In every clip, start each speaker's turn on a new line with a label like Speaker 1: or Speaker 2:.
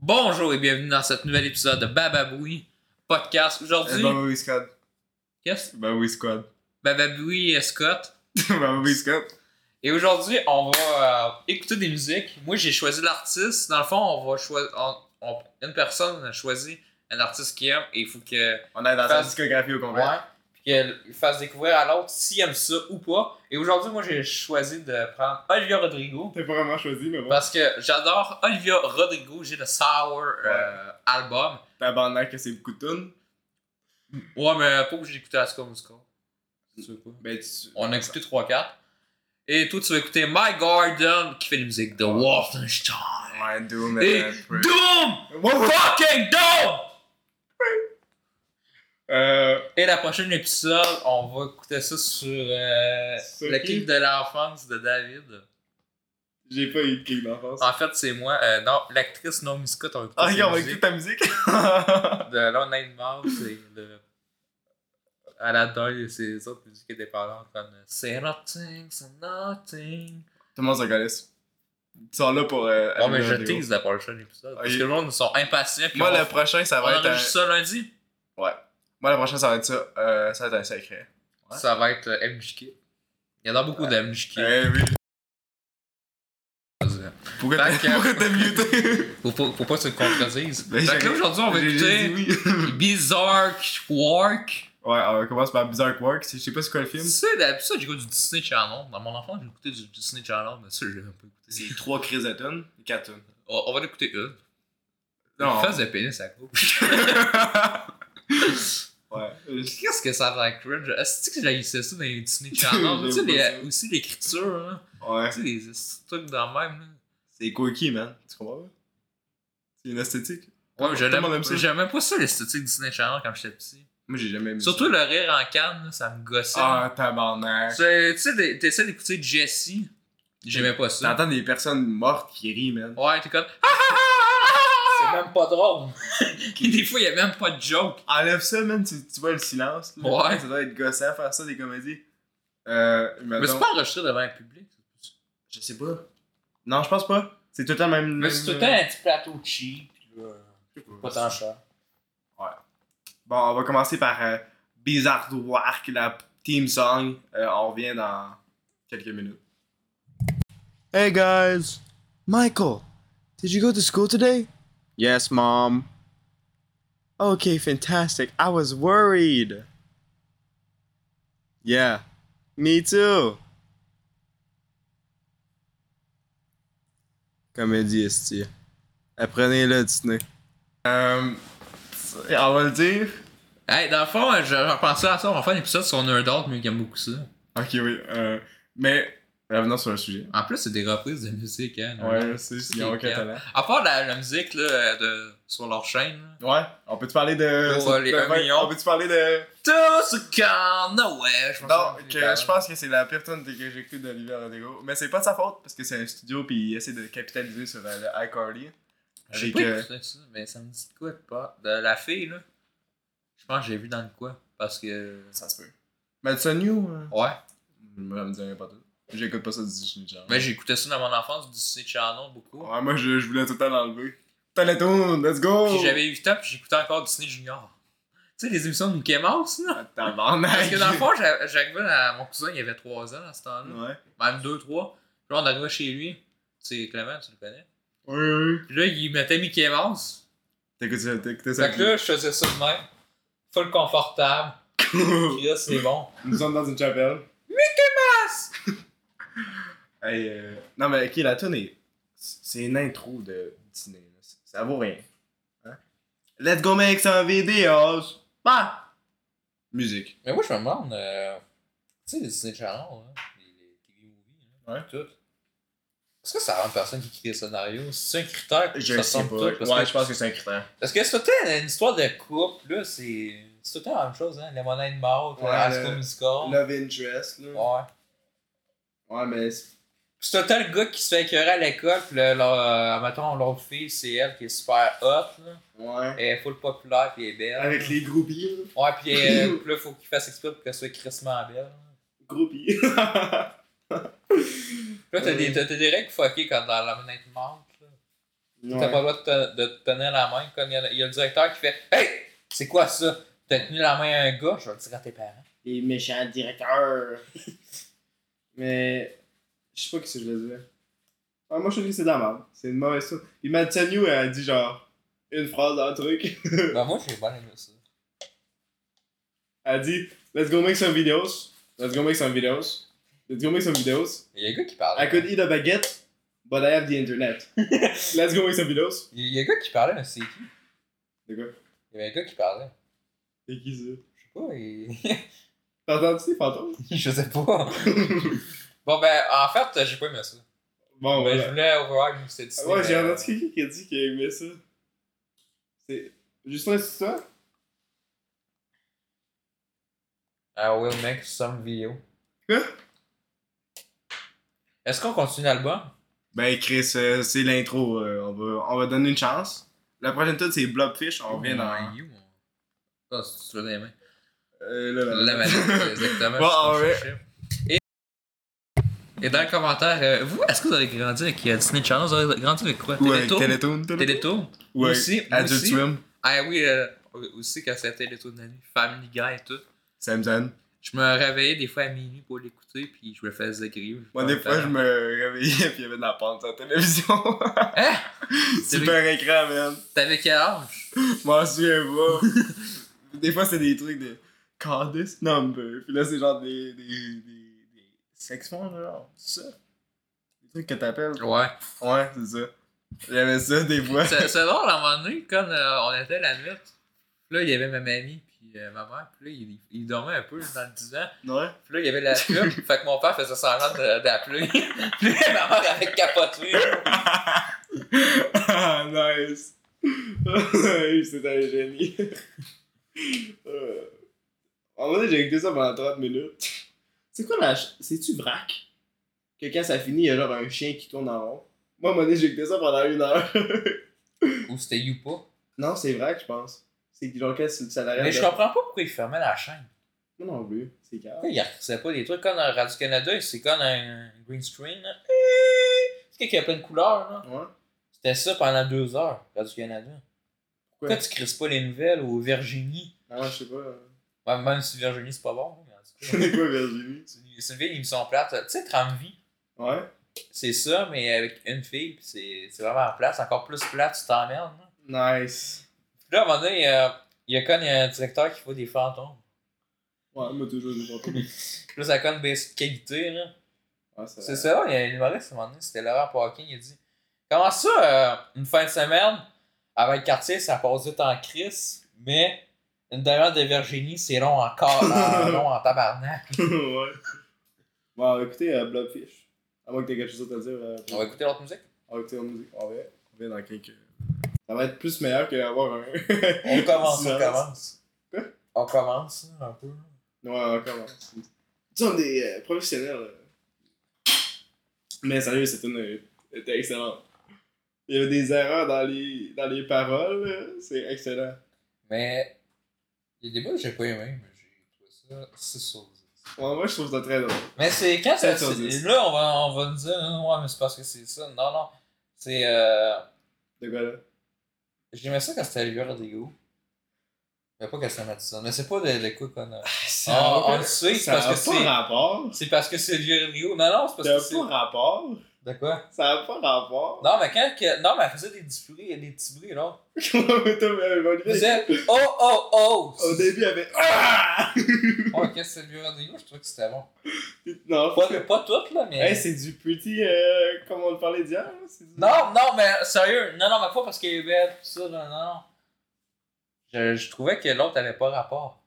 Speaker 1: Bonjour et bienvenue dans ce nouvel épisode de Bababoui Podcast. Aujourd'hui,
Speaker 2: Bah oui, Scott.
Speaker 1: qu'est-ce?
Speaker 2: Bah oui, Scott.
Speaker 1: Bababoui et Scott.
Speaker 2: bah oui, Scott.
Speaker 1: Et aujourd'hui, on va euh, écouter des musiques. Moi, j'ai choisi l'artiste. Dans le fond, on va choisir. une personne a choisi un artiste qu'il aime et il faut que.
Speaker 2: On est dans sa
Speaker 1: Fast.
Speaker 2: discographie au complet.
Speaker 1: Ouais. Puis qu'elle fasse découvrir à l'autre s'il aime ça ou pas. Et aujourd'hui, moi, j'ai choisi de prendre Olivia Rodrigo.
Speaker 2: T'as pas vraiment choisi, mais bon.
Speaker 1: Parce que j'adore Olivia Rodrigo. J'ai le Sour euh, album.
Speaker 2: Tabarnak que c'est beaucoup de tunes.
Speaker 1: Ouais, mais pas obligé d'écouter Asuka Musical. Tu veux pas?
Speaker 2: Ben tu.
Speaker 1: On a écouté 3-4. Et toi, tu vas écouter My Garden qui fait la musique de Wolfenstein.
Speaker 2: Ouais, Doom
Speaker 1: Et
Speaker 2: and Pray.
Speaker 1: Doom!
Speaker 2: What the-
Speaker 1: Fucking Doom!
Speaker 2: Euh.
Speaker 1: Et la prochaine épisode, on va écouter ça sur euh,
Speaker 2: Sur
Speaker 1: le
Speaker 2: qui?
Speaker 1: clip de l'enfance de David.
Speaker 2: J'ai pas eu de kick d'enfance.
Speaker 1: En fait, c'est moi. euh, non, l'actrice Naomi Scott, on va écouter
Speaker 2: Ah,
Speaker 1: ses
Speaker 2: regarde, on va
Speaker 1: musiques
Speaker 2: écouter ta musique.
Speaker 1: de Long Night Mouse et de... Elle adore ses autres musiques indépendantes comme euh, Say Nothing, Say Nothing.
Speaker 2: Tout le monde s'en connaisse. Ils sont là pour. Euh,
Speaker 1: Bon, mais
Speaker 2: allumer
Speaker 1: je
Speaker 2: la vidéo.
Speaker 1: tease la prochaine épisode. Parce
Speaker 2: Ok.
Speaker 1: que le monde sont impatients. puis
Speaker 2: Ah, Moi,
Speaker 1: on-
Speaker 2: le prochain, ça
Speaker 1: on
Speaker 2: va être
Speaker 1: enregistre
Speaker 2: un.
Speaker 1: ça lundi.
Speaker 2: Ouais. Moi, le prochain, ça va être ça. Euh, ça va être un secret. Ouais.
Speaker 1: Ça va être euh, MJK. Il y en a beaucoup de MJK.
Speaker 2: Eh oui. Pourquoi t'as
Speaker 1: Fait que-
Speaker 2: pourquoi t'as muté
Speaker 1: Faut, pas- faut pas que tu te contredises. fait
Speaker 2: Ben,
Speaker 1: que là,
Speaker 2: j'ai-
Speaker 1: aujourd'hui, on va
Speaker 2: J'ai- j'ai
Speaker 1: écouter
Speaker 2: dit oui.
Speaker 1: Bizarre Work.
Speaker 2: Ouais, on commence par Bizarre Work. Je sais pas c'est quoi le
Speaker 1: Tu
Speaker 2: film.
Speaker 1: sais, d'habitude, ça, j'écoute du Disney Channel. Dans mon enfance, j'écoutais du Disney Channel, mais ça, je l'ai un peu écouté.
Speaker 2: C'est trois crises de tonnes, quatre tonnes.
Speaker 1: On, on va l'écouter une.
Speaker 2: Non.
Speaker 1: Face de pénis à coupe.
Speaker 2: ouais.
Speaker 1: Qu'est-ce que ça va cringe? Est-ce que j'ai ça dans les Disney Channel? tu sais,
Speaker 2: J'aime pas
Speaker 1: les-
Speaker 2: ça.
Speaker 1: aussi l'écriture, là.
Speaker 2: Ouais.
Speaker 1: Tu sais, les trucs dans le même, là.
Speaker 2: C'est quirky, man. Tu comprends pas? C'est une esthétique.
Speaker 1: Ouais, mais je
Speaker 2: Tout le monde aime ça.
Speaker 1: l'aime- j'aimais pas ça l'esthétique Disney Channel quand j'étais petit.
Speaker 2: Moi, j'ai jamais aimé
Speaker 1: Surtout
Speaker 2: ça.
Speaker 1: le rire en canne, là, ça me gossait.
Speaker 2: Ah, tabarnak.
Speaker 1: C'est- Tu sais, des- t'essaies d'écouter Jessie. J'aimais pas ça.
Speaker 2: T'entends des personnes mortes qui rient, man.
Speaker 1: Ouais, t'es comme. ah, C'est même pas drôle. des fois, il y a même pas de joke.
Speaker 2: Enlève ça, man. Tu, tu vois le silence. là.
Speaker 1: Ouais.
Speaker 2: Ça doit être gossant à faire ça, des comédies. Euh,
Speaker 1: Mais c'est
Speaker 2: mettons-
Speaker 1: pas enregistré devant un public.
Speaker 2: Je sais pas. Non, je pense pas. C'est tout le temps le même.
Speaker 1: Mais c'est tout le temps un petit plateau cheap. puis là, Pas tant cher.
Speaker 2: Bon, on va commencer par euh, Bizarre Work, la team song. Euh, on revient dans quelques minutes.
Speaker 3: Hey guys, Michael, did you go to school today? Yes, mom. Okay, fantastic. I was worried. Yeah, me too. Comédie esti. Apprenez-le, Disney.
Speaker 2: Euh, on va le dire.
Speaker 1: Hey, dans le fond, je, je repensais à ça. On va faire un épisode sur un d'autres, mais qui aime beaucoup ça.
Speaker 2: Ok, oui. euh, mais revenons sur le sujet.
Speaker 1: En plus, c'est des reprises de musique, hein.
Speaker 2: Ouais, c'est
Speaker 1: c'est
Speaker 2: ils ont aucun
Speaker 1: bien.
Speaker 2: talent.
Speaker 1: À part la, la musique là, de, sur leur chaîne. là.
Speaker 2: Ouais, on peut-tu parler de.
Speaker 1: Pour, euh, les
Speaker 2: de-
Speaker 1: un million.
Speaker 2: On peut-tu parler de.
Speaker 1: Tout ce qu'on a, ouais. euh, Je
Speaker 2: Non,
Speaker 1: pense
Speaker 2: que je pense que c'est la pire tune que j'ai écoutée d'Olivier Rodrigo. Mais c'est pas de sa faute, parce que c'est un studio, puis il essaie de capitaliser sur euh, le iCarly.
Speaker 1: J'ai
Speaker 2: Avec.
Speaker 1: pas
Speaker 2: euh,
Speaker 1: écouté ça, mais ça me dit de quoi de pas. De la fille, là. Je pense que j'ai vu dans le quoi. Parce que.
Speaker 2: Ça se peut. Mais ça new. euh,
Speaker 1: Ouais.
Speaker 2: Moi, elle me dirait pas tout. J'écoute pas ça du Disney Channel.
Speaker 1: Mais j'écoutais ça dans mon enfance, du Disney Channel beaucoup.
Speaker 2: Ouais, moi, je, je voulais tout le temps l'enlever. T'as la tune, let's go!
Speaker 1: Puis j'avais 8 ans, puis j'écoutais encore Disney Junior. Tu sais, les émissions de Mickey Mouse, là.
Speaker 2: Attends,
Speaker 1: Parce que dans le fond, j'a- j'arrivais à mon cousin, il avait 3 ans à ce temps-là.
Speaker 2: Ouais.
Speaker 1: Même 2, 3. Puis là, on arrivait chez lui. C'est Clément, tu le connais.
Speaker 2: Oui, oui.
Speaker 1: Puis là, il mettait Mickey Mouse.
Speaker 2: T'écoutes ça, t'écoutes ça.
Speaker 1: Fait que là, je faisais ça de même. Full confortable. Puis là, c'est bon.
Speaker 2: Nous sommes dans une chapelle. Mickey Mouse! hey, euh, non, mais ok, la tune est. C'est une intro de Disney. là. Ça- Ça vaut rien. Hein? Let's go make some videos! Bah! Musique.
Speaker 1: Mais moi, je me demande, euh, tu sais, les Disney Channel, hein, les, les TV movies, hein,
Speaker 2: Ouais.
Speaker 1: tout. Est-ce que ça rend personne qui crée des scénarios? C'est un critère que
Speaker 2: Je
Speaker 1: ça
Speaker 2: sais
Speaker 1: ressemble
Speaker 2: pas.
Speaker 1: tout? Parce
Speaker 2: Ouais,
Speaker 1: que,
Speaker 2: je pense que c'est un critère.
Speaker 1: parce que c'est tout le temps une histoire de couple, là, c'est c'est tout le temps la même chose, hein? Lemonade Mouth,
Speaker 2: Ouais,
Speaker 1: High School
Speaker 2: le-
Speaker 1: Musical.
Speaker 2: Love interest, là.
Speaker 1: Ouais.
Speaker 2: Ouais, mais. c'est-
Speaker 1: Puis c'est tout le temps le gars qui se fait écœurer à l'école, pis là, leur, euh, mettons, l'autre fille, c'est elle qui est super hot, là.
Speaker 2: Ouais.
Speaker 1: Elle est full populaire, pis elle est belle. là.
Speaker 2: les groupies, là.
Speaker 1: Ouais, pis euh, pis là, faut qu'il fasse exprès pour qu'elle soit crissement belle. là.
Speaker 2: Groupies.
Speaker 1: Là, t'as
Speaker 2: Euh.
Speaker 1: des, t'as- t'as des règles fuckées quand dans la manette manque. là. T'as pas le droit de, te- de te tenir la main. Comme il y, a, il y a le directeur qui fait Hey, c'est quoi ça T'as tenu la main à un gars, je vais le dire à tes parents.
Speaker 2: Les méchants directeurs. Mais. Je sais pas ce que je veux dire. Ah, moi, je trouve que c'est de la merde. C'est une mauvaise chose. Puis Mathieu, euh, elle a dit genre. Une phrase dans le truc.
Speaker 1: ben, moi, j'ai bien aimé ça.
Speaker 2: Elle a dit Let's go make some videos. Let's go make some videos. Let's go make some videos.
Speaker 1: Il y a un gars qui parlait.
Speaker 2: I could eat a baguette, but I have the internet. Let's go make some videos.
Speaker 1: Il y a un gars qui parlait, mais c'est qui
Speaker 2: C'est quoi
Speaker 1: Il y avait un gars qui parlait.
Speaker 2: C'est qui ça
Speaker 1: Je sais pas, il.
Speaker 2: T'as entendu ces fantômes
Speaker 1: je sais pas. bon, ben, en fait, j'ai pas aimé ça.
Speaker 2: Bon,
Speaker 1: Ben,
Speaker 2: voilà.
Speaker 1: je voulais avoir une euh, cette
Speaker 2: Ah
Speaker 1: idée,
Speaker 2: Ouais,
Speaker 1: mais-
Speaker 2: j'ai entendu quelqu'un qui a dit qu'il aimait ça. C'est. Justin, c'est ça
Speaker 1: I will make some video.
Speaker 2: Quoi?
Speaker 1: Est-ce qu'on continue l'album?
Speaker 2: Ben, Chris, euh, c'est l'intro. euh, on, va, on va donner une chance. La prochaine toute, c'est Blobfish. On revient dans.
Speaker 1: You, on- Ah, c'est- tu l'as dans les mains.
Speaker 2: Euh, là, là, là.
Speaker 1: La manette, exactement. c'est ce
Speaker 2: Bon,
Speaker 1: qu'on
Speaker 2: Ah, ouais.
Speaker 1: cherchait. Et... Et dans le commentaire, euh, vous, est-ce que vous avez grandi avec euh, Disney Channel? Vous avez grandi avec quoi?
Speaker 2: Ou avec
Speaker 1: Télétoon?
Speaker 2: Télétoon.
Speaker 1: Télétoon?
Speaker 2: Ou avec
Speaker 1: Aussi,
Speaker 2: Adult
Speaker 1: aussi.
Speaker 2: Swim.
Speaker 1: Ah oui, euh, aussi quand c'était Télétoon de la nuit, Family Guy et tout.
Speaker 2: Samson.
Speaker 1: Je me réveillais des fois à minuit pour l'écouter, puis je me faisais griller.
Speaker 2: Moi, des fois, je me réveillais et il y avait de la pente sur la télévision.
Speaker 1: Hein?
Speaker 2: Super écran, man.
Speaker 1: T'avais quel âge?
Speaker 2: Je m'en souviens pas. des fois, c'est des trucs de Call this number. Puis là, c'est genre des. des. des. des sections, genre. C'est ça. Des trucs que t'appelles.
Speaker 1: Ouais.
Speaker 2: Ouais, c'est ça. J'avais ça des fois.
Speaker 1: C'est c'est drôle, à un moment donné, quand euh, on était la nuit, puis là, il y avait ma mamie, puis euh, ma mère, puis là, il, il dormait un peu dans le divan.
Speaker 2: Ouais.
Speaker 1: Puis là, il y avait la pub, fait que mon père faisait semblant de- d'appeler. Puis là, ma mère avait capoté.
Speaker 2: ah, nice. c'est un génie. Euh, en vrai, j'ai écouté ça pendant 30 minutes. C'est quoi la. ch- C'est-tu vrac? Que quand ça finit, il y a genre un chien qui tourne en rond. Moi, à un moment donné, j'ai écouté ça pendant une heure.
Speaker 1: Ou c'était Youpa.
Speaker 2: non, c'est vrac, je pense. C'est que genre quand ça ça l'arrête.
Speaker 1: Mais je
Speaker 2: de-
Speaker 1: comprends pas pourquoi il fermait la chaîne.
Speaker 2: Moi non plus. C'est grave.
Speaker 1: Pourquoi il artissait pas des trucs comme dans Radio-Canada, c'est comme un green screen. là. C'est quelqu'un qui a plein de couleurs, là.
Speaker 2: Ouais.
Speaker 1: C'était ça pendant deux heures, Radio-Canada. Pourquoi
Speaker 2: Ouais.
Speaker 1: tu crises pas les nouvelles ou Virginie?
Speaker 2: Ah, je sais pas.
Speaker 1: Ouais, même si Virginie, c'est pas bon. mais en tout cas,
Speaker 2: C'est quoi, Virginie?
Speaker 1: c'est une- c'est une vieille émission plate. Tu sais, Tramvie,
Speaker 2: Ouais.
Speaker 1: c'est ça, mais avec une fille, puis c'est c'est vraiment en place. Encore plus plate, tu t'emmerdes, là.
Speaker 2: Nice.
Speaker 1: Puis là, à un moment donné, euh, il y a conne un directeur qui voit des fantômes.
Speaker 2: Ouais, moi toujours du fantôme.
Speaker 1: Puis là, ça conne baisse de qualité, là.
Speaker 2: Ouais, ça-
Speaker 1: C'est ça, il y a une humoriste, à un moment donné, c'était Laurent Pawkin, il a dit Comment ça, euh, une fin de semaine, avec quartier, ça passe vite en crise, mais une demi-heure de Virginie, c'est long encore, là, long en tabarnak.
Speaker 2: ouais. Bon, écoutez, euh, Blobfish. À moins que t'aies quelque chose à te dire. euh,
Speaker 1: On va écouter l'autre musique.
Speaker 2: On va écouter la musique. On va on va dans quelques. Ça va être plus meilleur qu'avoir un.
Speaker 1: On commence, on
Speaker 2: Silence.
Speaker 1: commence.
Speaker 2: Quoi?
Speaker 1: On commence, là, un peu. là.
Speaker 2: Ouais, on commence. Nous sommes des euh, professionnels. euh. Mais sérieux, cette une était excellente. Il y avait des erreurs dans les, dans les paroles. euh, C'est excellent.
Speaker 1: Mais il y a des bouts que j'ai pas aimé, mais j'ai trouvé ça 6 sur 10.
Speaker 2: Ouais, moi, je trouve ça très drôle.
Speaker 1: Mais c'est quand ça.
Speaker 2: Sept sur
Speaker 1: c'est-
Speaker 2: dix.
Speaker 1: Là, on va, on va nous dire, hein, ouais, mais c'est parce que c'est ça. Non, non. C'est. Euh,
Speaker 2: De quoi là
Speaker 1: J'aimais ça quand c'était Rivière des goûts. Mais pas quand c'était Madison. Mais c'est pas de, de quoi qu'on a.
Speaker 2: Ah,
Speaker 1: Ah,
Speaker 2: Ça
Speaker 1: on le sait, c'est
Speaker 2: ça
Speaker 1: parce
Speaker 2: a
Speaker 1: que c'est-
Speaker 2: pas rapport.
Speaker 1: C'est parce que c'est Rivière des goûts. Non, non, c'est
Speaker 2: Ça a
Speaker 1: parce que c'est.
Speaker 2: pas rapport.
Speaker 1: De quoi
Speaker 2: Ça a pas rapport.
Speaker 1: Non, mais quand. que- Non, mais elle faisait des petits bruits, des petits bruits, là. Elle
Speaker 2: Au
Speaker 1: faisait Oh, oh, oh
Speaker 2: début, il y avait Ah!
Speaker 1: Ouais, quand c'était Rivière des goûts, je trouvais que c'était bon.
Speaker 2: Non,
Speaker 1: Pas,
Speaker 2: c'est-
Speaker 1: pas toutes, là, mais.
Speaker 2: Hey, c'est du petit, euh, comme on le parlait d'hier. hein, c'est du-
Speaker 1: Non, non, mais sérieux, non, non, mais pas parce qu'elle est belle, tout ça, non, non. non. Je, je trouvais que l'autre avait pas rapport.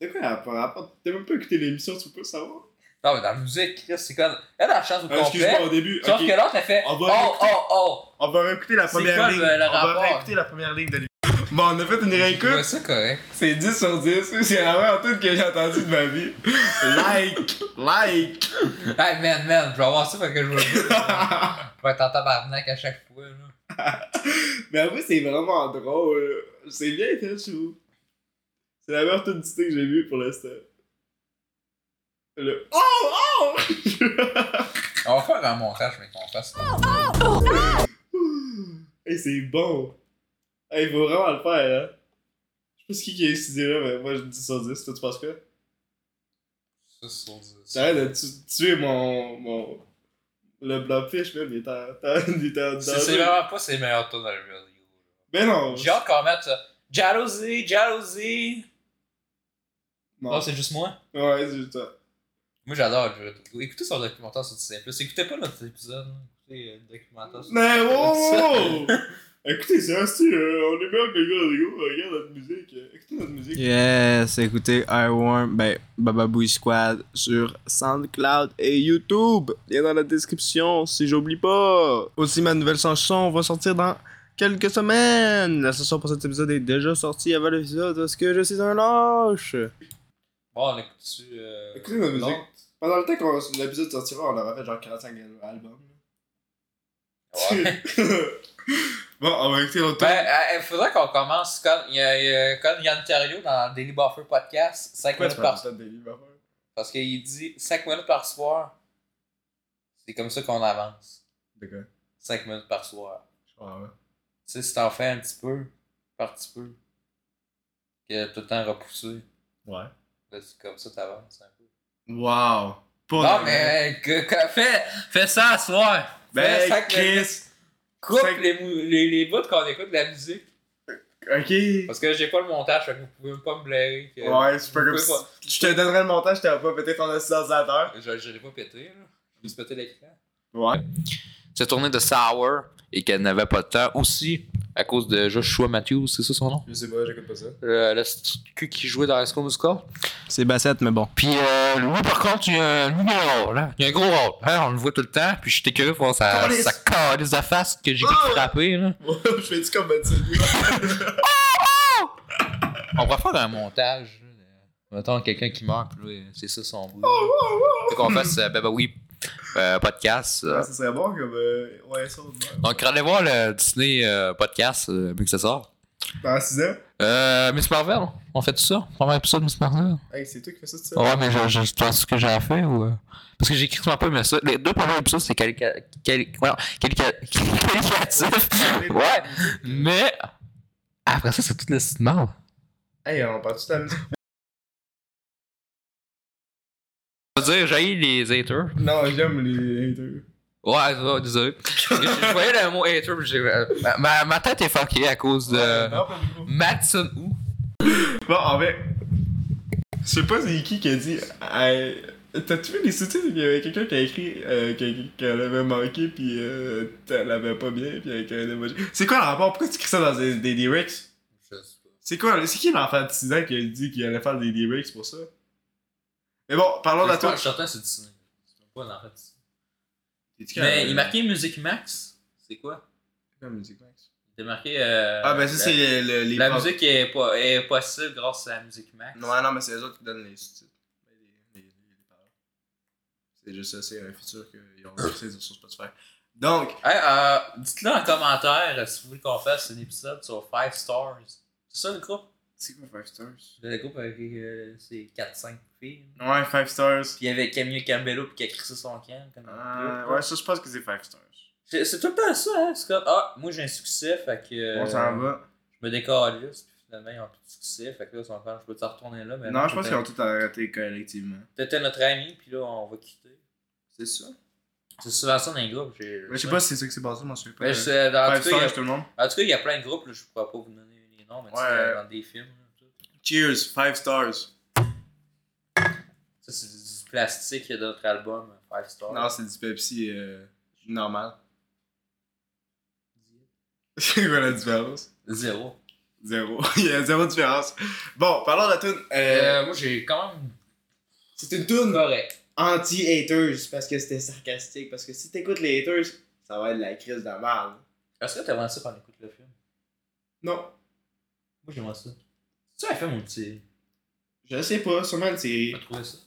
Speaker 2: De quoi elle a pas rapport T'as même pas écouté l'émission, tu peux pas savoir.
Speaker 1: Non, mais dans la musique, Chris, c'est comme. Elle a la chance au
Speaker 2: Ah,
Speaker 1: complet.
Speaker 2: Excuse-moi, au début.
Speaker 1: Sauf
Speaker 2: ok.
Speaker 1: que l'autre, elle fait.
Speaker 2: On
Speaker 1: Oh,
Speaker 2: va
Speaker 1: oh,
Speaker 2: l'écouter.
Speaker 1: oh, oh.
Speaker 2: On va réécouter la
Speaker 1: C'est
Speaker 2: première
Speaker 1: quoi,
Speaker 2: ligne.
Speaker 1: le- le
Speaker 2: on va
Speaker 1: rapport?
Speaker 2: réécouter la première ligne de lui. Bon, on a fait une réécoute.
Speaker 1: ça correct.
Speaker 2: C'est 10 sur 10. C'est la meilleure toute que j'ai entendue de ma vie. like! Like!
Speaker 1: Hey, man, man, je vais avoir ça, fait que je vais. je vais être en tabarnak à chaque fois, là.
Speaker 2: Mais en vrai, c'est vraiment drôle. C'est bien fait, je trouve. C'est la meilleure toute d'idée que j'ai vue pour l'instant. Le Oh! Oh!
Speaker 1: On va faire un montage, mais qu'on fasse.
Speaker 2: Ouh.
Speaker 4: Hey, c'est bon. Hey, faut vraiment le faire, hein. Je sais pas ce qui qui a eu cette idée-là, mais moi, je dis sur 10. Toi, tu penses quoi?
Speaker 1: Ça, c'est sur dix.
Speaker 4: J'arrête de tu- tuer mon... mon... Le blobfish, man, il était en... Il était en
Speaker 1: C'est c'est vraiment pas ses meilleurs tons dans le Real Deal.
Speaker 4: Mais non!
Speaker 1: J'ai hâte qu'on mette ça. Jalousie, jalousie.
Speaker 4: Non,
Speaker 1: Oh, c'est juste moi.
Speaker 4: ouais, c'est juste ça.
Speaker 1: Moi, j'adore le Real Deal. Écoutez son documentaire sur Disney+. Écoutez pas notre épisode. là. Écoutez euh, le documentaire sur
Speaker 4: Mais wow!
Speaker 1: Disney+.
Speaker 4: Écoutez, c'est un style, euh, on est meilleur que les gars, les gars, regarde notre musique, euh, écoutez notre musique.
Speaker 3: Yes, écoutez Ironworm, ben Bababooey Squad sur SoundCloud et YouTube. Lien dans la description si j'oublie pas. Aussi ma nouvelle chanson va sortir dans quelques semaines. La chanson pour cet épisode est déjà sortie avant l'épisode parce que je suis un lâche.
Speaker 1: Bon, on écoute-tu... Euh...
Speaker 4: Écoutez notre musique.
Speaker 1: non?
Speaker 4: Pendant le temps que l'épisode sortira, on aura fait genre 45 albums.
Speaker 1: Ouais.
Speaker 4: bon, on va écouter notre
Speaker 1: Ben, euh, il faudrait qu'on commence comme il y a, il y a- comme Yann Terriot dans Daily Buffer Podcast, 5
Speaker 2: Pourquoi
Speaker 1: minutes
Speaker 2: tu parles
Speaker 1: par
Speaker 2: de Daily Buffer?
Speaker 1: Parce qu'il dit 5 minutes par soir. C'est comme ça qu'on avance.
Speaker 2: De quoi?
Speaker 1: 5 minutes par soir.
Speaker 2: Je comprends pas.
Speaker 1: Tu sais, si t'en fais un petit peu, par petit peu, que tout le temps repoussé,
Speaker 2: Ouais.
Speaker 1: là, c'est comme ça t'avances un peu.
Speaker 2: Wow. Pas
Speaker 1: non,
Speaker 2: de-
Speaker 1: mais euh, que, que- fais, fais ça à soir!
Speaker 2: Ben,
Speaker 1: Fais cinq minutes.
Speaker 2: Chris.
Speaker 1: Coupe
Speaker 2: cinq-
Speaker 1: les, mou- les, les bouts qu'on écoute de la musique.
Speaker 2: Ok.
Speaker 1: Parce que j'ai pas le montage, fait que vous pouvez pas me blairer. que-
Speaker 2: Ouais, c'est pas
Speaker 1: vous
Speaker 2: comme
Speaker 1: pouvez
Speaker 2: si.
Speaker 1: pas-
Speaker 2: Je te donnerais le montage, t'as pas peut-être en assistance
Speaker 1: Je, je l'ai pas pété, là. Je me suis pété l'écran.
Speaker 2: Ouais.
Speaker 1: C'est tourné de Sour et qu'elle n'avait pas de temps. Aussi, à cause de Joshua Matthews, c'est ça son nom?
Speaker 2: Je sais pas, j'écoute pas ça.
Speaker 1: Le, le petit cul qui jouait dans High School Musical.
Speaker 3: C'est Bassette, mais bon.
Speaker 1: Puis euh, lui, par contre, il y a un il y a un rôle. hein. Il y a un gros rôle. hein. On le voit tout le temps. Puis j'étais curieux pour voir sa,
Speaker 2: Calisse.
Speaker 1: sa calisse de face que j'ai
Speaker 2: Ah!
Speaker 1: frappé. Là.
Speaker 2: je fais du combat de
Speaker 1: On pourrait faire un montage. là, de- Mettons quelqu'un qui meurt, puis là, c'est ça son bout. Fait qu'on fasse euh, Baba Oui euh, podcast. euh,
Speaker 2: Ah, Ça serait bon comme. euh, Ouais, ça, on va.
Speaker 1: Donc, allez voir le Disney euh, podcast, euh, vu que ça sort.
Speaker 2: Dans 6 ans.
Speaker 1: Euh, Miss Marvel, on fait tout ça? Premier épisode Miss Marvel?
Speaker 2: Hey, c'est toi qui fais ça, tu sais.
Speaker 1: Ouais, mais je, je pense que j'ai fait ou. euh, Parce que j'ai critiquement pas aimé ça. Les deux premiers épisodes, c'est quali- quali- voyons, quali- quali- qualificatif. Ouais. Mais. Après ça, c'est toute le site mal.
Speaker 2: Hey, on parle-tu de la musique?
Speaker 1: Je veux dire, j'ai les haters.
Speaker 2: Non, j'aime les haters.
Speaker 1: Ouais, ça va, désolé. je, je voyais le mot hater, puis j'ai. euh, ma- Ma, ma tête est fuckée à cause de.
Speaker 2: Non, pas du tout.
Speaker 1: Madson ou.
Speaker 2: Bon, en fait. Je sais pas c'est qui qui a dit. Hey, T'as-tu vu les sous-titres? Il y avait quelqu'un qui a écrit euh, que- qu'elle avait manqué, pis euh, elle l'avait pas bien, pis avec un emoji. C'est quoi le rapport? Pourquoi tu écris ça dans des, des lyrics? C'est quoi? C'est qui l'enfant de 6 ans qui a dit qu'il allait faire des lyrics pour ça? Mais bon, parlons de toi.
Speaker 1: certain, c'est Disney. C'est pas en fait.
Speaker 2: T'es-tu
Speaker 1: Mais
Speaker 2: quand-
Speaker 1: il marquait Music Max. C'est quoi
Speaker 2: C'est quoi la musique, Max?
Speaker 1: Il était marqué. euh,
Speaker 2: Ah, ben ça, c'est
Speaker 1: la-
Speaker 2: le- le- les.
Speaker 1: La
Speaker 2: profs.
Speaker 1: musique est, po- est possible grâce à la Music Max.
Speaker 2: Non, non, mais c'est eux autres qui donnent les sous-titres. Ben, Les, les, les, les paroles. C'est juste ça, c'est un futur qu'ils ont lancé sur Spotify. Donc,
Speaker 1: Hey, euh, dites-le en commentaire euh, si vous voulez qu'on fasse un épisode sur 5 Stars. C'est ça le groupe
Speaker 2: c'est quoi Five Stars
Speaker 1: Le groupe avec euh, ses 4-5 filles. là.
Speaker 2: Ouais, Five Stars.
Speaker 1: Puis il y avait Camille Cambello puis qui a crissé son camp. Comme
Speaker 2: Ah, ouais, ça, je pense que c'est Five Stars.
Speaker 1: C'est, c'est tout le temps ça, hein. C'est comme, ah, moi j'ai un succès, fait que. euh,
Speaker 2: On s'en va.
Speaker 1: Je me décalisse, puis finalement ils ont plus de succès, fait que là ils sont comme, je peux te retourner là. Mais
Speaker 2: Non,
Speaker 1: là,
Speaker 2: je pense qu'ils
Speaker 1: t'étais-
Speaker 2: ont tout arrêté collectivement.
Speaker 1: T'étais notre ami, puis là on va quitter.
Speaker 2: C'est ça.
Speaker 1: C'est souvent ça dans les groupes. J'ai,
Speaker 2: Mais je sais pas si c'est euh, ça qui s'est passé, moi, Ben, je sais pas.
Speaker 1: Mais
Speaker 2: Five
Speaker 1: c'est- dans- en tout cas, il y a-
Speaker 2: Stars, tout le monde.
Speaker 1: En tout cas, il y a plein de groupes, là, je pourrais pas vous donner les noms, mais tu sais,
Speaker 2: Ouais.
Speaker 1: dans des films. là, tout.
Speaker 2: Cheers, Five Stars.
Speaker 1: Ça, c'est du plastique de notre album, euh, Five Star.
Speaker 2: Non, c'est du Pepsi euh, normal. C'est quoi la différence
Speaker 1: Zéro.
Speaker 2: Zéro. Il y a zéro différence. Bon, parlons de la tune. Euh,
Speaker 1: Euh, moi, j'ai quand même
Speaker 2: c'est une tune
Speaker 1: correct.
Speaker 2: anti-haters parce que c'était sarcastique. Parce que si t'écoutes les haters, ça va être de la crise de merde.
Speaker 1: Est-ce que t'as vendu ça quand on écoute le film?
Speaker 2: Non,
Speaker 1: Moi, j'aimerais ça. C'est un film ou une série?
Speaker 2: je sais pas, sûrement une série.
Speaker 1: J'ai trouvé ça.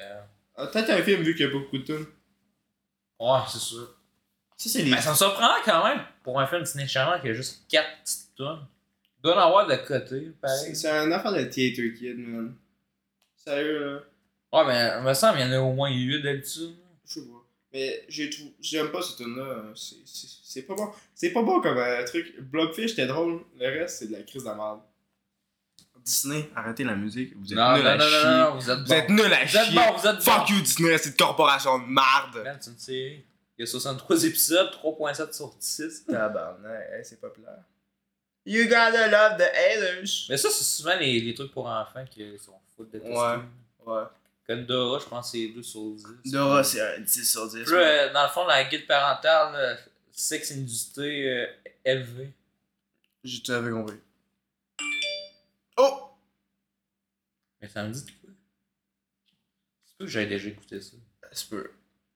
Speaker 1: Euh,
Speaker 2: Ah, Peut-être un film vu qu'il y a pas beaucoup de tunes.
Speaker 1: ouais, c'est sûr.
Speaker 2: Ben, Ça, c'est les.
Speaker 1: Mais ça me surprend quand même pour un film Disney Channel qui a juste 4 petites tonnes. Il doit en avoir de côté,
Speaker 2: C'est
Speaker 1: pareil.
Speaker 2: c'est un affaire de Theater Kid, man. Sérieux, là.
Speaker 1: Ouais, mais il me semble qu'il y en a au moins 8 d'habitude.
Speaker 2: Je sais pas.
Speaker 4: Mais j'ai tout- j'aime pas ce tune là
Speaker 2: euh,
Speaker 4: C'est pas bon. C'est pas bon comme euh, truc. Blobfish, c'était drôle. Le reste, c'est de la crise de la merde.
Speaker 2: Disney, arrêtez la musique. Vous êtes
Speaker 1: Non, non,
Speaker 2: nuls à
Speaker 1: non,
Speaker 2: chier.
Speaker 1: non, non, vous êtes
Speaker 2: Vous êtes
Speaker 1: bon.
Speaker 2: nuls à
Speaker 1: Vous êtes
Speaker 2: chier.
Speaker 1: bon, vous êtes bon.
Speaker 2: Fuck you, Disney, c'est une corporation de marde.
Speaker 1: Man, c'est une série. Il y a 63 épisodes, 3.7 sur 10.
Speaker 2: Tabarnak, hey, c'est populaire. You gotta love the haters.
Speaker 1: Mais ça, c'est souvent les, les trucs pour enfants qui sont foutent de tester.
Speaker 2: Ouais. Ouais.
Speaker 1: Comme Dora, je pense que c'est 2 sur 10.
Speaker 2: Dora, c'est un 10 sur 10.
Speaker 1: Puis là, euh, dans le fond, la guide parentale, là, sexe induité euh, élevé.
Speaker 2: Je t'avais compris. Oh!
Speaker 1: Mais ça me dit de quoi? C'est que j'avais déjà écouté ça.
Speaker 2: C'est peu.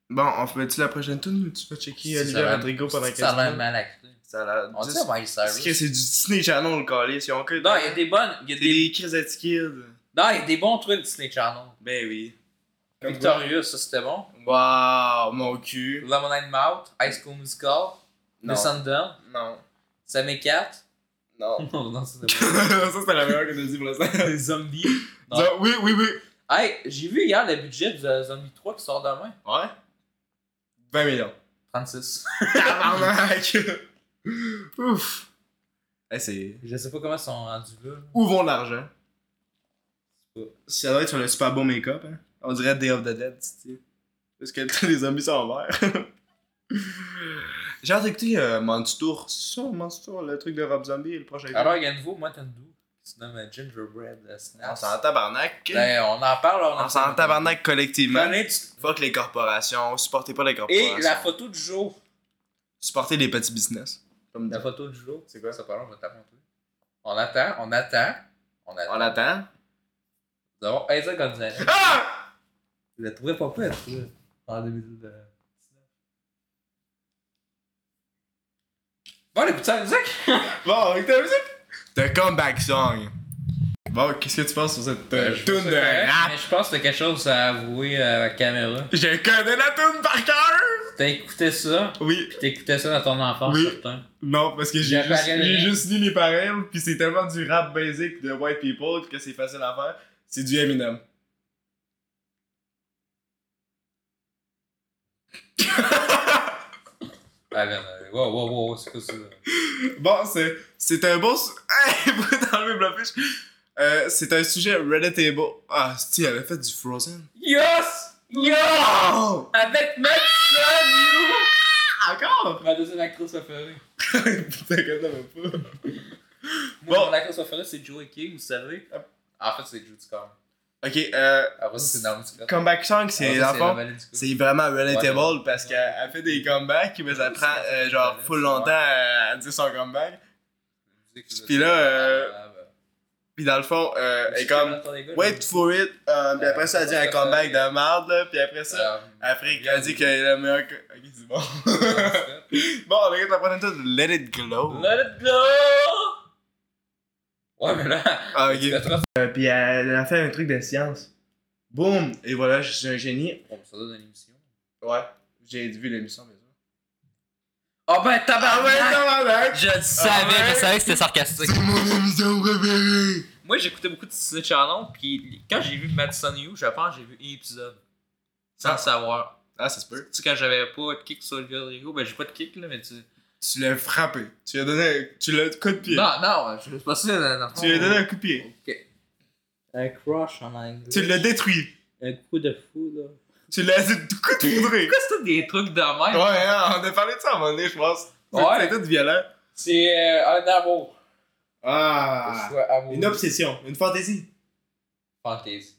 Speaker 2: Bon, on fait-tu la prochaine tune ou tu vas checker
Speaker 1: Si ça
Speaker 2: Olivia
Speaker 1: va-
Speaker 2: Rodrigo pendant
Speaker 1: si
Speaker 2: 15
Speaker 1: Ça a l'air
Speaker 2: minutes?
Speaker 1: mal acté.
Speaker 2: Ça a l'air
Speaker 1: On dit à Miley Cyrus.
Speaker 2: Parce que c'est du Disney Channel, le calé. Si on que.
Speaker 1: Non, il y a des bonnes. il Y a
Speaker 2: C'est
Speaker 1: des...
Speaker 2: des Chris Ati Kid.
Speaker 1: Non, il y a des bons trucs Disney Channel.
Speaker 2: Ben oui.
Speaker 4: Comme
Speaker 1: Victorious, ça c'était bon.
Speaker 2: Waouh, mon cul.
Speaker 1: Lemonade Mouth, High School Musical,
Speaker 2: Non.
Speaker 1: The Sundown,
Speaker 2: Non.
Speaker 1: Sammy Cat.
Speaker 2: Non.
Speaker 1: non, c'était
Speaker 2: ça, c'était la meilleure que t'as dit pour l'instant.
Speaker 1: bon. Les zombies. Non.
Speaker 2: Ça, Oui, oui, oui.
Speaker 1: Hey, j'ai vu hier le budget de Zombie 3 qui sort demain.
Speaker 2: Ouais? 20 millions.
Speaker 1: 36.
Speaker 2: Tabarnak! Ouf! Eh, c'est.
Speaker 1: Je sais pas comment ils sont rendus là.
Speaker 2: Où vont l'argent?
Speaker 1: C'est pas-
Speaker 2: Ça doit être sur le super beau make-up, hein? On dirait Day of the Dead, tu sais. Parce que tous les zombies sont en vert. J'ai hâte d'écouter euh, Monstour. C'est ça, Monstour, le truc de Rob Zombie, le prochain.
Speaker 1: Alors, il y a un nouveau Mountain Dew qui se nomme Gingerbread euh,
Speaker 2: on
Speaker 1: Snaps.
Speaker 2: s'en tabarnak.
Speaker 1: Ben, on en parle. On,
Speaker 2: on s'en tabarnak collectivement.
Speaker 1: Venez, tu-
Speaker 2: Fuck les corporations, supportez pas les corporations.
Speaker 1: Et la photo du jour.
Speaker 2: Supportez les petits business. Comme
Speaker 1: La photo du jour.
Speaker 2: C'est quoi?
Speaker 1: Ça parle, on va t'apporter. On attend, on attend. On attend.
Speaker 2: On attend.
Speaker 1: Nous avons Aiza Gonzalez.
Speaker 2: Ah!
Speaker 1: Vous la trouvez pas pire, ça, en 2019. Bon, les putains de musique!
Speaker 2: Bon, avec ta musique! The comeback song. Bon, qu'est-ce que tu penses sur cette
Speaker 1: Ben,
Speaker 2: euh, toune de rap?
Speaker 1: Mais je pense que t'as quelque chose à avouer à la caméra.
Speaker 2: Je connais la toune par cœur!
Speaker 1: T'as écouté ça,
Speaker 2: Oui,
Speaker 1: pis t'écoutais ça dans ton enfance,
Speaker 2: Oui.
Speaker 1: certain.
Speaker 2: non, parce que j'ai
Speaker 1: La
Speaker 2: juste,
Speaker 1: parole.
Speaker 2: j'ai juste lu les paroles, puis c'est tellement du rap basic de white people que c'est facile à faire. C'est du Eminem.
Speaker 1: Ah, ben, euh, wow, wow, wow, c'est quoi ça? là?
Speaker 2: Bon, c'est, c'est un beau. su- Hey, vous t'enlevez Blobfish? Euh, c'est un sujet relatable. Ah, si, elle avait fait du Frozen.
Speaker 1: Yes! Yes!
Speaker 2: Oh!
Speaker 1: Avec Maxime!
Speaker 2: Encore?
Speaker 1: Ma deuxième actrice préférée.
Speaker 2: Putain, qu'elle n'avait pas.
Speaker 1: Moi,
Speaker 2: Bon.
Speaker 1: mon actrice préférée, c'est Joey King, vous savez. Ah, En fait, c'est Judy Carr.
Speaker 2: Ok, euh,
Speaker 1: Après ça, c'est Naomi Scott.
Speaker 2: comeback song,
Speaker 1: Après
Speaker 2: c'est
Speaker 1: Ah, ça,
Speaker 2: dans le fond,
Speaker 1: la Vallée du Coup.
Speaker 2: C'est vraiment relatable
Speaker 1: Ouais, ouais.
Speaker 2: parce qu'elle elle fait des comebacks, mais ça
Speaker 1: Ouais,
Speaker 2: prend
Speaker 1: c'est
Speaker 2: euh,
Speaker 1: ça,
Speaker 2: genre
Speaker 1: c'est
Speaker 2: full
Speaker 1: ça.
Speaker 2: longtemps à, à dire son comeback.
Speaker 1: Musique,
Speaker 2: Puis là, euh,
Speaker 1: Ah, bah.
Speaker 2: Puis dans le fond, euh, elle est comme Wait for it. euh, puis après ça, elle dit un comeback de merde, là. Puis après
Speaker 1: euh,
Speaker 2: ça, après, elle dit qu'elle est la meilleure. co- Ok, c'est bon. bon, on regarde la prochaine chose Let it glow.
Speaker 1: Euh, Let it go! Ouais, mais là,
Speaker 2: Ah,
Speaker 1: tu
Speaker 2: ok.
Speaker 1: vas te faire-
Speaker 2: Euh, puis elle, elle a fait un truc de science. Boum! Et voilà, je suis un génie.
Speaker 1: Bon, ça donne une émission.
Speaker 2: Ouais, j'ai vu l'émission, bien sûr.
Speaker 1: Oh ben,
Speaker 2: Ah ouais,
Speaker 1: tabarnak!
Speaker 2: tabarnak!
Speaker 1: Je le
Speaker 2: Ah ouais?
Speaker 1: savais, je savais que c'était sarcastique.
Speaker 2: C'est mon émission préférée!
Speaker 1: Moi, j'écoutais beaucoup de Disney Channel, puis quand j'ai vu Madison You, je pense que j'ai vu un épisode. Sans
Speaker 2: Ah.
Speaker 1: le savoir.
Speaker 2: Ah, ça se peut.
Speaker 1: Tu sais, quand j'avais pas de kick sur Olivia Rodrigo, ben j'ai pas de kick là, mais tu.
Speaker 2: Tu l'as frappé. Tu lui as donné un, tu l'as coup de pied.
Speaker 1: Non, non, je sais pas ça dans- dans le fond.
Speaker 2: Tu lui as donné un coup de pied.
Speaker 1: Un crush en anglais.
Speaker 2: Tu l'as détruit.
Speaker 1: Un coup de fou, là.
Speaker 2: Tu l'as coup de poudré.
Speaker 1: Pourquoi c'est tous des trucs de
Speaker 2: ouais,
Speaker 1: même?
Speaker 2: hein, on a parlé de ça à un moment donné, je pense.
Speaker 1: Ouais.
Speaker 2: C'était violent.
Speaker 1: C'est euh, un amour. Un
Speaker 2: Ah.
Speaker 1: choix amoureux.
Speaker 2: Une obsession, une fantaisie.
Speaker 1: Fantaisie.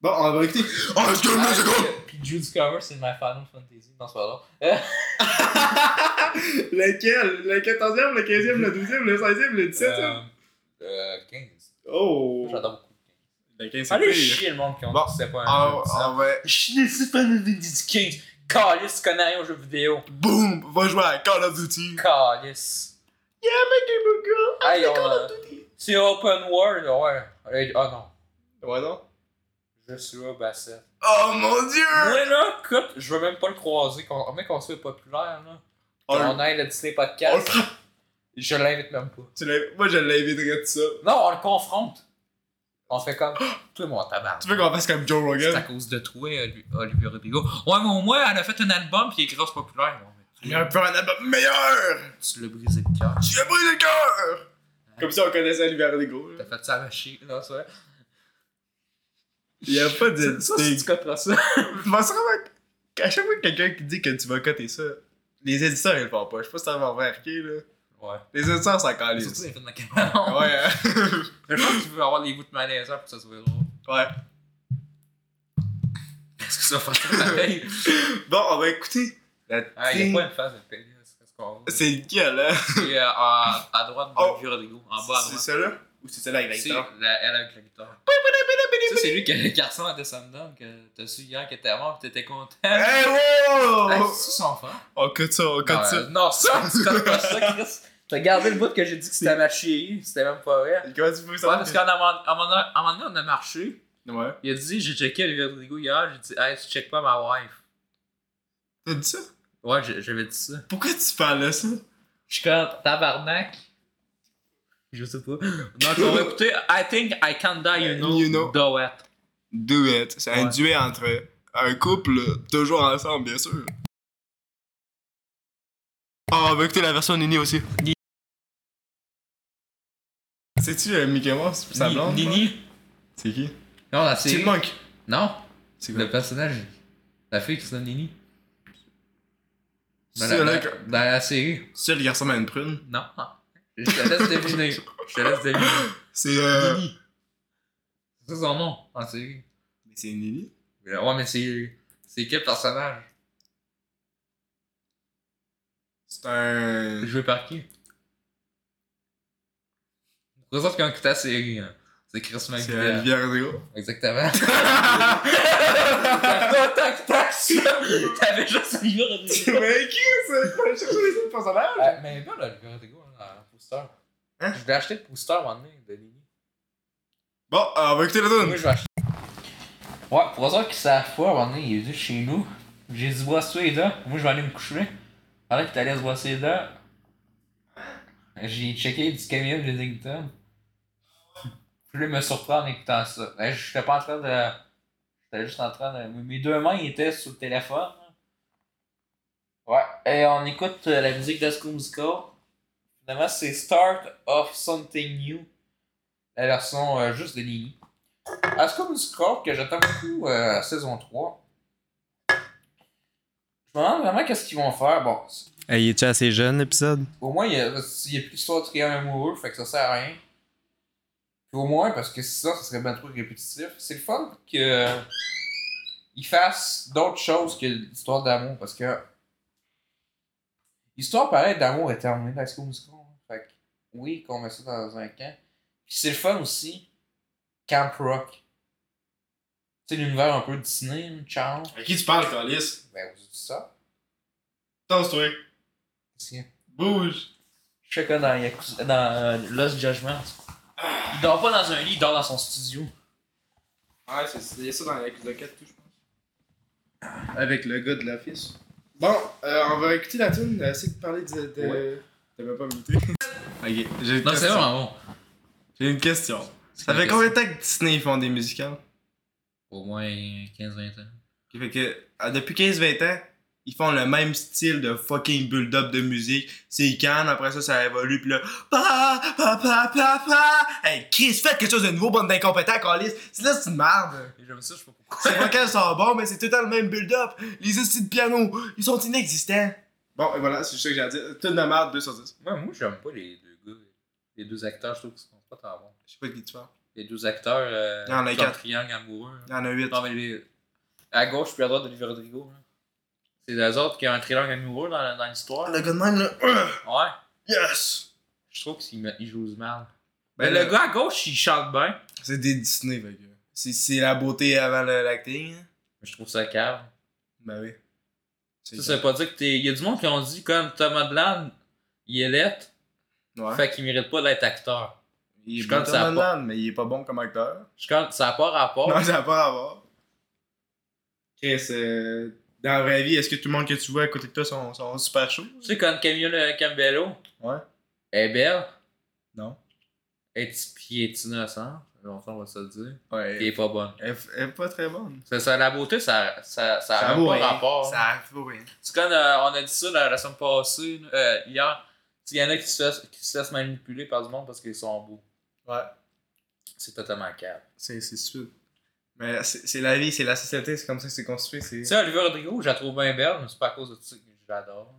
Speaker 2: Bon, on va écouter. Oh, let's go, let's go!
Speaker 1: Ah, Puis Jude's cover, c'est ma Final Fantasy. Non, c'est pas là.
Speaker 2: Lequel Le 14e, le 15e, le 12e, le 16e, le 17e
Speaker 1: Euh, 15.
Speaker 2: Oh
Speaker 1: J'adore beaucoup.
Speaker 2: Le 15 c'est
Speaker 1: Allez
Speaker 2: pire.
Speaker 1: chier le monde qui ont dit
Speaker 2: Bon.
Speaker 1: que c'était pas un
Speaker 2: Ah,
Speaker 1: jeu.
Speaker 2: ah ouais.
Speaker 1: Chier, c'est pas un jeu du 15. Calice, tu connais rien aux jeux vidéo.
Speaker 2: Boum Va jouer à Call of Duty.
Speaker 1: Calice.
Speaker 2: Yeah, make
Speaker 1: Hey,
Speaker 2: it go!
Speaker 1: on, euh, C'est open world, ouais. Allez, Ah non.
Speaker 2: Ouais, non
Speaker 1: Je suis là, ben, Bassett.
Speaker 2: Oh mon dieu!
Speaker 1: Moi là, écoute, je veux même pas le croiser. Qu'on- Mec, on se fait populaire là.
Speaker 2: On le-
Speaker 1: On aide le Disney
Speaker 2: on le
Speaker 1: Podcast.
Speaker 2: frappe.
Speaker 1: Je l'invite même pas.
Speaker 2: Tu l'as- Moi, je l'inviterais de ça.
Speaker 1: Non, on le confronte. On fait comme, toi mon tabac.
Speaker 4: Tu veux qu'on fasse comme Joe
Speaker 1: C'est à
Speaker 4: Rogan?
Speaker 1: cause de toi, Oli- Olivier Rodrigo. Ouais, mais au moins, elle a fait un album puis elle est grosse populaire. Bon, mais tu
Speaker 4: Il y
Speaker 1: l'as-
Speaker 4: a un peu un album meilleur!
Speaker 1: Tu l'as brisé le cœur.
Speaker 4: Tu as brisé le cœur! Comme si on connaissait l'hiver des gros.
Speaker 1: T'as fait ça à chier, non, c'est vrai.
Speaker 4: Il y a pas de.
Speaker 1: Ça, si tu comprends ça.
Speaker 4: Je m'en sens vraiment- À chaque fois que quelqu'un qui dit que tu vas coter ça, les éditeurs ils le font pas. Je sais pas si t'as remarqué là.
Speaker 1: Ouais.
Speaker 4: Les éditeurs s'en calent.
Speaker 1: Surtout les films de Cameron.
Speaker 4: Ouais, hein.
Speaker 1: Je pense que tu veux avoir des bouts de malaiseur pour que ça soit drôle.
Speaker 4: ouais.
Speaker 1: Parce que ça va faire ça pareil.
Speaker 4: Bon, on va écouter. La
Speaker 1: Ah, il
Speaker 4: team-
Speaker 1: y a pas une phase de pénis, c'est ce qu'on veut.
Speaker 4: C'est lequel, hein?
Speaker 1: C'est euh, à, à droite de
Speaker 4: Oh.
Speaker 1: Olivier Rodrigo, en bas à
Speaker 4: C'est
Speaker 1: droite.
Speaker 4: celle-là? Ou c'est celle avec la
Speaker 1: C'est
Speaker 4: guitare?
Speaker 1: la- elle avec la guitare. Ça, c'est lui qui a le garçon à Descendant que t'as su hier qui était mort pis t'étais content.
Speaker 4: Hey, oh!
Speaker 1: Ah,
Speaker 4: wow!
Speaker 1: c'est son frère.
Speaker 4: On cote ça, on cote
Speaker 1: non,
Speaker 4: ça.
Speaker 1: euh, non, ça, tu connais pas ça, Chris. T'as gardé le bout que j'ai dit que c'était ma chier, c'était même pas vrai. Ouais,
Speaker 4: Comment tu peux ça?
Speaker 1: parce qu'à un moment à un moment- à un moment donné, on a marché.
Speaker 4: Ouais.
Speaker 1: Il a dit, j'ai checké Olivier Rodrigo hier, j'ai dit, hey, tu check pas ma wife.
Speaker 4: T'as dit ça?
Speaker 1: Ouais, je- j'avais dit ça.
Speaker 4: Pourquoi tu parles de ça?
Speaker 1: Je suis comme tabarnak. Je sais pas. Donc, on va écouter I Think I Can Die, You Know,
Speaker 4: You know.
Speaker 1: Doet.
Speaker 4: Duet. C'est un
Speaker 1: Ouais.
Speaker 4: duet entre un couple toujours ensemble, bien sûr. Ah,
Speaker 3: Oh, on va écouter la version Nini aussi.
Speaker 4: C'est-tu euh, Mickey Mouse pis sa
Speaker 1: Ni-
Speaker 4: blonde?
Speaker 1: Nini.
Speaker 4: C'est qui?
Speaker 1: Non, la
Speaker 4: C'est
Speaker 1: série.
Speaker 4: le monk.
Speaker 1: Non.
Speaker 4: C'est quoi?
Speaker 1: Le personnage. La fille qui se nomme Nini. Dans
Speaker 4: C'est
Speaker 1: Ben, la,
Speaker 4: là
Speaker 1: dans-
Speaker 4: que-
Speaker 1: dans la série.
Speaker 4: C'est celle qui ressemble à une prune.
Speaker 1: Non. Je te laisse deviner. Je te laisse deviner.
Speaker 4: C'est euh...
Speaker 1: Nini. C'est ça son nom en série.
Speaker 4: Mais c'est Nini?
Speaker 1: Mais, Ouais, mais c'est. C'est quel personnage
Speaker 4: C'est un.
Speaker 1: Joué par qui Regarde quand écoute la série. hein. C'est Chris
Speaker 4: C'est
Speaker 1: McVitie.
Speaker 4: Olivier Rodrigo.
Speaker 1: Exactement. Tac, tac, tac, ça. T'avais juste un livre de
Speaker 4: C'est vrai qui ça? Je cherche les autres personnages.
Speaker 1: Ah, mais bien là, le gars de go, là, le poster.
Speaker 4: Hein?
Speaker 1: Je vais acheter le poster à un moment donné de Nini.
Speaker 4: Bon, euh, on va écouter la tune.
Speaker 1: Moi, je vais acheter. Ouais, pour ceux qui savent pas, à un moment donné, il est venu chez nous. J'ai dit, bois ça et là. Moi, je vais aller me coucher. Pendant que t'allais se boire ça et là, j'ai checké du camion de Lexington. Puis là, il me surprend en écoutant ça. Ben, J'étais pas en train de. J'étais juste en train de. Mes deux mains ils étaient sur le téléphone. Ouais. Et on écoute euh, la musique d'Asco Musical. Finalement, c'est Start of Something New. La version euh, juste de Nini. Asco Musical que j'attends beaucoup euh, à saison 3. Je me demande vraiment qu'est-ce qu'ils vont faire. Bon,
Speaker 3: Hey, es-tu assez jeune l'épisode?
Speaker 1: au moins, il y a, il y a plus d'histoire de triangle amoureux, fait que ça sert à rien. Puis au moins, parce que sinon, ça serait bien trop répétitif. C'est le fun que. Ils fassent d'autres choses que l'histoire d'amour, parce que. L'histoire, pareil, d'amour est terminée dans School Musical. hein. Fait que, oui, qu'on met ça dans un camp. Puis c'est le fun aussi, Camp Rock. Tu sais, l'univers un peu Disney, Charles.
Speaker 4: À qui tu parles, Calis?
Speaker 1: Ben, vous dites ça.
Speaker 4: Attends, toi.
Speaker 1: C'est-
Speaker 4: Bouge.
Speaker 1: Je sais que dans, Yakuza- dans euh, Lost Judgment. Il dort pas dans un lit, il dort dans son studio.
Speaker 4: Ah Ouais, c'est- c'est il y a ça dans la 4 tout, je pense. Avec le gars de l'office. Bon, euh, on va écouter la tune. euh, C'est de parler de. de... T'as même pas muté.
Speaker 2: Ok, j'ai une
Speaker 1: Non, c'est
Speaker 2: question.
Speaker 1: vraiment bon.
Speaker 2: J'ai une question.
Speaker 1: C'est
Speaker 2: Ça
Speaker 1: une
Speaker 2: fait combien de temps que Disney font des musicales?
Speaker 1: Au moins 15-20 ans.
Speaker 2: Qui fait que ah, depuis 15-20 ans, ils font le même style de fucking build-up de musique. C'est calme, après ça, ça évolue, pis là. Pa, pa, pa, pa, pa. Hey, Chris, faites quelque chose de nouveau, bande d'incompétents, Calis. C'est là, c'est une merde.
Speaker 1: J'aime ça, je sais pas pourquoi.
Speaker 2: C'est pas qu'elles sont bon, mais c'est tout le temps le même build-up. Les outils de piano, ils sont inexistants.
Speaker 4: Bon, et voilà, c'est ça que j'ai à dire. Tune de merde, 2 sur 10.
Speaker 1: Moi, moi j'aime pas les deux gars. Les deux acteurs, je trouve qu'ils sont pas tant bons.
Speaker 2: Je sais pas de qui tu parles.
Speaker 1: Les deux acteurs. Euh,
Speaker 2: Il y en a
Speaker 1: qui ont
Speaker 2: quatre.
Speaker 1: triangle amoureux. hein.
Speaker 2: Il y en a 8.
Speaker 1: Non, mais les- à gauche puis à droite d'Olivier Rodrigo. là. C'est les autres qui ont un triangle amoureux dans, la- dans l'histoire.
Speaker 2: Le gars de même, là. euh,
Speaker 1: Ouais.
Speaker 2: Yes!
Speaker 1: Je trouve qu'ils jouent mal. mais
Speaker 2: Ben, le-
Speaker 1: le gars à gauche, il chante bien.
Speaker 2: C'est des Disney, fait que. C'est- C'est la beauté avant le- l'acting. hein.
Speaker 1: Mais Je trouve ça cave.
Speaker 2: Ben oui.
Speaker 1: Ça, ça veut pas dire que t'es. Il y a du monde qui ont dit comme Thomas Bland, il est lettre,
Speaker 2: Ouais.
Speaker 1: fait qu'il mérite pas d'être acteur.
Speaker 2: Il
Speaker 1: Je
Speaker 2: est bon
Speaker 1: compte ça
Speaker 2: comme
Speaker 1: pas.
Speaker 2: man, mais il est pas bon comme acteur.
Speaker 1: Je compte, ça n'a pas rapport.
Speaker 2: Non, ça n'a pas à voir.
Speaker 4: Chris, euh, dans la vraie vie, est-ce que tout le monde que tu vois à côté de toi sont, sont super chauds?
Speaker 1: Tu sais, comme Camille Cambello,
Speaker 2: Ouais.
Speaker 1: elle est belle.
Speaker 2: Non.
Speaker 1: Elle est petite, puis elle est innocente. on va se le dire. Qui
Speaker 2: Ouais.
Speaker 1: est pas bonne.
Speaker 2: Elle, elle est pas très bonne.
Speaker 1: C'est ça, la beauté, ça, ça, ça, a même
Speaker 2: vaut
Speaker 1: pas
Speaker 2: rien.
Speaker 1: rapport.
Speaker 2: Ça vaut rien.
Speaker 1: C'est comme euh, on a dit ça la, la semaine passée, là, euh, hier. Il y en a qui se, laissent, qui se laissent manipuler par du monde parce qu'ils sont beaux.
Speaker 2: Ouais.
Speaker 1: C'est totalement calme.
Speaker 2: C'est c'est sûr. Mais c'est c'est la vie, c'est la société, c'est comme ça que c'est construit. c'est
Speaker 1: Tu sais, Olivier Rodrigo, je la trouve bien belle, mais c'est pas à cause de ça que je l'adore.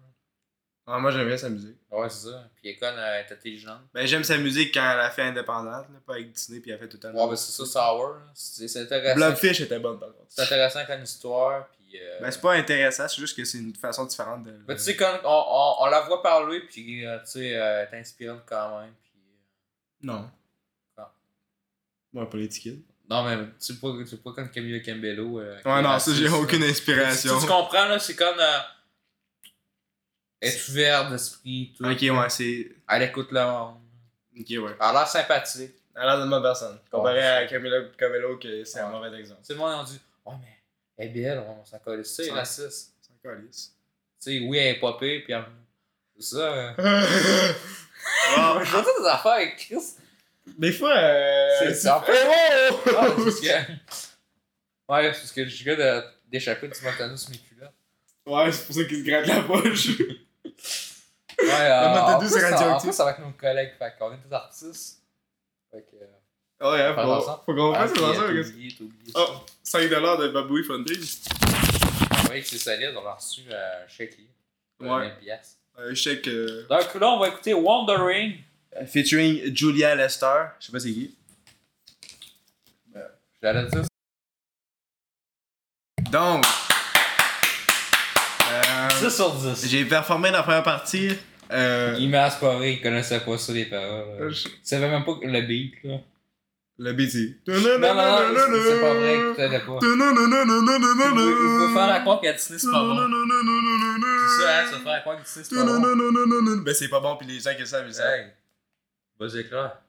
Speaker 2: Ah, moi, j'aime bien sa musique.
Speaker 1: Ouais, c'est ça. Puis elle est conne, elle est intelligente.
Speaker 2: Ben, j'aime sa musique quand elle a fait indépendante, là, pas avec Disney, puis elle a fait tout à
Speaker 1: Ouais,
Speaker 2: l'heure.
Speaker 1: ben c'est ça, Sour. là. C'est c'est intéressant.
Speaker 2: Blobfish était bonne, par contre.
Speaker 1: C'est intéressant comme histoire. Puis, euh,
Speaker 2: Ben, euh, c'est pas intéressant, c'est juste que c'est une façon différente de.
Speaker 1: mais tu sais, quand on, on, on la voit parler, puis euh, tu sais, euh, elle est inspirante quand même. Puis, euh,
Speaker 2: Non.
Speaker 1: Ah.
Speaker 2: Ouais, pas les tickets.
Speaker 1: Non, mais tu sais pas, tu sais pas comme Camille Cambello. euh, qui est
Speaker 2: Ouais, non, ça,
Speaker 1: raciste,
Speaker 2: j'ai
Speaker 1: là.
Speaker 2: aucune
Speaker 1: Si
Speaker 2: inspiration.
Speaker 1: tu comprends, là, c'est comme. Euh, est ouvert d'esprit, tout.
Speaker 2: Ok, ouais, c'est.
Speaker 1: Elle écoute le monde.
Speaker 2: Ok, ouais.
Speaker 1: Elle a l'air sympathique.
Speaker 2: Elle a l'air d'une mauvaise personne. Comparé
Speaker 1: Ouais.
Speaker 2: à Camilo Comello, que c'est un
Speaker 1: Ouais.
Speaker 2: mauvais exemple.
Speaker 1: Tout le monde a dit Oh, mais elle est belle, on s'en colle. C'est
Speaker 2: Ouais.
Speaker 1: raciste.
Speaker 2: C'est encore lisse.
Speaker 1: Tu sais, oui, elle est pas pire, puis elle. C'est ça. euh.
Speaker 2: Ah.
Speaker 1: Je vois toutes des affaires avec Chris.
Speaker 2: Des fois, euh...
Speaker 1: C'est ça, en fait.
Speaker 2: Eh, wow!
Speaker 1: Ah, c'est parce que. Ouais, c'est parce que je suis gars de- d'échapper du Montana sur mes culottes.
Speaker 4: Ouais, c'est pour ça qu'il se gratte la poche.
Speaker 1: Ouais, euh,
Speaker 2: Montana,
Speaker 1: en plus,
Speaker 2: c'est
Speaker 1: ça- En
Speaker 2: radioactif.
Speaker 1: plus, avec nos collègues, fait qu'on est des artistes. Fait que. euh,
Speaker 2: Ouais, hein,
Speaker 1: Faire
Speaker 2: faut,
Speaker 1: ensemble.
Speaker 2: faut qu'on
Speaker 1: ah,
Speaker 2: fasse
Speaker 1: puis,
Speaker 2: attention,
Speaker 1: euh,
Speaker 2: les
Speaker 1: t'as
Speaker 2: gars.
Speaker 1: oublié, t'as oublié.
Speaker 2: Oh, 5$ de Babouille Funding.
Speaker 1: Vous voyez que Ah c'est solide, on a reçu euh, un chèque hier.
Speaker 2: Ouais.
Speaker 1: Une pièce.
Speaker 2: Un chèque. euh,
Speaker 1: Donc là, on va écouter Wandering.
Speaker 2: Featuring Julia Lester. Je sais pas c'est qui.
Speaker 1: J'allais dire.
Speaker 2: Donc. euh,
Speaker 1: 10 sur 10.
Speaker 2: J'ai performé dans la première partie. Euh,
Speaker 1: Il m'a asparé, il connaissait pas ça les paroles. euh.
Speaker 2: je-
Speaker 1: Il savait même pas que le beat là.
Speaker 2: le BT.
Speaker 1: Non, non, non, c'est- c'est pas vrai que t'avais pas. Il faut- il faut faire la croire qu'à Disney c'est pas bon. C'est ça, hein, ça fait croire que Disney c'est pas bon.
Speaker 2: Ben c'est pas bon, pis les gens qui savent, ils savent.
Speaker 1: Hey, vas-y, éclair.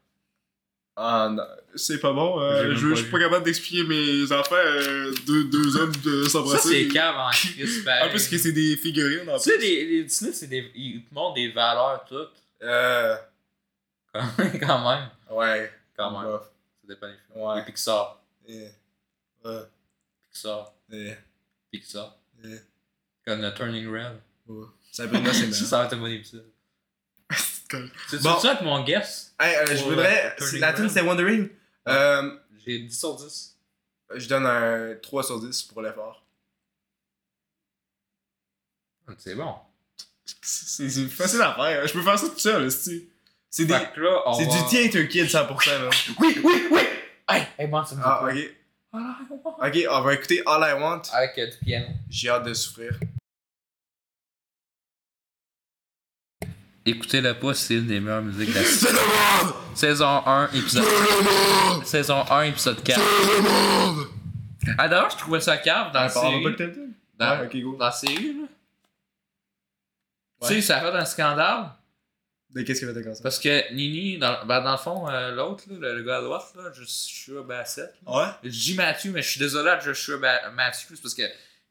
Speaker 2: Ah non, c'est pas bon. euh,
Speaker 1: J'ai même
Speaker 2: je,
Speaker 1: pas
Speaker 2: je suis
Speaker 1: vu.
Speaker 2: pas capable d'expliquer mes affaires. euh, deux, deux hommes de
Speaker 1: Ça,
Speaker 2: s'embrasser.
Speaker 1: c'est cave en Chris
Speaker 2: En plus que c'est des figurines. En
Speaker 1: Tu sais, les, les Disney, c'est des, ils te montrent des valeurs toutes.
Speaker 2: Euh,
Speaker 1: Quand même, quand même.
Speaker 2: ouais.
Speaker 1: Quand même.
Speaker 2: Bof.
Speaker 1: Ça dépend des films.
Speaker 2: Ouais.
Speaker 1: Et Pixar.
Speaker 2: Eh, ouais,
Speaker 1: Pixar.
Speaker 2: eh,
Speaker 1: Pixar.
Speaker 2: eh,
Speaker 1: Comme le Turning Red.
Speaker 2: ouais. Sabrina,
Speaker 1: ça,
Speaker 2: c'est bien.
Speaker 1: ça va être un bon épisode.
Speaker 2: cool.
Speaker 1: C'est
Speaker 2: Bon.
Speaker 1: ça que mon guess,
Speaker 2: Hey, euh, je
Speaker 1: Pour,
Speaker 2: voudrais.
Speaker 1: euh, Turning
Speaker 2: La tune
Speaker 1: Red.
Speaker 2: c'est Wondering. Euh,
Speaker 1: j'ai 10 sur 10.
Speaker 2: je donne un 3 sur 10 pour l'effort.
Speaker 1: C'est bon.
Speaker 2: C'est c'est facile à faire. hein. Je peux faire ça tout seul, c'est C'est des-
Speaker 1: Fait que là, on
Speaker 2: c'est
Speaker 1: va-
Speaker 2: du Theater Kid 100%. Là.
Speaker 1: Oui, oui, oui! Hey, hey, man, ça me dit
Speaker 2: Ah,
Speaker 1: quoi?
Speaker 2: ok. Ok, on va écouter All I Want.
Speaker 1: Avec euh, du piano.
Speaker 2: J'ai hâte de souffrir.
Speaker 1: Écoutez-le pas, c'est une des meilleures musiques de la
Speaker 2: C'est le monde!
Speaker 1: saison 1, épisode
Speaker 2: C'est le monde!
Speaker 1: Saison 1, épisode 4.
Speaker 2: C'est le monde!
Speaker 1: Ah, d'ailleurs, je trouvais ça cave dans la série.
Speaker 2: pas que t'aimes tout.
Speaker 1: Dans,
Speaker 2: Ouais, ok, go.
Speaker 1: dans la série, là.
Speaker 2: Ouais.
Speaker 1: Tu sais, ça a fait un scandale.
Speaker 2: De qu'est-ce qu'elle a été comme ça?
Speaker 1: Parce que Nini, dans, ben, dans le fond, euh, l'autre, là, le, le gars à droite, là, Joshua Bassett. là. Je
Speaker 2: Ouais?
Speaker 1: dis Mathieu, mais je suis désolé à Joshua Ba- Matthews parce que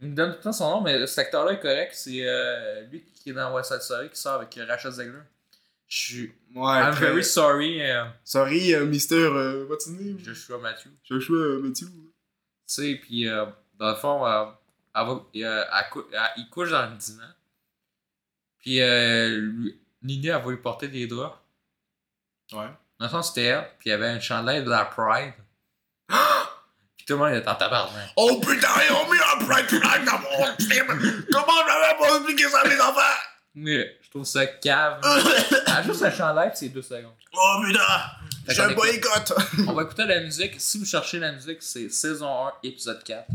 Speaker 1: il me donne tout le temps son nom, mais cet acteur-là est correct. C'est euh, lui qui est dans West Side Story qui sort avec euh, Rachel Zegler. Je suis.
Speaker 2: Ouais,
Speaker 1: I'm
Speaker 2: très-
Speaker 1: very sorry, euh,
Speaker 2: Sorry, euh, Mister. Euh, what's his name?
Speaker 1: Joshua Matthews.
Speaker 2: Joshua euh, Matthew.
Speaker 1: Tu sais, puis euh, dans le fond, euh, elle va- euh, elle cou- elle- il couche dans le divan. Puis euh, lui- Nini, elle va lui porter des draps.
Speaker 2: Ouais.
Speaker 1: Dans le fond, c'était elle, puis il y avait un chandail de la Pride. puis tout le monde était en tabarnak.
Speaker 2: Oh putain, ils ont mis un bright flag dans mon film! Comment j'avais pas expliqué ça, les enfants?
Speaker 1: Mais je trouve ça cave. Ah, juste le chandail, pis c'est deux secondes.
Speaker 2: Oh putain!
Speaker 1: Fait qu'on
Speaker 2: Je boycotte!
Speaker 1: On va écouter la musique. Si vous cherchez la musique, c'est saison 1, épisode 4.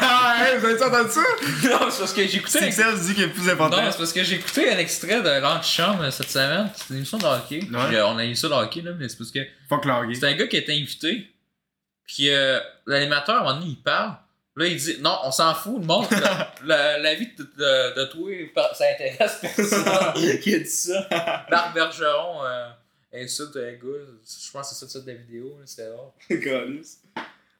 Speaker 2: Ah, hey, vous avez entendu ça?
Speaker 1: non, c'est parce que j'ai écouté.
Speaker 2: C'est que ça, se dit qu'il est plus important.
Speaker 1: Non, c'est parce que j'ai écouté un extrait de l'antichambre cette semaine. C'est une émission de hockey. Puis, euh, on a eu ça de hockey, là, mais c'est parce que
Speaker 2: Fuck l'orgue.
Speaker 1: c'est un gars qui était invité. Puis euh, l'animateur, à un moment donné, il parle. Là, il dit Non, on s'en fout, le monde, la, la- la vie de, de, de toi, par- ça intéresse personne. qui a dit ça Marc Bergeron euh, insulte un gars. Je pense que c'est ça le titre de la vidéo, là, c'était rare.
Speaker 2: Calisse.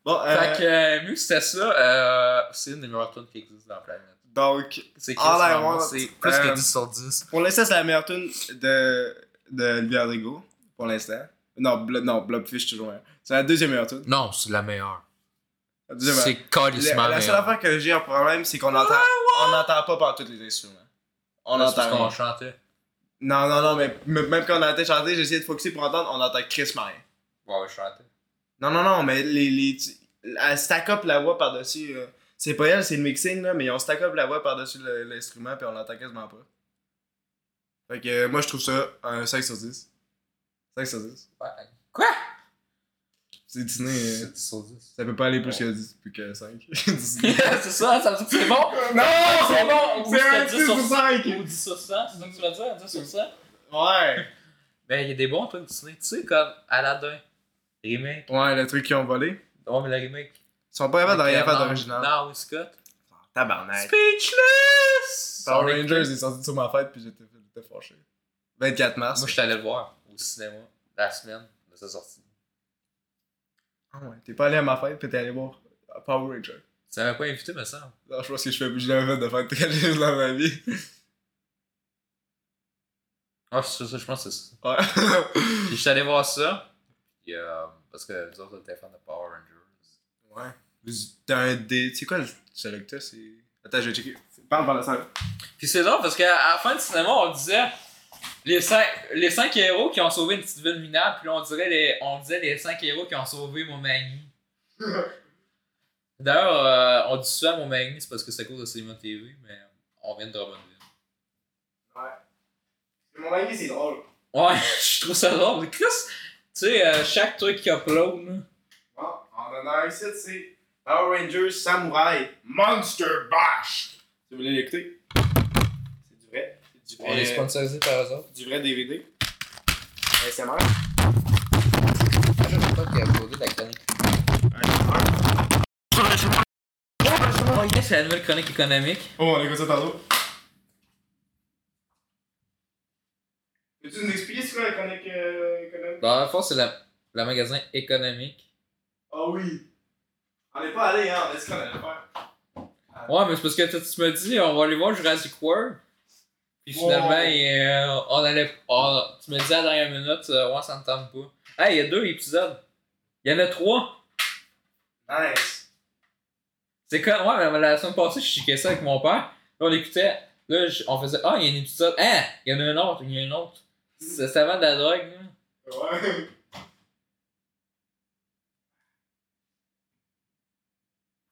Speaker 2: Bon, euh,
Speaker 1: Fait que, euh, mieux que c'était ça, euh, c'est une des meilleures tunes qui existe dans la planète.
Speaker 2: donc,
Speaker 1: C'est
Speaker 2: All I
Speaker 1: quasiment-
Speaker 2: want,
Speaker 1: c'est Ah, ben, plus que
Speaker 2: euh,
Speaker 1: 10 sur 10.
Speaker 2: pour l'instant, c'est la meilleure tune de, de Olivier Rodrigo, pour l'instant. Non, Blo- non Blobfish, toujours meilleur. C'est la deuxième meilleure tune.
Speaker 1: Non, c'est la meilleure.
Speaker 2: La deuxième meilleure.
Speaker 1: C'est calissement
Speaker 2: La, la seule
Speaker 1: meilleur.
Speaker 2: affaire que j'ai un problème, c'est qu'on entend, on n'entend pas par tous les instruments. On
Speaker 1: Ah, C'est ce
Speaker 2: entend.
Speaker 1: qu'on
Speaker 2: rien.
Speaker 1: chantait.
Speaker 2: Non, non, non, mais m- même quand on entend chanter, j'essayais de focuser pour entendre, on entend Chris Marin.
Speaker 1: Ouais, ouais, je chantais.
Speaker 2: Non, non, non, mais les. les tu- elle stack up la voix par-dessus. euh, c'est pas elle, c'est le mixing, là, mais on stack up la voix par-dessus le- l'instrument, puis on l'entend quasiment pas. Fait que euh, moi, je trouve ça un 5 sur 10. 5 sur 10.
Speaker 1: Ouais.
Speaker 2: C'est Disney. euh,
Speaker 1: 10 sur 10.
Speaker 2: ça peut pas aller plus que 10, plus que 5. Disney.
Speaker 1: c'est ça, ça veut dire que c'est bon.
Speaker 2: non!
Speaker 1: C'est bon. Ou
Speaker 2: C'est un
Speaker 1: c'est 10
Speaker 2: 10
Speaker 1: sur
Speaker 2: sur
Speaker 1: 100.
Speaker 2: 5!
Speaker 1: Ou 10 sur 100, c'est ça que tu vas dire, 10 sur 100.
Speaker 2: Ouais!
Speaker 1: Ben, il y a des bons trucs Disney. Tu sais, comme Aladdin, remake.
Speaker 2: Ouais, le truc qu'ils ont volé.
Speaker 1: Ouais, mais la remake.
Speaker 2: Ils sont pas capables de
Speaker 1: Avec,
Speaker 2: rien
Speaker 1: euh,
Speaker 2: faire
Speaker 1: Norm-
Speaker 2: d'original.
Speaker 1: Norm Scott.
Speaker 2: Tabarnak.
Speaker 1: Speechless!
Speaker 2: Power
Speaker 1: Sonic
Speaker 2: Rangers est sorti sur ma fête, puis j'étais j'étais fâché. 24 mars.
Speaker 1: Moi, je suis allé le voir au cinéma la semaine de sa sortie.
Speaker 2: Ah ouais, t'es pas allé à ma fête, puis t'es allé voir Power Rangers.
Speaker 1: Tu m'avais pas invité, me semble.
Speaker 2: Non, je pense que je fais plus jamais fait de faire très juste dans ma vie.
Speaker 1: Ah, c'est ça, je pense que c'est ça.
Speaker 2: Ouais.
Speaker 1: Puis, je suis allé voir ça. Puis, euh, parce que nous autres, on était fans de Power Rangers.
Speaker 2: ouais. T'as un dé. C'est quoi le celui que t'as C'est. Attends, je vais checker. Parle par la salle.
Speaker 1: Puis, c'est drôle parce qu'à la fin du cinéma, on disait les cinq, les cinq héros qui ont sauvé une petite ville minable. Puis là, on, dirait les, on disait les cinq héros qui ont sauvé mon mani. D'ailleurs, euh, on dit souvent mon mani, c'est parce que c'est à cause de Cinéma TV, mais on vient de Drummondville.
Speaker 2: Mon mari, c'est drôle.
Speaker 1: Ouais, je trouve ça drôle. Mais Chris, tu sais, euh, chaque truc qui upload, là.
Speaker 2: Bon, en honneur ici, c'est Power Rangers Samurai Monster Bash. Si vous voulez l'écouter, c'est du vrai. C'est du
Speaker 1: On est
Speaker 2: vrai.
Speaker 1: sponsorisé par eux autres.
Speaker 2: du vrai DVD. ASMR.
Speaker 1: Ah, je sais pas qui a uploadé la chronique. Oh yes, c'est la nouvelle chronique économique.
Speaker 2: Oh, on écoute ça tantôt. Peux-tu nous expliquer ce qu'est la chronique euh, économique?
Speaker 1: Dans la fond, c'est la, la magasin économique.
Speaker 2: Ah oui! On n'est pas allé, hein? On a dit qu'on allait le faire.
Speaker 1: Ouais, mais c'est parce que tu tu me dis, on va aller voir Jurassic World. Puis finalement,
Speaker 2: Ouais.
Speaker 1: il, euh, on allait. on- tu me dis à la dernière minute, euh, ouais, ça ne tente pas. Hey, il y a deux épisodes. Il y en a trois.
Speaker 2: Nice!
Speaker 1: C'est comme, ouais, mais la semaine passée, je chiquais ça avec mon père. Là, on l'écoutait. Là, je- on faisait, ah, il y a un épisode. Hein, il y en a un autre, il y en a un autre. Ça, ça vend de la drogue, là.
Speaker 2: Ouais!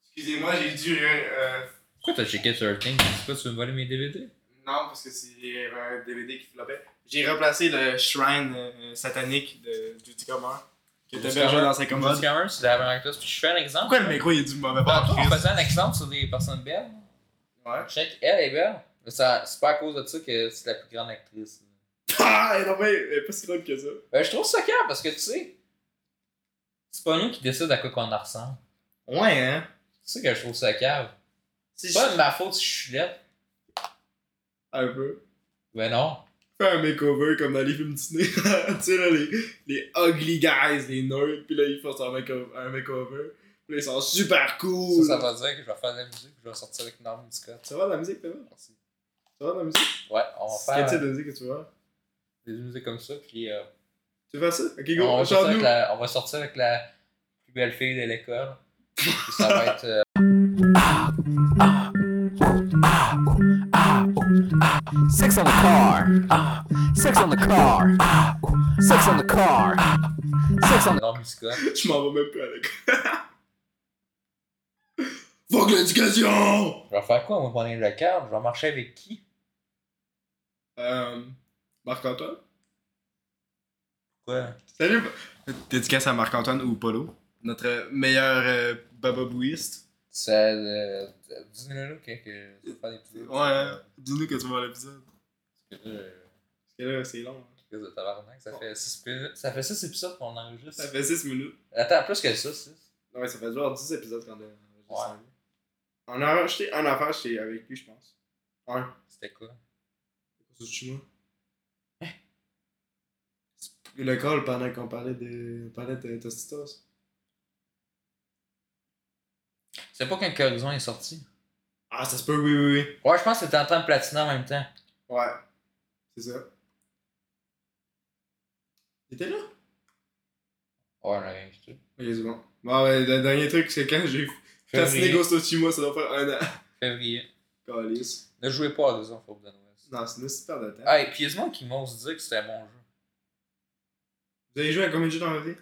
Speaker 2: Excusez-moi, j'ai dû. euh,
Speaker 1: Pourquoi t'as checké sur Thing? C'est quoi, tu veux me voler mes DVD?
Speaker 2: Non, parce que c'est un DVD qui flopait. J'ai remplacé le shrine euh, satanique de Duty Comer qui était
Speaker 1: Duty
Speaker 2: bergé
Speaker 1: Comer.
Speaker 2: dans sa
Speaker 1: Comme
Speaker 2: commode.
Speaker 1: Discover, c'est la première classe. Puis je fais un exemple.
Speaker 2: Pourquoi le micro il est du mauvais
Speaker 1: Bah,
Speaker 2: bord?
Speaker 1: on faisait un exemple sur des personnes belles.
Speaker 2: Ouais.
Speaker 1: Check, elle est belle. Mais ça- c'est pas à cause de ça que c'est la plus grande actrice.
Speaker 2: Ah, non, mais elle est pas si drôle que ça.
Speaker 1: Euh, je trouve ça clair parce que tu sais, c'est pas nous qui décide à quoi qu'on en ressemble.
Speaker 2: Ouais, hein?
Speaker 1: C'est ça que je trouve ça cave.
Speaker 2: C'est
Speaker 1: C'est pas de ma faute si je suis laide.
Speaker 2: Un peu.
Speaker 1: Ben non.
Speaker 2: Fais un makeover comme dans les films Disney. tu sais, là, les, les ugly guys, les nerds, pis là, ils font un makeover. Un makeover. Pis là, ils sont super cool.
Speaker 1: Ça, ça veut dire que je vais faire de la musique puis je vais sortir avec Norm Scott.
Speaker 2: Ça va la musique, t'as vu?
Speaker 1: Merci.
Speaker 2: Ça va la musique?
Speaker 1: Ouais, on va
Speaker 2: Quel
Speaker 1: faire
Speaker 2: type
Speaker 1: euh,
Speaker 2: de musique que tu veux faire?
Speaker 1: des musiques comme ça, puis euh,
Speaker 2: Tu veux faire ça? Ok,
Speaker 1: on,
Speaker 2: go,
Speaker 1: va sortir
Speaker 2: chante-nous.
Speaker 1: avec la, on va sortir avec la plus belle fille de l'école. Puis ça va être. euh,
Speaker 5: Six on the car. Ah, Six on the car. Ah, Six on the car. Six on the
Speaker 1: Norm Scott.
Speaker 2: Je m'en vais même plus avec. Fuck l'éducation!
Speaker 1: Je vais faire quoi, moi, pour aller le cœur? Je vais marcher avec qui?
Speaker 2: Euh, Marc-Antoine?
Speaker 1: Quoi?
Speaker 2: Salut! Dédicace à Marc-Antoine ou Polo, notre meilleur euh, bababouiste.
Speaker 1: Ça. Euh, Dis-nous-le que, que je vais faire des petits.
Speaker 2: Ouais, dis-nous que tu vois l'épisode.
Speaker 1: Parce que là, euh,
Speaker 2: Parce que là, c'est long. hein.
Speaker 1: crise de tabarnak, ça fait 6 minutes. Ça fait 6 épisodes qu'on enregistre.
Speaker 2: Ça fait 6 minutes.
Speaker 1: Attends, plus que ça, 6.
Speaker 2: Non, mais ça fait genre 10 épisodes qu'on a enregistré.
Speaker 1: Ouais.
Speaker 2: On a acheté un affaire chez, avec lui, je pense. Un.
Speaker 1: C'était quoi?
Speaker 2: C'est chez moi.
Speaker 1: Hein?
Speaker 2: Le call pendant qu'on parlait de, on parlait de Tostitos.
Speaker 1: C'est pas quand Horizon est sorti.
Speaker 2: Ah, ça se peut, oui, oui, oui.
Speaker 1: Ouais, je pense que c'était en train de platiner en même temps.
Speaker 2: Ouais. C'est ça. T'étais là?
Speaker 1: Ouais, on a rien du tout.
Speaker 2: Ok, c'est bon. Bon, ouais, le dernier truc, c'est quand j'ai fasciné
Speaker 1: Février.
Speaker 2: Ghost of Tsushima, ça doit faire un an.
Speaker 1: Février.
Speaker 2: Calice.
Speaker 1: Ne jouez pas à des enfants de Noël.
Speaker 2: Non, c'est une super de temps.
Speaker 1: Hey, pieusement qui m'ose dire que c'était un bon jeu.
Speaker 2: Vous avez joué à combien de jeux dans la vie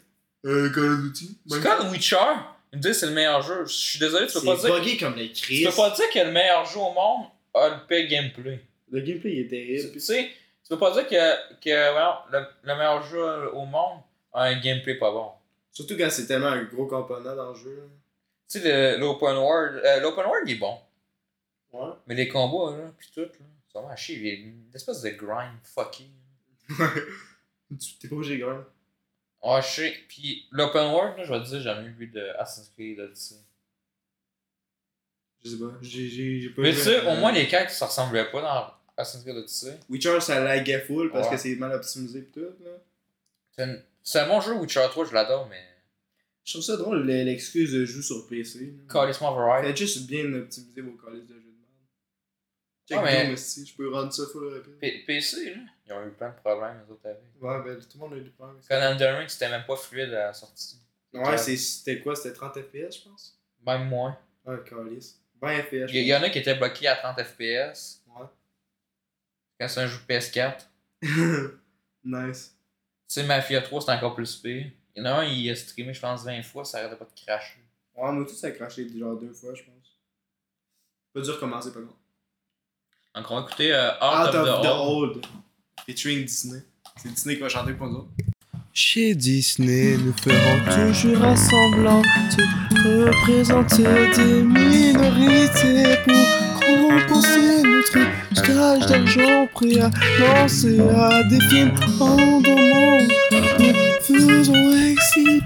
Speaker 2: Euh, Call of Duty.
Speaker 1: C'est comme Witcher. Ils me disent que c'est le meilleur jeu. Je suis désolé, tu peux pas dire.
Speaker 6: buggé comme les
Speaker 1: Tu
Speaker 6: crises.
Speaker 1: peux pas dire que le meilleur jeu au monde a le pire gameplay.
Speaker 2: Le gameplay il est terrible.
Speaker 1: Tu sais, tu peux pas dire que, que voyons, le, le meilleur jeu au monde a un gameplay pas bon.
Speaker 2: Surtout quand c'est tellement un gros component dans le jeu. là.
Speaker 1: Tu sais, le- l'open world, euh, l'open world il est bon.
Speaker 2: Ouais.
Speaker 1: Mais les combats, là, pis tout, là, c'est vraiment à chier. Il y a une espèce de grind fucking.
Speaker 2: Tu- T'es pas obligé de gagner.
Speaker 1: Ouais, Ah, je sais. Pis l'open world, là, je vais te dire, j'ai jamais vu de Assassin's Creed Odyssey.
Speaker 2: Je sais pas. J'ai- J'ai j'ai pas
Speaker 1: Mais tu
Speaker 2: joué.
Speaker 1: sais, au moins les quêtes, ça ressemblait pas dans Assassin's Creed Odyssey.
Speaker 2: Witcher, ça laguait full parce
Speaker 1: Ouais.
Speaker 2: que c'est mal optimisé pis tout. Là.
Speaker 1: C'est une- c'est un bon jeu, Witcher 3, je l'adore, mais.
Speaker 2: Je trouve ça drôle le- l'excuse de jouer sur PC. là.
Speaker 1: Callis Override.
Speaker 2: Faites juste bien optimiser vos calices de jeu de merde. Check
Speaker 1: Ouais, mais-
Speaker 2: Doom aussi, je peux rendre ça full rapide.
Speaker 1: P- PC, là, ils ont eu plein de problèmes, les autres avec.
Speaker 2: Ouais, ben tout le monde a eu des problèmes avec ça.
Speaker 1: Conan Ring, c'était même pas fluide à la sortie.
Speaker 2: Ouais, c'est- c'était quoi C'était 30 FPS, je pense
Speaker 1: Même moins.
Speaker 2: Ah, calice. 20 FPS.
Speaker 1: Il y,
Speaker 2: je
Speaker 1: en a qui étaient bloqués à 30 FPS.
Speaker 2: pense.
Speaker 1: Quand c'est un jeu PS4.
Speaker 2: Ouais. nice.
Speaker 1: Tu sais, Mafia 3, c'est encore plus pire. Il y en a un, il a streamé, je pense, 20 fois, ça arrêtait pas de cracher.
Speaker 2: Ouais, moi tout ça a craché genre deux fois, je pense. Pas dur commencer, par contre.
Speaker 1: Donc, on va écouter euh, Out,
Speaker 2: Out
Speaker 1: of, the Hole.
Speaker 2: Old. Featuring Disney. C'est Disney qui va chanter pour nous autres.
Speaker 3: Chez Disney, nous ferons toujours un semblant de représenter des minorités pour compenser notre stage d'argent prêt à lancer à des films en demande. Nous faisons exprès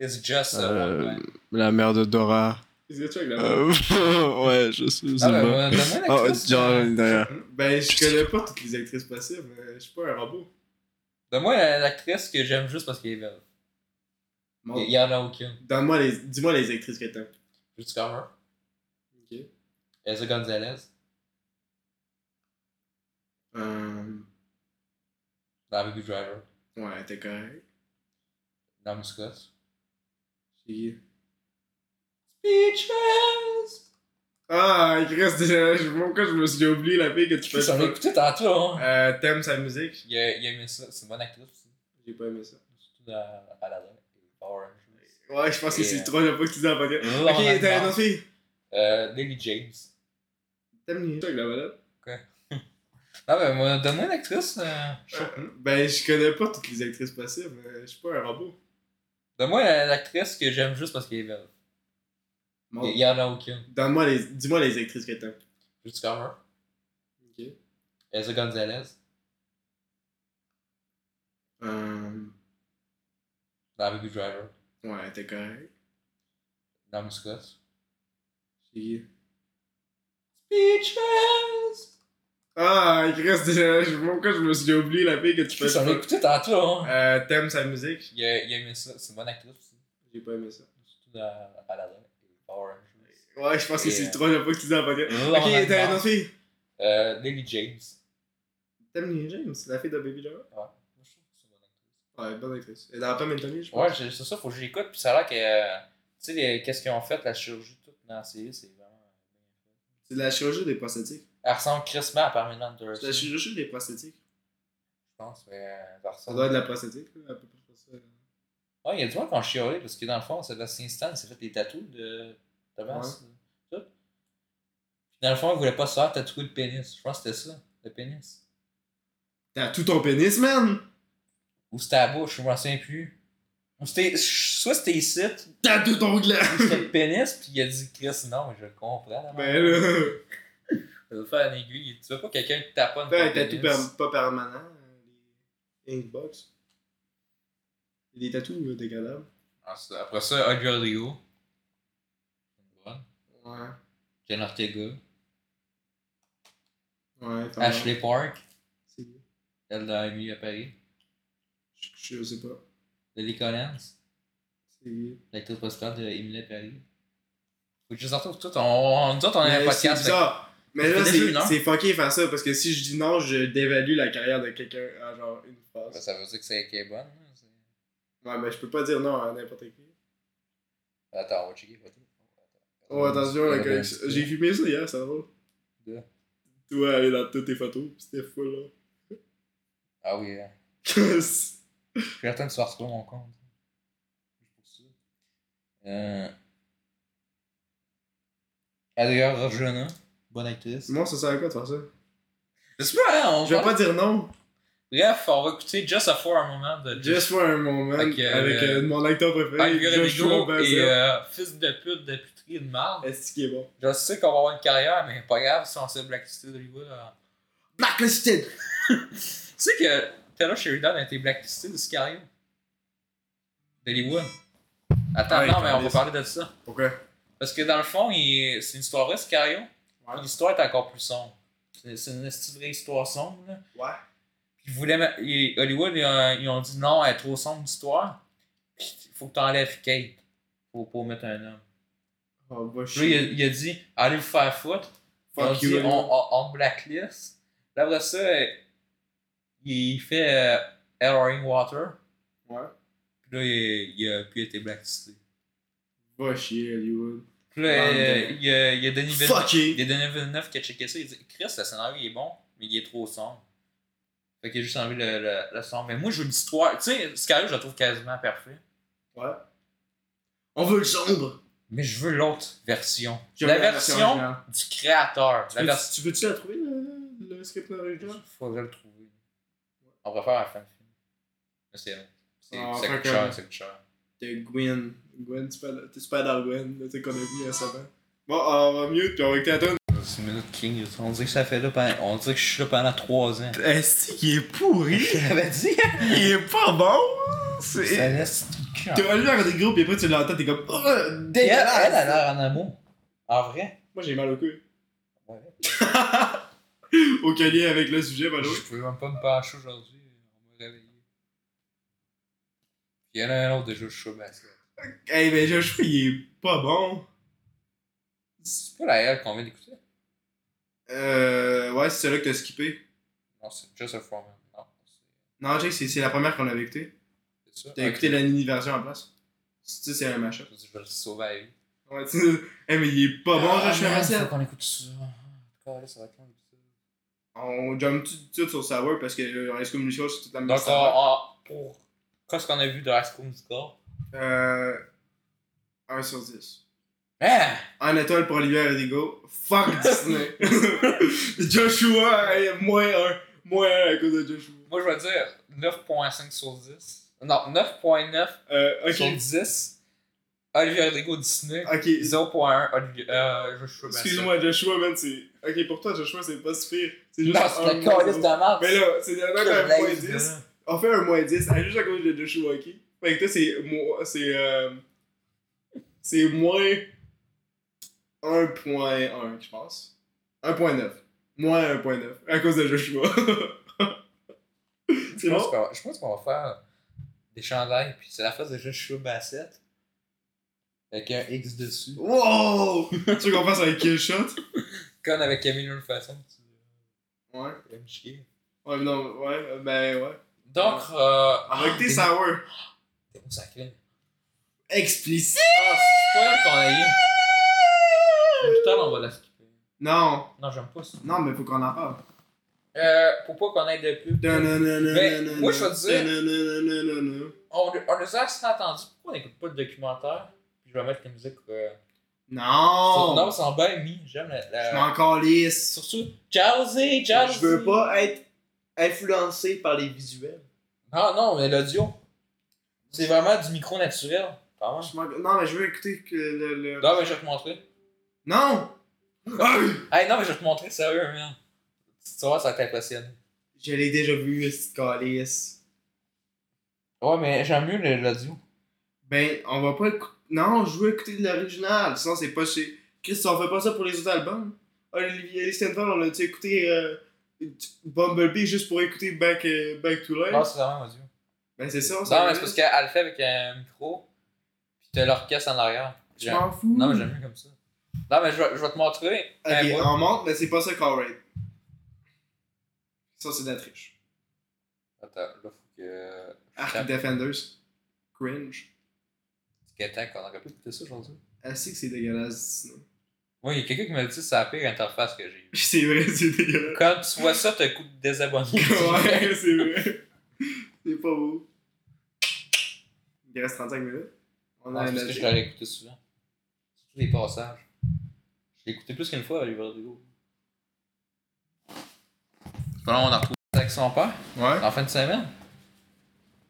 Speaker 1: It's just a one
Speaker 3: euh,
Speaker 1: diner.
Speaker 3: la mère de Dora.
Speaker 2: Qu'est-ce que tu as avec la main?
Speaker 3: Euh, ouais, je sais je sais
Speaker 1: Ah, ben, ben,
Speaker 3: pas.
Speaker 1: donne-moi une
Speaker 3: Ah, ouais,
Speaker 1: actrice,
Speaker 3: genre,
Speaker 1: euh,
Speaker 3: derrière.
Speaker 2: Ben, je connais pas toutes les actrices passives. euh, Je suis pas un robot.
Speaker 1: Donne-moi la- l'actrice que j'aime juste parce qu'elle est belle.
Speaker 2: Bon,
Speaker 1: Il y en a aucune.
Speaker 2: Donne-moi les... Dis-moi les actrices que t'aimes.
Speaker 1: Juste comme her.
Speaker 2: Ok.
Speaker 1: Elsa Gonzalez.
Speaker 2: Euh...
Speaker 1: Dans Baby Driver.
Speaker 2: Ouais, t'es correct.
Speaker 1: Dans Muscos.
Speaker 2: J'ai-
Speaker 1: Speeches!
Speaker 2: Ah, Chris, je sais pas pourquoi je me suis oublié la fille que tu
Speaker 1: J'en ai
Speaker 2: fais.
Speaker 1: écouté tantôt, hein.
Speaker 2: Euh, t'aimes sa musique?
Speaker 1: Il a, il a aimé ça. C'est une bonne actrice aussi.
Speaker 2: J'ai pas aimé ça.
Speaker 1: Surtout dans Aladdin. et Power Rangers.
Speaker 2: Ouais, je pense que
Speaker 1: Et,
Speaker 2: c'est
Speaker 1: euh,
Speaker 2: la troisième fois que tu dis en podcast.
Speaker 1: Lord
Speaker 2: Ok,
Speaker 1: and
Speaker 2: t'as une
Speaker 1: Lord.
Speaker 2: autre fille?
Speaker 1: Euh, Lily James.
Speaker 2: T'aimes les... avec la balade?
Speaker 1: Non, mais Ah, moi, donne-moi une actrice. euh, je-
Speaker 2: Ben, je connais pas toutes les actrices passives. euh, Je suis pas un robot.
Speaker 1: Donne-moi la- l'actrice que j'aime juste parce qu'elle est belle.
Speaker 2: Bon,
Speaker 1: Il y- il y en a aucune.
Speaker 2: Donne-moi les... Dis-moi les actrices que t'aimes.
Speaker 1: Juste comme her.
Speaker 2: Ok.
Speaker 1: Elsa Gonzalez.
Speaker 2: Euh...
Speaker 1: Dans Baby Driver.
Speaker 2: Ouais, t'es correct.
Speaker 1: Dans Muscos.
Speaker 2: J'ai...
Speaker 1: Speeches!
Speaker 2: Ah, Chris, je je sais pas pourquoi je me suis oublié la fille que tu fais.
Speaker 1: J'en ai écouté tantôt, hein.
Speaker 2: Euh, t'aimes sa musique?
Speaker 1: Il a, il a aimé ça. C'est une bonne actrice aussi.
Speaker 2: J'ai pas aimé ça.
Speaker 1: Surtout dans Aladdin. et Power Rangers.
Speaker 2: Ouais, je pense que
Speaker 1: Et,
Speaker 2: c'est
Speaker 1: euh,
Speaker 2: la troisième fois que tu dis en podcast.
Speaker 1: Lord
Speaker 2: Ok,
Speaker 1: and
Speaker 2: t'as une
Speaker 1: Lord.
Speaker 2: autre fille?
Speaker 1: Euh, Lily James.
Speaker 2: T'aimes les James, la fille de Baby Driver?
Speaker 1: Ouais. Moi, je trouve que c'est une bonne actrice.
Speaker 2: Ouais, bonne actrice. Et dans Tom and Tommy, je pense.
Speaker 1: Ouais, j'ai- c'est ça, faut que j'écoute. Puis ça a l'air que. euh, tu sais, les- qu'est-ce qu'ils ont fait, la chirurgie toute dans la série, c'est vraiment.
Speaker 2: C'est de la chirurgie des prosthétiques.
Speaker 1: Elle ressemble crissement à Pamela Anderson.
Speaker 2: C'est de la
Speaker 1: Je
Speaker 2: chirurgie des prosthétiques.
Speaker 1: pense, mais. euh, elle
Speaker 2: Ça
Speaker 1: ressemble.
Speaker 2: doit être de la prosthétique, là, à peu près euh. pour ça.
Speaker 1: Ouais, il y a du monde qui ont chiolé parce que dans le fond, Sébastien Stan il s'est fait des tatous de Thomas. euh, Tout. Puis dans le fond, il voulait pas se faire tatouer le pénis. Je pense que c'était ça, le pénis.
Speaker 2: T'as tout ton pénis, man!
Speaker 1: Ou c'était à la bouche, je m'en souviens plus. Ou c'était. Soit c'était ici, ou
Speaker 2: T'as tout ton gland!
Speaker 1: c'était le pénis, puis il a dit Chris, non, mais je le comprends. là,
Speaker 2: Ben là,
Speaker 1: Ça veut faire une aiguille. Tu veux pas quelqu'un qui taponne
Speaker 2: Ben, t'as un
Speaker 1: ton
Speaker 2: tatou
Speaker 1: pénis?
Speaker 2: per- pas permanent. euh, Les Inkbox. Il y a Des tatous euh, dégradables.
Speaker 1: Ah, c'est- Après ça, Audrey Leo. Bonne.
Speaker 2: Ouais.
Speaker 1: Jen Ortega.
Speaker 2: Ouais, t'en as.
Speaker 1: Ashley Park.
Speaker 2: C'est-
Speaker 1: Elle l'a mis à Paris.
Speaker 2: Je, je sais pas.
Speaker 1: Lily Collins.
Speaker 2: C'est
Speaker 1: L'actrice postale de Emily Paris. Faut que je les retrouve toutes. On, on, nous autres, on a un
Speaker 2: Mais c'est
Speaker 1: podcast. fait-
Speaker 2: bizarre. Mais
Speaker 1: Ça
Speaker 2: là,
Speaker 1: fait déjà une hein?
Speaker 2: c'est-
Speaker 1: heure.
Speaker 2: c'est fucké faire ça parce que si je dis non, je dévalue la carrière de quelqu'un en genre une
Speaker 1: Ben,
Speaker 2: phrase.
Speaker 1: ça veut dire que c'est qu'elle est bonne. hein, c'est-
Speaker 2: Ouais, mais je peux pas dire non à n'importe qui.
Speaker 1: Attends, on va checker. photo.
Speaker 2: Oh, attention, la collection. J'ai filmé ça hier, ça va.
Speaker 1: De?
Speaker 2: Tu vois, aller dans toutes tes photos, pis c'était fou là.
Speaker 1: Ah oui, hein.
Speaker 2: Chris.
Speaker 1: je suis certain de se faire retrouver mon compte. Juste pour ça. Euh... Adrien Rojana. Bonne actrice.
Speaker 2: Moi, ça sert à quoi de faire ça?
Speaker 1: Je sais pas, hein, on
Speaker 2: Je vais
Speaker 1: parle-
Speaker 2: pas dire non.
Speaker 1: Bref, on va écouter Just a For un moment de
Speaker 2: Just for a moment,
Speaker 1: Fait que, euh,
Speaker 2: avec euh, mon acteur préféré,
Speaker 1: Mike
Speaker 2: Josh
Speaker 1: Bigo et
Speaker 2: Robinson.
Speaker 1: euh, fils de pute de puterie de marde.
Speaker 2: Est-ce qu'il est bon?
Speaker 1: Je sais qu'on va avoir une carrière, mais pas grave si on sait blacklisted Hollywood. euh.
Speaker 7: Blacklisted!
Speaker 1: Tu sais que Taylor Sheridan a été blacklisté de Sicario. D'Hollywood. Attends,
Speaker 7: Ouais,
Speaker 1: non, mais on va
Speaker 7: calisse.
Speaker 1: parler de ça.
Speaker 7: Pourquoi?
Speaker 1: Parce que dans le fond, il- c'est une histoire vraie, Sicario. L'histoire est encore plus sombre. C'est c'est une esti de vraie histoire sombre. Là.
Speaker 2: Ouais.
Speaker 1: Puis ils voulaient ma- ils- Hollywood, ils ont, ils ont dit non, elle est trop sombre l'histoire. Puis il faut que tu enlèves Kate pour, pour mettre un homme.
Speaker 2: Oh, va
Speaker 1: Puis là, il a,
Speaker 2: chier.
Speaker 1: il a dit allez vous faire foutre. Ils ont
Speaker 2: Fuck
Speaker 1: dit,
Speaker 2: you.
Speaker 1: on, on, on blacklist. Là, après ça, euh, il fait euh, Erroring Water.
Speaker 2: Ouais.
Speaker 1: Puis là, il, il a plus été blacklisté.
Speaker 2: Va chier, Hollywood.
Speaker 1: Puis là,
Speaker 2: Ouais,
Speaker 1: euh, il, y a, il y a Denis Villeneuve.
Speaker 7: Fuck you!
Speaker 1: Il y a Denis Villeneuve qui a checké ça. Il dit Chris, le scénario il est bon, mais il est trop sombre. Fait qu'il a juste enlevé le, le, le sombre. Mais moi, je veux une histoire. Tu sais, Skyrim, je le trouve quasiment parfait.
Speaker 7: On veut le sombre!
Speaker 1: Mais je veux l'autre version.
Speaker 2: J'aime
Speaker 1: La version,
Speaker 2: originale.
Speaker 1: du créateur. La
Speaker 2: Tu veux-
Speaker 1: version.
Speaker 2: Tu veux-tu la trouver, le, le script original?
Speaker 1: Faudrait le trouver. On va faire à la fin du film. Mais c'est long. C'est-
Speaker 2: Ah,
Speaker 1: Ça
Speaker 2: fait
Speaker 1: coûte
Speaker 2: que-
Speaker 1: cher, ça coûte cher.
Speaker 2: de Gwen. Gwen, tu parles- tu parles dans Gwen, là, tu sais, qu'on a vu récemment. Bon, on va mieux, puis on va écouter la tonne.
Speaker 1: C'est une minute King. On dirait que ça fait là pendant... On dirait que je suis là pendant 3 ans.
Speaker 7: Est-ce qu'il est pourri?
Speaker 1: J'avais dit. hein?
Speaker 7: Il est pas bon! C'est.
Speaker 1: Ça laisse du cœur.
Speaker 2: T'es revenu dans des groupes, et après tu l'entends, t'es comme. Oh,
Speaker 1: Elle, elle
Speaker 2: dégueulasse!
Speaker 1: a l'air en amour. En vrai.
Speaker 2: Moi, j'ai mal au cul.
Speaker 1: Ouais.
Speaker 2: Aucun lien avec le sujet, by the way.
Speaker 1: Je pouvais même pas me pencher aujourd'hui. On m'a réveillé. Il y en a un autre déjà, je suis chaud, ben, basket.
Speaker 2: Hey, ben, Joshua, il est pas bon.
Speaker 1: C'est pas la L qu'on vient d'écouter.
Speaker 2: Euh. Ouais, c'est celui-là que t'as skippé.
Speaker 1: Non, c'est Just a Foreman. Non, c'est-
Speaker 2: Non, Jake, c'est c'est la première qu'on avait écoutée.
Speaker 1: c'est ça.
Speaker 2: T'as écouté la mini version en place. Tu sais, c'est un machin.
Speaker 1: Je vais le sauver à lui.
Speaker 2: Ouais, tu sais. Hey, mais il est pas bon, Joshua Martial.
Speaker 1: Ah, Faut qu'on écoute ça. Ah, là, ça va être long, l'épisode.
Speaker 2: On jump tout de suite sur Sour parce que euh, High School Musical, c'est toute la même
Speaker 1: Donc, on,
Speaker 2: saga.
Speaker 1: on, pour. Qu'est-ce qu'on a vu de High School Musical?
Speaker 2: Euh. 1 sur 10.
Speaker 1: Hein?
Speaker 2: En étoile pour Olivier Rodrigo, fuck Disney. Joshua, hey, moins 1. Moins 1 à cause de Joshua.
Speaker 1: Moi, je vais dire 9.5 sur 10. Non, 9.9
Speaker 2: Euh,
Speaker 1: sur
Speaker 2: ok.
Speaker 1: 10. Olivier Rodrigo Disney.
Speaker 2: Ok.
Speaker 1: 0.1 Olivier. Euh, Joshua Bassett.
Speaker 2: Excuse-moi, Joshua, man, c'est. Ok, pour toi, Joshua, c'est pas si pire. C'est juste.
Speaker 1: Non,
Speaker 2: un
Speaker 1: c'est la
Speaker 2: moins
Speaker 1: Ah, calice de
Speaker 2: zéro.
Speaker 1: merde.
Speaker 2: Mais là, c'est dernièrement
Speaker 1: Quel
Speaker 2: un moins
Speaker 1: lazy
Speaker 2: 10.
Speaker 1: gars.
Speaker 2: On fait un moins 10, à juste à cause de Joshua, ok? Fait que toi, c'est. mo- C'est. euh, C'est moins. 1.1, je pense. 1.9. Moins 1.9. À cause de Joshua.
Speaker 1: Je
Speaker 2: c'est
Speaker 1: pense
Speaker 2: bon?
Speaker 1: qu'on- je pense qu'on va faire des chandails, puis c'est la phase de Joshua Bassett. Avec un X dessus.
Speaker 2: Wow! tu veux qu'on fasse un kill shot?
Speaker 1: Con avec Camille de façon, tu
Speaker 2: Ouais.
Speaker 1: vas me chier.
Speaker 2: Ouais, mais non, ouais, euh, ben ouais.
Speaker 1: Donc, euh.
Speaker 2: On va écouter Sour.
Speaker 1: T'es où ça crée?
Speaker 2: Explicite?
Speaker 1: Ah, c'est pas elle qu'on a eu.
Speaker 2: Ah.
Speaker 1: Putain, on va la skipper.
Speaker 2: Non.
Speaker 1: Non, j'aime pas ça.
Speaker 2: Non, mais faut qu'on en parle.
Speaker 1: Euh, pour pas qu'on aille de pub. Mais moi, je vais te dire-
Speaker 2: dire.
Speaker 1: On, on les a assez attendus. Pourquoi on n'écoute pas le documentaire? Puis je vais mettre la musique. Euh...
Speaker 2: Non!
Speaker 1: Non, euh, c'est en bien mis. J'aime la. la-
Speaker 2: Oh. Je m'en calisse.
Speaker 1: Surtout. Jazzy, Jazzy!
Speaker 7: Je veux pas être influencé par les visuels.
Speaker 1: Ah non, mais l'audio. C'est vraiment du micro naturel. Pas mal.
Speaker 2: Je m'en- Non, mais je veux écouter que le. le-
Speaker 1: Non, mais je vais te montrer.
Speaker 2: Non!
Speaker 1: Hey, non, mais je vais te montrer, sérieux, man. Tu vas voir, ça t'impressionne.
Speaker 2: Je l'ai déjà vu, cette calice.
Speaker 1: Ouais, mais j'aime mieux le- l'audio.
Speaker 2: Ben, on va pas écouter. Non, je veux écouter de l'original. Sinon, c'est pas chez. Chris, on fait pas ça pour les autres albums. Olivier Stenfeld, on a-tu écouté euh, Bumblebee juste pour écouter Back, euh, Back to Life?
Speaker 1: Non, c'est vraiment audio.
Speaker 2: ben, c'est ça, on
Speaker 1: Non,
Speaker 2: s'en
Speaker 1: mais c'est parce
Speaker 2: fout.
Speaker 1: qu'elle le fait avec un micro, pis t'as l'orchestre en arrière.
Speaker 2: Je m'en fous.
Speaker 1: Non, mais j'aime mieux comme ça. Non, mais je vais, je vais te montrer.
Speaker 2: Ok,
Speaker 1: un bout.
Speaker 2: on monte, mais c'est pas ça qu'on rate. Ça, c'est de la triche.
Speaker 1: Attends, là, faut que.
Speaker 2: Arc Defenders. Cringe.
Speaker 1: C'est quel temps qu'on aurait pu écouter ça aujourd'hui?
Speaker 2: Elle sait que c'est dégueulasse Disney.
Speaker 1: Oui, il y a quelqu'un qui m'a dit que c'est la pire interface que j'ai eue.
Speaker 2: C'est vrai, c'est dégueulasse.
Speaker 1: Quand tu vois ça, t'as le coup de désabonner.
Speaker 2: ouais, c'est vrai. C'est pas beau. Il reste 35 minutes. On
Speaker 1: Non,
Speaker 2: a
Speaker 1: Ah, c'est
Speaker 2: un
Speaker 1: parce que je
Speaker 2: avis.
Speaker 1: l'aurais écouté souvent. Surtout les passages. Je l'ai écouté plus qu'une fois, Oliver Dugo. Voilà, on a retrouvé ça. avec son père
Speaker 8: Ouais.
Speaker 1: en fin de semaine.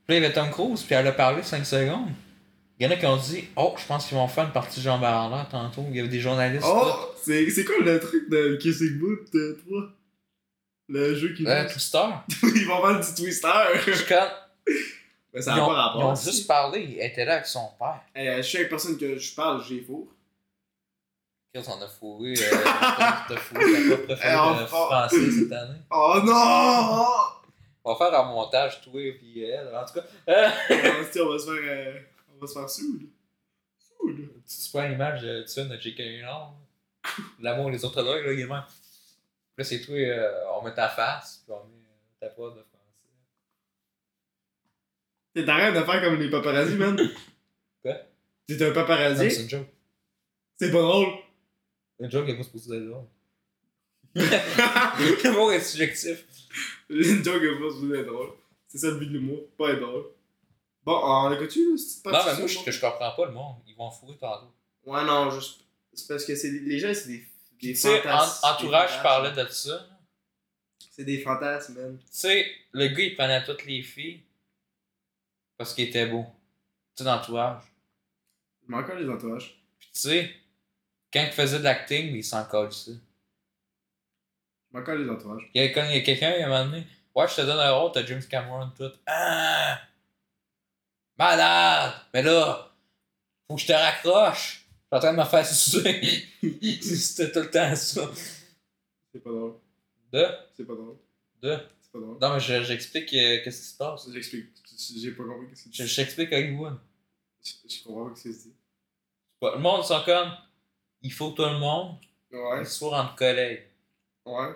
Speaker 1: Puis là, il y avait Tom Cruise, puis elle a parlé 5 secondes. Il y en a qui ont dit Oh, je pense qu'ils vont faire une partie Jean Barandard tantôt. Il y avait des journalistes.
Speaker 2: Oh! C'est c'est quoi le truc de Kissing Booth 3? Le jeu qui
Speaker 1: tout. Euh, Twister.
Speaker 2: Ils vont vendre du Twister!
Speaker 1: Je connais-
Speaker 2: Mais ça
Speaker 1: Ils
Speaker 2: n'a
Speaker 1: ont,
Speaker 2: pas rapport.
Speaker 1: ils ont juste parlé. Elle était là avec son père.
Speaker 2: Hey, euh, à chaque personne que je parle, j'ai faux.
Speaker 1: Chris, on a fourré. Euh, on a fourré ta propre
Speaker 2: Eh, on
Speaker 1: famille de
Speaker 2: part.
Speaker 1: français cette année.
Speaker 2: Oh non!
Speaker 1: On va faire un montage, toi et puis elle. En tout cas, euh,
Speaker 2: on, va se- on va se faire. euh, on va se faire saoul. Saoul.
Speaker 1: tu te prends l'image de tu sais, de J.K. Rowling. L'amour et les autres drogues, là, également. Là, c'est toi, euh, on met ta face, puis on met euh, ta voix de français.
Speaker 2: T'es t'arrêtes de faire comme les paparazzi, man.
Speaker 1: Quoi?
Speaker 2: T'es
Speaker 1: Non, mais
Speaker 2: un
Speaker 1: c'est
Speaker 2: paparazzi?
Speaker 1: une joke.
Speaker 2: C'est pas drôle.
Speaker 1: Une joke, elle va se poser d'aller là. L'amour est subjectif.
Speaker 2: Une joke que vous vous êtes drôle. C'est ça le but de l'humour. Pas être drôle. Bon, on a tu là, cette petite
Speaker 1: Non, mais moi,
Speaker 2: partie sur le
Speaker 1: Bah, je,
Speaker 2: monde?
Speaker 1: que je comprends pas le monde. Ils vont fourrer tantôt.
Speaker 2: Ouais, non, juste. C'est parce que c'est des- les gens, c'est des. des
Speaker 1: Tu sais, en,
Speaker 2: fantasmes,
Speaker 1: entourage,
Speaker 2: des
Speaker 1: je parlais de ça. là.
Speaker 2: C'est des fantasmes, man.
Speaker 1: Tu sais, le gars, il prenait toutes les filles parce qu'il était beau. Tu sais, d'entourage.
Speaker 2: Je mets encore les entourages.
Speaker 1: Puis tu sais, quand il faisait de l'acting, il s'en ça.
Speaker 2: Je mets encore les entourages.
Speaker 1: Il y a, quand il y a quelqu'un, il m'a donné Ouais, je te donne un rôle, t'as James Cameron, tout. Ah! Malade! Mais là, faut que je te raccroche. Je suis en train de me faire sucer. C'était tout le temps ça.
Speaker 2: C'est pas drôle.
Speaker 1: De?
Speaker 2: C'est pas drôle.
Speaker 1: De?
Speaker 2: C'est pas drôle.
Speaker 1: Non, mais je- j'explique euh, qu'est-ce qui se passe.
Speaker 2: J'explique. J'ai pas compris ce que tu
Speaker 1: Je-
Speaker 2: dis.
Speaker 1: J'explique Hollywood.
Speaker 2: Je- Je comprends pas ce que tu dis.
Speaker 1: Pas- Le monde, ils sont comme il faut que tout le monde
Speaker 2: Ouais.
Speaker 1: soit entre collègues.
Speaker 2: Ouais.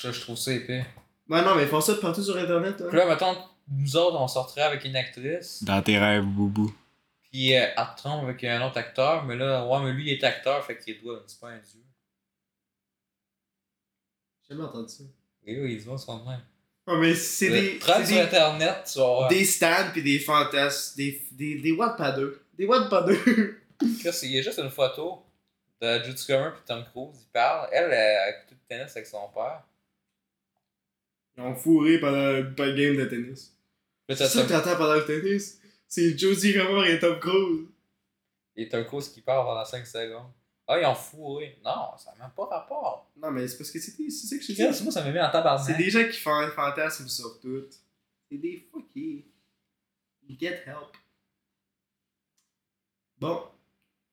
Speaker 1: Ça, je trouve ça épais.
Speaker 2: Ouais, non, mais ils font ça partout sur Internet, hein.
Speaker 1: Puis là, mettons, nous autres, on sortirait avec une actrice.
Speaker 3: Dans tes rêves, boubou.
Speaker 1: Puis euh, elle trompe avec un autre acteur, mais là, ouais, mais lui il est acteur, fait qu'il doit, c'est pas un dieu.
Speaker 2: J'ai jamais entendu ça.
Speaker 1: Et oui, ils vont sont de même.
Speaker 2: Ouais, mais c'est des.
Speaker 1: Prends
Speaker 2: C'est
Speaker 1: sur
Speaker 2: des,
Speaker 1: internet, tu vas voir.
Speaker 2: des stands pis des fantasmes. Des, des, des Wattpadeux. Des Wattpadeux.
Speaker 1: Chris, il y a juste une photo de Judy Comer et Tom Cruise, ils parlent. Elle, elle a tout le tennis avec son père.
Speaker 2: Ils ont fourré pendant une bonne game de tennis.
Speaker 1: Puis
Speaker 2: C'est
Speaker 1: là,
Speaker 2: ça
Speaker 1: t'as
Speaker 2: que
Speaker 1: Tom,
Speaker 2: t'entends pendant le tennis. C'est Jodie Comer et Tom Cruise.
Speaker 1: et Tom Cruise qui parle pendant 5 secondes. Ah, ils ont fourré. Non, ça n'a même pas rapport.
Speaker 2: Non, mais c'est parce que c'est des. C'est ça que je
Speaker 1: Chris,
Speaker 2: te dis.
Speaker 1: moi, ça m'a mis en
Speaker 2: C'est
Speaker 1: tabarnak.
Speaker 2: des gens qui font un fantasme sur tout. C'est des fuckés. Get help. Bon.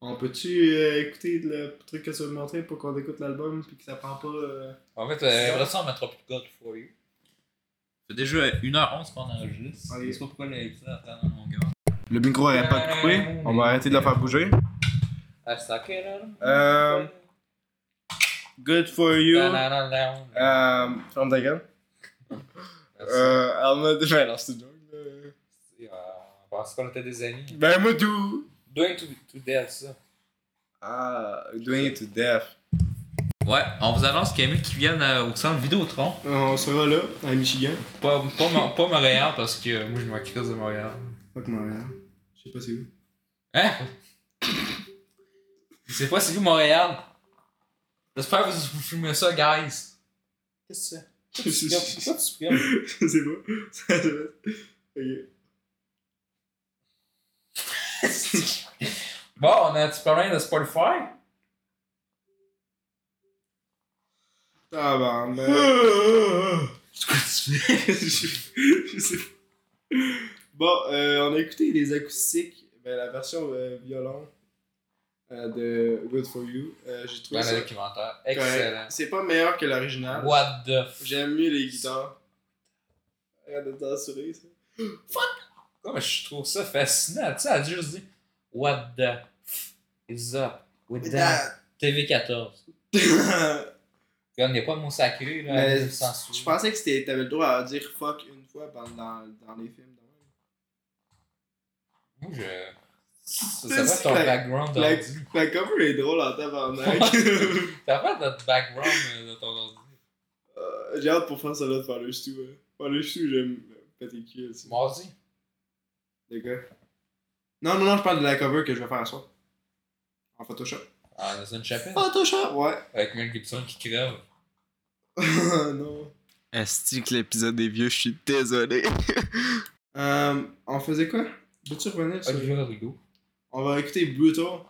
Speaker 2: On peut-tu euh, écouter le truc que tu veux me montrer pour qu'on écoute l'album puis que ça prend pas. euh,
Speaker 1: En fait, euh, après ça, on mettra plus de God for You. C'est déjà 1h11 qu'on enregistre.
Speaker 2: Allez.
Speaker 1: Je sais pas pourquoi l'épisode attend en longueur.
Speaker 3: Le micro n'arrête pas de couper. On va arrêter de la faire bouger.
Speaker 1: Ah, c'est ok, là, là.
Speaker 8: Euh, Good for you.
Speaker 1: Euh,
Speaker 8: Euh,
Speaker 2: Ehm,
Speaker 8: ferme ta gueule. Euh,
Speaker 2: Eh,
Speaker 8: Alma, ben non, c'est une joke. là.
Speaker 1: euh, on pensait qu'on était des amis.
Speaker 8: Ben, moi, tout.
Speaker 1: Doing to, to death, ça.
Speaker 8: Ah, doing it to death.
Speaker 1: Ouais, on vous annonce qu'il y a mieux qui viennent euh, au centre Vidéotron.
Speaker 2: On sera Oh, là, à Michigan.
Speaker 1: Pas, pas, Mo- pas Montréal, parce que euh, moi, je m'en crise de Montréal.
Speaker 2: Fuck Montréal. Je sais pas c'est où.
Speaker 1: Hein? Je sais pas si vous, Montréal. J'espère que vous, vous fumez ça, guys. Qu'est-ce que
Speaker 2: Je
Speaker 1: tu
Speaker 2: sais
Speaker 1: fais?
Speaker 2: pas.
Speaker 1: Pourquoi tu fumes?
Speaker 2: Ça doit être- Ok.
Speaker 1: Bon, on a un petit problème de Spotify.
Speaker 2: Ah bah, mais.
Speaker 1: C'est quoi que tu fais?
Speaker 2: je sais pas. Bon, euh, on a écouté les acoustiques, ben, la version euh, violon euh, de Good For You. Euh, J'ai trouvé
Speaker 1: Ben,
Speaker 2: ça
Speaker 1: le documentaire.
Speaker 2: correct.
Speaker 1: Excellent.
Speaker 2: C'est pas meilleur que l'original.
Speaker 1: What the f...
Speaker 2: J'aime mieux les guitares. Regarde de t'assurer ça.
Speaker 1: Quoi, mais je trouve ça fascinant. Tu sais, elle a juste dit What the f is up with that TV14. Puis on n'est pas de mon sacré, là.
Speaker 2: Euh, Mais
Speaker 1: elle nous censure.
Speaker 2: je pensais que c'était- t'avais le droit à dire fuck une fois dans, dans, dans les films. de même.
Speaker 1: Moi, je. Ça,
Speaker 2: C'est-
Speaker 1: ça va être ton
Speaker 2: la-
Speaker 1: background
Speaker 2: la-
Speaker 1: d'ordi.
Speaker 2: La cover Ben, est drôle en tabarnak.
Speaker 1: Ça va être notre background euh, de ton ordi.
Speaker 2: Euh, J'ai hâte pour faire ça là de faire le ch'tou. hein. Faire le ch'tou, j'aime euh, péter cul aussi.
Speaker 1: Mardi.
Speaker 2: Les gars. Non, non, non, je parle de la cover que je vais faire à soir. En Photoshop.
Speaker 1: Ah, dans une chapelle.
Speaker 2: Photoshop, ouais.
Speaker 1: Avec Mel Gibson qui crève.
Speaker 4: non.
Speaker 3: Est-ce que l'épisode des vieux, je suis désolé.
Speaker 4: Euh, on faisait quoi Veux-tu revenir sur-
Speaker 1: Olivier Rodrigo.
Speaker 4: On va écouter Blue Tour.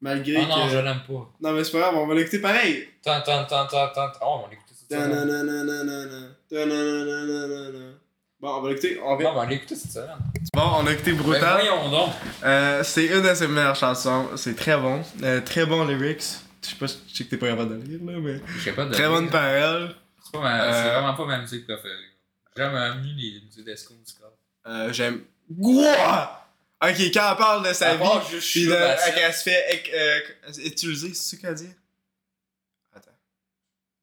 Speaker 4: Malgré
Speaker 1: Ah
Speaker 4: que.
Speaker 1: non, je l'aime pas.
Speaker 4: Non, mais c'est pas grave, on va l'écouter pareil.
Speaker 1: Tant, tant, tant, tant, tant. Oh, on l'écoute tout de suite.
Speaker 4: Ta-na-na-na-na-na. Ta-na-na-na-na-na. Bon, on va l'écouter. On
Speaker 1: Non,
Speaker 4: va.
Speaker 1: mais on l'a écouté cette semaine.
Speaker 2: Bon, on a écouté
Speaker 1: Ben
Speaker 2: Brutal.
Speaker 1: voyons donc.
Speaker 2: Euh, c'est une de ses meilleures chansons. C'est très bon. Euh, très bon lyrics. Je sais pas si je sais que t'es pas capable de lire, là, mais.
Speaker 1: Je sais pas de.
Speaker 2: Très bonne parole.
Speaker 1: C'est pas ma- c'est
Speaker 2: Euh.
Speaker 1: vraiment pas ma musique préférée. J'aime euh, mieux les musiques d'Esco musical.
Speaker 2: Euh, j'aime. Gouah! Ok, quand elle parle de sa
Speaker 1: À
Speaker 2: vie,
Speaker 1: part juste
Speaker 2: puis
Speaker 1: Chou,
Speaker 2: de-
Speaker 1: bah, ça.
Speaker 2: qu'elle se fait euh, euh, utiliser, c'est ce qu'elle dit? Attends.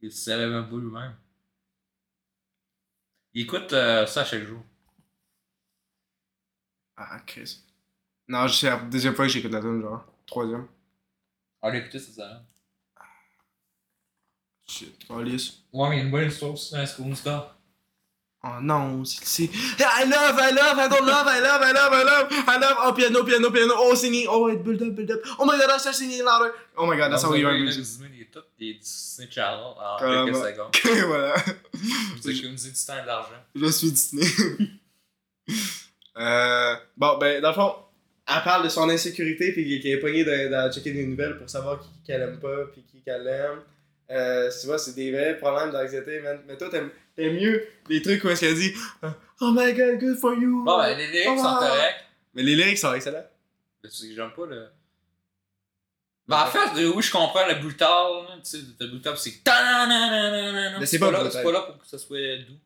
Speaker 1: Il se savait même pas lui-même. Il écoute euh, ça chaque jour.
Speaker 2: Ah, Chris. Non, c'est la deuxième fois que j'écoute la tune, genre. Troisième.
Speaker 1: On l'a écouté cette semaine.
Speaker 2: Shit, calisse.
Speaker 1: Ouais, mais il y a une bonne histoire sur Esco musical.
Speaker 2: Oh non, c'est c'est. I love, I love, I don't love, I love, I love, I love, I love. Oh, piano, piano, piano. Oh, singing. Oh, it build up, build up. Oh my god, I start singing louder. Oh my god, that's how we are. music.
Speaker 1: Disney, toutes des Disney Channel en
Speaker 2: Carrément.
Speaker 1: quelques secondes.
Speaker 2: voilà.
Speaker 1: Vous économisez du temps et de l'argent.
Speaker 2: Je suis Disney. euh, bon, ben, dans le fond,
Speaker 4: Elle parle de son insécurité, puis qu'elle est pognée dans, dans checker des nouvelles pour savoir qui qu'elle aime pas, puis qui qu'elle aime. Euh, tu vois, c'est des vrais problèmes d'anxiété, man. Mais toi, t'aimes t'aimes mieux.
Speaker 2: les trucs où est-ce qu'elle dit euh, Oh my god, good for you.
Speaker 1: Bon, ben, les lyrics sont
Speaker 2: Ah.
Speaker 1: corrects.
Speaker 2: Mais les lyrics sont excellents.
Speaker 1: Mais tu sais que j'aime pas le. Ben, en fait, de- oui, je comprends le brutal. là, Tu sais, le brutal, c'est. tananananana.
Speaker 2: Mais c'est pas
Speaker 1: là,
Speaker 2: brutal.
Speaker 1: C'est pas là pour que ça soit doux.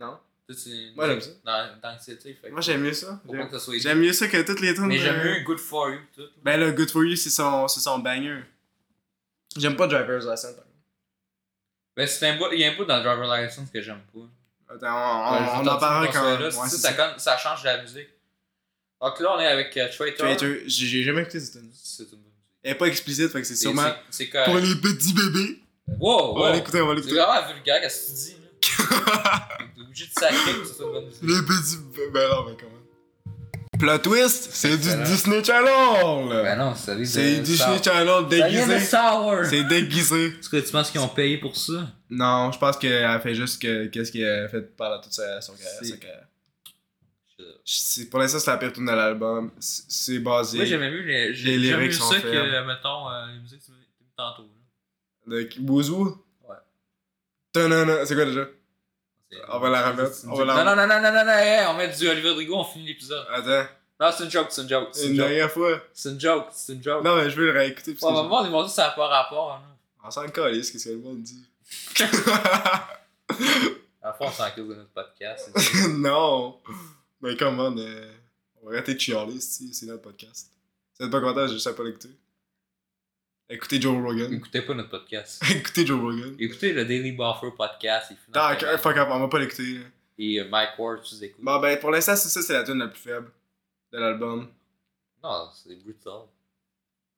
Speaker 2: Non.
Speaker 1: Tu sais, c'est-
Speaker 2: Moi, j'aime ça.
Speaker 1: Dans l'anxiété, fait. que
Speaker 2: Moi, j'aime mieux ça.
Speaker 1: Faut pas que ça soit doux.
Speaker 2: J'aime mieux ça que toutes les tunes.
Speaker 1: Mais
Speaker 2: de-
Speaker 1: j'aime mieux Good For You, tout. là.
Speaker 2: Ben là, good for you, c'est son, c'est son banger. J'aime pas Driver's License. par contre.
Speaker 1: Ben, c'est un bout- il y a un bout dans Driver License que j'aime pas. Ben,
Speaker 2: Attends, on,
Speaker 1: Ouais, j'ai
Speaker 2: Ah, on, on en
Speaker 1: entendu
Speaker 2: parlera
Speaker 1: qu'on
Speaker 2: quand
Speaker 1: soit
Speaker 2: même.
Speaker 1: là,
Speaker 2: Ouais,
Speaker 1: c'est ça,
Speaker 2: c'est
Speaker 1: ça
Speaker 2: ça.
Speaker 1: con- ça change la musique. Donc là, on est avec euh, Traitor.
Speaker 2: Traitor, j'ai j'ai jamais écouté cette tune.
Speaker 1: C'est une bonne musique.
Speaker 2: Elle est pas explicite, fait que c'est
Speaker 1: C'est-
Speaker 2: sûrement
Speaker 1: c'est- C'est
Speaker 2: pour
Speaker 1: correct.
Speaker 2: les petits bébés.
Speaker 1: Wow,
Speaker 2: On va
Speaker 1: wow.
Speaker 2: l'écouter, on va
Speaker 1: C'est
Speaker 2: l'écouter.
Speaker 1: vraiment vulgaire, qu'est-ce que tu dis, là? T'es obligé de sacrer pour que ce soit une bonne musique.
Speaker 2: Les petits bébés. Ben non, ben quand même. Plot twist, c'est du
Speaker 1: Excellent.
Speaker 2: Disney Channel!
Speaker 1: Ben non, ça vient de.
Speaker 2: C'est du Disney Channel
Speaker 1: Ça vient de
Speaker 2: déguisé.
Speaker 1: Star Wars.
Speaker 2: C'est déguisé.
Speaker 1: Est-ce que tu penses qu'ils ont payé pour ça?
Speaker 2: Non, je pense qu'elle fait juste que qu'est-ce qu'elle a fait pendant toute sa, son carrière.
Speaker 1: C'est-
Speaker 2: sa carrière. C'est- Pour l'instant, c'est la pire tune de l'album. C'est c'est basé.
Speaker 1: Moi, j'aimais mieux les, j'ai-
Speaker 2: les
Speaker 1: j'aime
Speaker 2: lyrics
Speaker 1: mieux
Speaker 2: sont
Speaker 1: ça que,
Speaker 2: faibles.
Speaker 1: mettons, euh, les musiques que tu m'as t'as mis tantôt. là.
Speaker 2: De Bouzou?
Speaker 1: Ouais.
Speaker 2: Tanana, c'est quoi déjà?
Speaker 1: C'est-
Speaker 2: On va la remettre,
Speaker 1: c'est-
Speaker 2: on va la
Speaker 1: Non, non, non, non, non, non, non, hey, on met du Olivier Drigo, on finit l'épisode.
Speaker 2: Attends,
Speaker 1: Non, c'est une joke, c'est une joke. C'est
Speaker 2: une
Speaker 1: une joke,
Speaker 2: dernière fois.
Speaker 1: c'est une joke. C'est une joke.
Speaker 2: Non, mais je veux le réécouter. parce
Speaker 1: Ouais,
Speaker 2: que
Speaker 1: maman, on est monté, ça n'a pas rapport. hein. Là.
Speaker 2: je- On s'en calisse, ce que le monde dit.
Speaker 1: À la fois, on s'en cause de notre podcast. c'est-
Speaker 2: non! Mais comment, euh, on va arrêter de chialer, c'est c'est notre podcast. Si vous êtes pas content, je sais pas l'écouter. Écoutez Joe Rogan.
Speaker 1: Écoutez pas notre podcast.
Speaker 2: Écoutez Joe Rogan.
Speaker 1: Écoutez le Daily Buffer podcast. il finit en
Speaker 2: Tac, fuck up, on va pas l'écouter. là.
Speaker 1: Et euh, Mike Ward, tu les écoutes.
Speaker 2: Bon, ben, pour l'instant, c'est ça, c'est la tune la plus faible de l'album.
Speaker 1: Non, c'est brutal.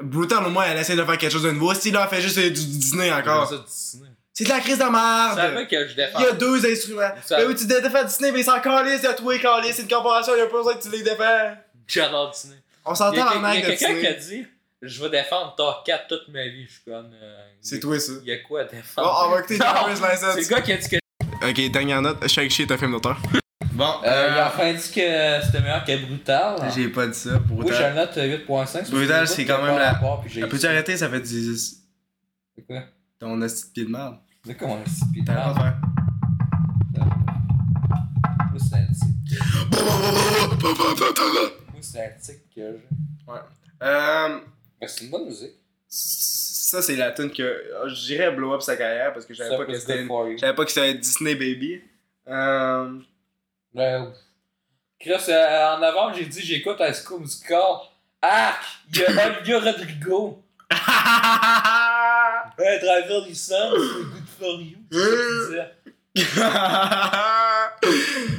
Speaker 2: Brutal, au moins, elle essaie de faire quelque chose de nouveau. Si là, elle fait juste euh, du Disney encore.
Speaker 1: C'est ça, Disney.
Speaker 2: C'est de la crise
Speaker 1: C'est
Speaker 2: de
Speaker 1: un peu
Speaker 2: merde!
Speaker 1: que je
Speaker 2: Ah, ben, Il
Speaker 1: défends.
Speaker 2: y a Ben deux instruments.
Speaker 1: Ça-
Speaker 2: Là où tu défends Disney, mais ils s'en calissent de toi, calissent. C'est une corporation, il y a pas besoin que tu les défends.
Speaker 1: J'adore Disney. Il
Speaker 2: On
Speaker 1: y a,
Speaker 2: s'entend en
Speaker 1: quel- il
Speaker 2: manque
Speaker 1: y a
Speaker 2: de
Speaker 1: quelqu'un qui a
Speaker 2: Disney.
Speaker 1: dit Je vais défendre Thor 4 toute ma vie. Je suis comme. euh, il
Speaker 2: C'est
Speaker 1: y a-
Speaker 2: toi, ça.
Speaker 1: Il y a quoi à
Speaker 2: Bon,
Speaker 1: défendre
Speaker 2: on va écouter
Speaker 1: Non,
Speaker 2: Driver's
Speaker 1: C'est le
Speaker 2: License.
Speaker 1: gars qui a dit que.
Speaker 2: Ok, dernière note. Shake Shit est un film d'auteur. Bon,
Speaker 1: Euh, il a enfin dit que c'était meilleur que Brutal.
Speaker 2: j'ai pas dit ça pour
Speaker 1: Moi, je le note euh, 8.5.
Speaker 2: Brutal, c'est quand même la-
Speaker 1: Peux-tu
Speaker 2: ça fait du.
Speaker 1: C'est quoi
Speaker 2: ton asti de pied de merde.
Speaker 1: C'est comment on a si pire.
Speaker 2: T'as le droit de faire.
Speaker 1: Moi, c'est un tic. Moi, c'est un tic que j'ai.
Speaker 2: Euh.
Speaker 1: Mais c'est une bonne musique.
Speaker 2: Ça, c'est la tune que euh, je dirais blow up sa carrière parce que je savais
Speaker 1: Ça,
Speaker 2: pas que
Speaker 1: plus
Speaker 2: c'était
Speaker 1: good for you.
Speaker 2: je savais pas que c'était un Disney Baby. Euh,
Speaker 1: Ouais, Ben, ouf. Chris, euh, en novembre, j'ai dit j'écoute High School Musical. Ah! Il y a Olivia Rodrigo. Un driver du sang, c'est good for you. C'est ce que je disais.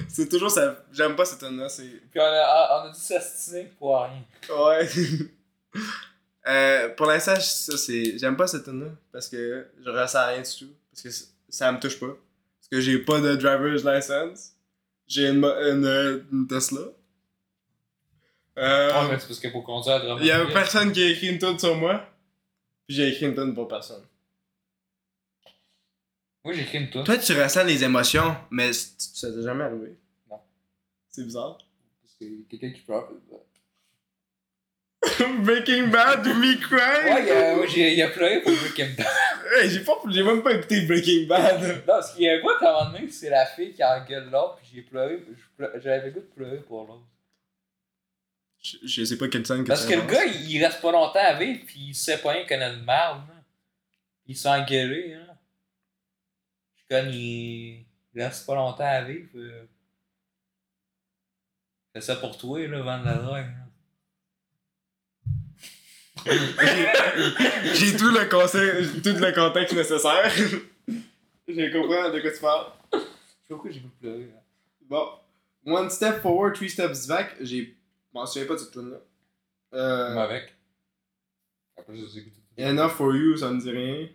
Speaker 2: c'est toujours ça. J'aime pas cette tune là, c'est.
Speaker 1: Puis on a, on a dû s'astiner pour rien.
Speaker 2: Ouais. Euh, pour l'instant, ça c'est. J'aime pas cette tune là parce que je ressens rien du tout. Parce que c- ça me touche pas. Parce que j'ai pas de driver's license. J'ai une, mo- une, euh, une Tesla. Euh,
Speaker 1: Ah, mais c'est parce que pour conduire à Drummond.
Speaker 2: Il y a personne qui a écrit une tonne sur moi. Puis j'ai écrit une tonne pour personne.
Speaker 1: Moi, j'écris une toune.
Speaker 2: Toi, tu ressens les émotions, mais c- tu- ça t'est jamais arrivé.
Speaker 4: C'est bizarre.
Speaker 1: Parce que quelqu'un qui pleure.
Speaker 2: Breaking Bad, me cry!
Speaker 1: Ouais, il y a, moi, j'ai- il a pleuré pour Breaking Bad.
Speaker 4: Hey, j'ai pas, j'ai même pas écouté Breaking Bad.
Speaker 1: Non, parce qu'il y a un bout à un moment donné, c'est la fille qui engueule l'autre, puis j'ai pleuré. je pleu- J'avais le goût de pleurer pour l'autre.
Speaker 2: Je, je sais pas quelle scène que
Speaker 1: Parce
Speaker 2: tu
Speaker 1: que le
Speaker 2: avances.
Speaker 1: gars, il il reste pas longtemps à vivre, pis il sait pas rien qu'on a de marde, là. Il s'est engueulé, hein. Je connais, il il reste pas longtemps à vivre. euh. Fais ça pour toi, là, vendre la drogue, hein. là.
Speaker 2: J'ai tout le conseil, j'ai tout le contexte nécessaire.
Speaker 4: Je comprends de quoi tu parles.
Speaker 1: Je sais pas pourquoi j'ai voulu pleurer, hein. là.
Speaker 4: Bon. One step forward, three steps back. J'ai. Je m'en souviens pas de cette tune là
Speaker 1: Même
Speaker 4: Euh,
Speaker 1: avec. Après, je les écoute.
Speaker 4: Enough for you, ça me dit rien.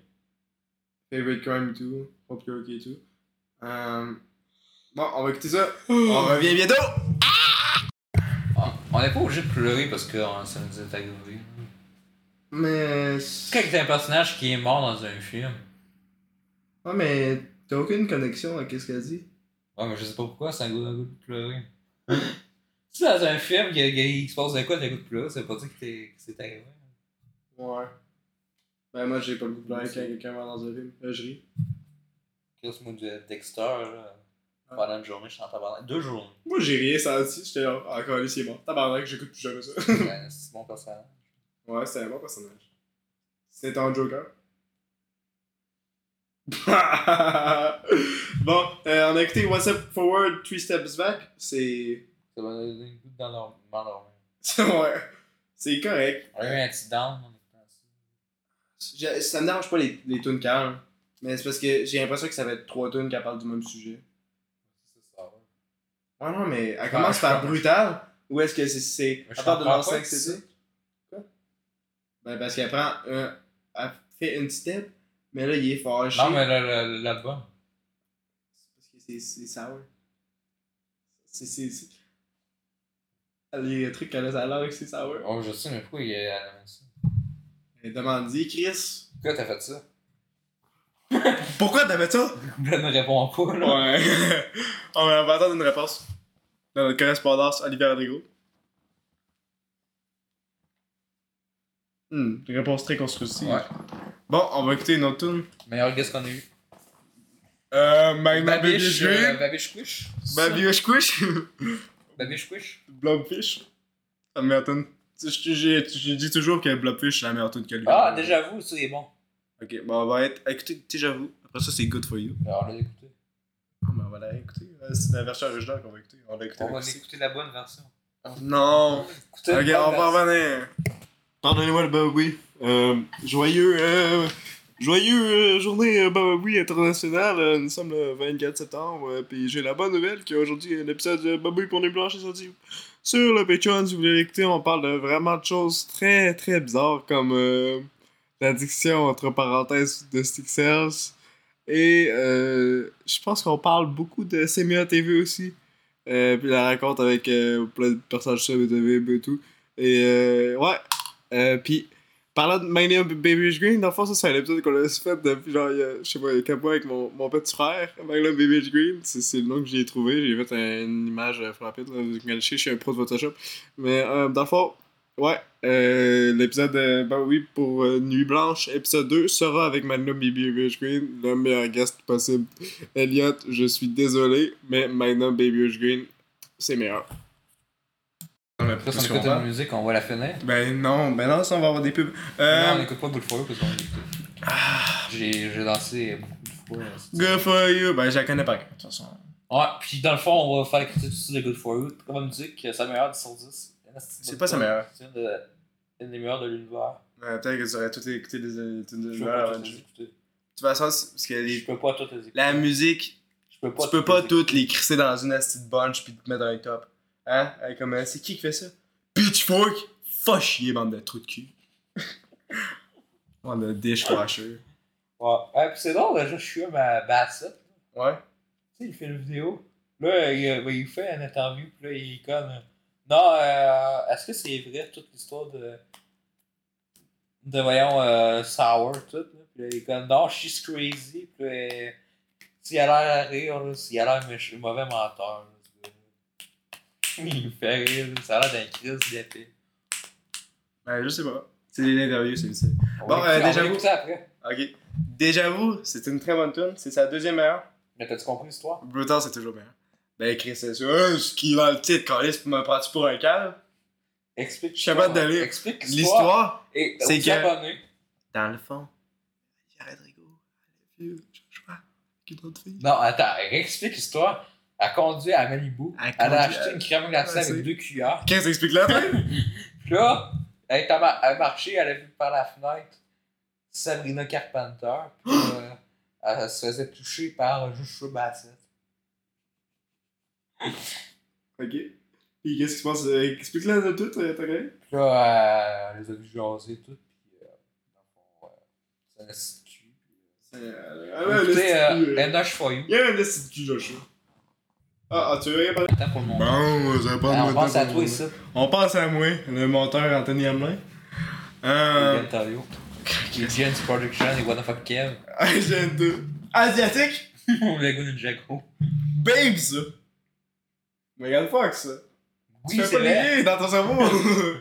Speaker 4: Favorite crime et tout. Hope you're okay et tout. Euh, Bon, on va écouter ça.
Speaker 2: On revient bientôt!
Speaker 1: Ah, On n'est pas obligé de pleurer parce que ah, ça nous est arrivé.
Speaker 4: Mais.
Speaker 1: Quand t'es un personnage qui est mort dans un film,
Speaker 4: Ouais, mais. T'as aucune connexion avec ce qu'elle dit.
Speaker 1: ouais, mais je sais pas pourquoi, ça a goût, un goût de pleurer. si dans un film, il, y a- il y a- il se passe de quoi, t'as le goût de pleurer, ça veut pas dire que, t'es- que c'est arrivé.
Speaker 4: Ouais. Ben, moi, j'ai pas le goût de pleurer quand quelqu'un va dans un film. Là, je ris.
Speaker 1: Qu'est-ce que de Dexter, là, pendant une journée, je suis en tabarnak. Deux journées.
Speaker 4: Moi, j'ai rien senti. J'étais là. Ah, encore ici, bon. Tabarnak, j'écoute plus jamais ça.
Speaker 1: Ben, c'est mon personnage.
Speaker 4: Ouais, c'est un bon personnage. C'est un Joker. bon, euh, on a écouté One Step Forward, Three Steps Back. C'est.
Speaker 1: Ça m'a donné le goût de m'endormir. m'endormir.
Speaker 4: c'est- ouais. C'est correct.
Speaker 1: On a eu un petit down, on est passé.
Speaker 4: Je- ça me dérange pas les, les tunes calmes. Mais c'est parce que j'ai l'impression que ça va être trois tunes qui parlent du même sujet.
Speaker 1: C'est ça, ouais.
Speaker 4: Ouais, non, mais elle
Speaker 1: Ouais,
Speaker 4: commence
Speaker 1: je
Speaker 4: par
Speaker 1: comprends.
Speaker 4: brutal. Ou est-ce que c'est. c'est
Speaker 1: Mais je
Speaker 4: à part de
Speaker 1: comprends
Speaker 4: leur
Speaker 1: pas
Speaker 4: sexe,
Speaker 1: que
Speaker 4: c'est
Speaker 1: c'est
Speaker 4: ça? Quoi Ben, parce qu'elle prend un. Elle fait une step, mais là, il est fâché.
Speaker 1: Non, mais le- le- l'album.
Speaker 4: Parce que c'est- c'est sour. C'est. c'est- c'est- Les trucs qu'elle a sa langue, c'est sour.
Speaker 1: Oh, je sais, mais pourquoi il a annoncé ça?
Speaker 4: Elle demande dit Chris.
Speaker 1: Pourquoi t'as fait ça?
Speaker 2: Pourquoi t'as fait ça?
Speaker 1: Je ne réponds pas, là.
Speaker 2: Ouais. On va attendre une réponse. Dans notre correspondance, Olivier Rodrigo. Hmm, une réponse très constructive.
Speaker 1: Ouais.
Speaker 2: Bon, on va écouter une autre tune.
Speaker 1: Meilleur guest qu'on a eu.
Speaker 2: Euh, Magna Baby
Speaker 1: Babiche, euh,
Speaker 2: Squid.
Speaker 1: Babiche Quiche.
Speaker 2: Baby Squish.
Speaker 1: Babiche Quiche.
Speaker 2: Blobfish. C'est la meilleure tune. Tu- je- J'ai je dis toujours que Blobfish c'est la meilleure tune que lui.
Speaker 1: Ah, déjà vous, c'est bon.
Speaker 2: Ok, bon, on va être. Écoutez, déjà vous. Après ça, c'est Good for You.
Speaker 1: Alors, on l'a écouté.
Speaker 2: Ah, ben, on va la réécouter. Euh, C'est la version originale qu'on va écouter. On l'a écouté.
Speaker 1: On va écouter la bonne version.
Speaker 2: Non!
Speaker 1: Écoutez la
Speaker 2: ok,
Speaker 1: bonne
Speaker 2: on
Speaker 1: version.
Speaker 2: va revenir.
Speaker 3: Pardonnez-moi le bababoui. Euh, joyeux, euh, joyeux euh, journée euh, bababoui internationale. Euh, nous sommes le 24 septembre. euh, Puis j'ai la bonne nouvelle qu'aujourd'hui, euh, l'épisode de bababoui pour les blanches est sorti sur le Patreon. Si vous voulez l'écouter, on parle de vraiment de choses très, très bizarres comme euh, l'addiction, entre parenthèses, de Stick Cells. Et euh, je pense qu'on parle beaucoup de Semia TV aussi. Euh, puis la rencontre avec euh, plein de personnages sur TV et tout. Et euh, ouais. Euh, puis, parlant de My Name Baby Is Green, dans le fond, ça, c'est un épisode qu'on a fait depuis genre, il y a, je sais pas, il y a quelques mois avec mon, mon petit frère. My Name Baby Is Green, c'est c'est le nom que j'ai trouvé. J'ai fait un- une image euh, frappante. là, Vous connaissez, je suis un pro de Photoshop. Mais euh, dans le fond, ouais, euh, l'épisode, euh, ben oui, pour euh, Nuit Blanche, épisode 2, sera avec My Name Baby Is Green, le meilleur guest possible. Elliot, je suis désolé, mais My Name Baby Is Green, c'est meilleur.
Speaker 1: Après, si on
Speaker 2: hein.
Speaker 1: écoute une musique, on va la finir.
Speaker 2: Ben non, ben non, ça on va avoir des pubs.
Speaker 1: Non, on
Speaker 2: Euh, ah.
Speaker 1: n'écoute pas Good For You parce qu'on l'a écouté. J'ai j'ai dansé beaucoup de fois. là, c'est-
Speaker 2: good for you. Ben je la connais pas. De toute façon.
Speaker 1: Ouais, puis dans le fond, on va faire écouter tout ça de Good For You. Comme musique, c'est la meilleure de 110.
Speaker 2: C'est pas sa meilleure.
Speaker 1: C'est une, de- une des meilleures de l'univers.
Speaker 2: Euh, Peut-être que tu aurais tout écouté des des- des- des-
Speaker 1: Je peux
Speaker 2: voilà,
Speaker 1: pas
Speaker 2: ouais,
Speaker 1: toutes
Speaker 2: je-
Speaker 1: les
Speaker 2: De
Speaker 1: écouter.
Speaker 2: toute façon, c'est- parce que
Speaker 1: Je
Speaker 2: les-
Speaker 1: peux pas toutes les écouter.
Speaker 2: la musique,
Speaker 1: Je peux pas
Speaker 2: tu peux pas
Speaker 1: écouter.
Speaker 2: toutes les crisser dans une astuce bunch puis te mettre dans les top. Hein? Euh, Comme, euh, c'est qui qui fait ça? Pitchfork! Faut chier, bande de trous de cul. bande de dishwasher.
Speaker 1: Ouais, Ouais, puis c'est drôle, là, je suis à ma Bassett.
Speaker 2: Ouais.
Speaker 1: Tu sais, il fait une vidéo. Là, il, euh, ben, il fait une interview, puis là, il est comme. euh, Non, euh, est-ce que c'est vrai toute l'histoire de. de voyons, euh, Sour, tout, là? Puis là, il est comme, non, she's crazy, puis là, elle- S'il a l'air à rire, là, s'il a l'air méch- mauvais menteur, là, ce gars-là. il me fait rire, là. ça a l'air d'un Christ d'épée.
Speaker 3: Ben, je sais pas. C'est des interviews, celui-ci.
Speaker 1: On
Speaker 3: Bon,
Speaker 1: va écouter-
Speaker 3: euh,
Speaker 1: on va
Speaker 3: déjà vous-
Speaker 1: écouter après.
Speaker 3: Ok. Déjà vous, c'est une très bonne tune. C'est sa deuxième meilleure.
Speaker 1: Mais t'as-tu compris l'histoire?
Speaker 3: Brutal, c'est toujours meilleur. Ben, Chris, c'est sûr. Hein, ce qui est dans le titre, Carlis, pour me prends-tu pour un câble?
Speaker 1: Explique.
Speaker 3: Je suis capable
Speaker 1: l'histoire.
Speaker 3: d'aller.
Speaker 1: Explique l'histoire.
Speaker 3: L'histoire,
Speaker 1: Et
Speaker 3: c'est
Speaker 1: aux
Speaker 3: que-
Speaker 1: abonnés.
Speaker 3: dans le fond, il y a Rodrigo, I love you, Joshua, qui est une autre fille.
Speaker 1: Non, attends, explique l'histoire. Elle conduit à Malibu.
Speaker 3: Elle
Speaker 1: Elle a
Speaker 3: conduit
Speaker 1: acheté
Speaker 3: à-
Speaker 1: une crème glacée
Speaker 3: Ouais,
Speaker 1: avec
Speaker 3: c'est-
Speaker 1: deux cuillères.
Speaker 3: Chris, explique-la, toi.
Speaker 1: Puis là, elle est à ma- elle marchait, elle a vu par la fenêtre Sabrina Carpenter. Puis, euh, elle se faisait toucher par Joshua Bassett.
Speaker 2: Ok. Et qu'est-ce qui se passe? euh, Explique-le de tout, euh, t'as rien?
Speaker 1: Puis là, elle les a vu jaser tout. Puis, euh, dans le fond, euh, c'est un esti de cul.
Speaker 2: Euh, Ah ouais, le
Speaker 1: Écoutez, euh,
Speaker 2: petit
Speaker 1: NH for you.
Speaker 2: Il y a un petit cul, Joshua. Ah, ah, tu veux rien parler?
Speaker 1: Attends pour le monde.
Speaker 3: Bon, ça va pas de
Speaker 1: Ah, on
Speaker 3: moto
Speaker 1: pense à
Speaker 3: pour
Speaker 1: toi
Speaker 3: moi.
Speaker 1: ici,
Speaker 3: On passe à moi, le monteur Anthony Hamelin. Euh...
Speaker 1: Ontario. Les Gens Production et What the fuck Kev.
Speaker 3: Agent 2. Asiatique?
Speaker 1: Le gars du Jaco.
Speaker 3: Babe, ça!
Speaker 2: Megan Fox, ça.
Speaker 1: Oui,
Speaker 3: tu
Speaker 1: c'est
Speaker 3: fais pas
Speaker 1: vrai.
Speaker 3: les liens dans ton cerveau!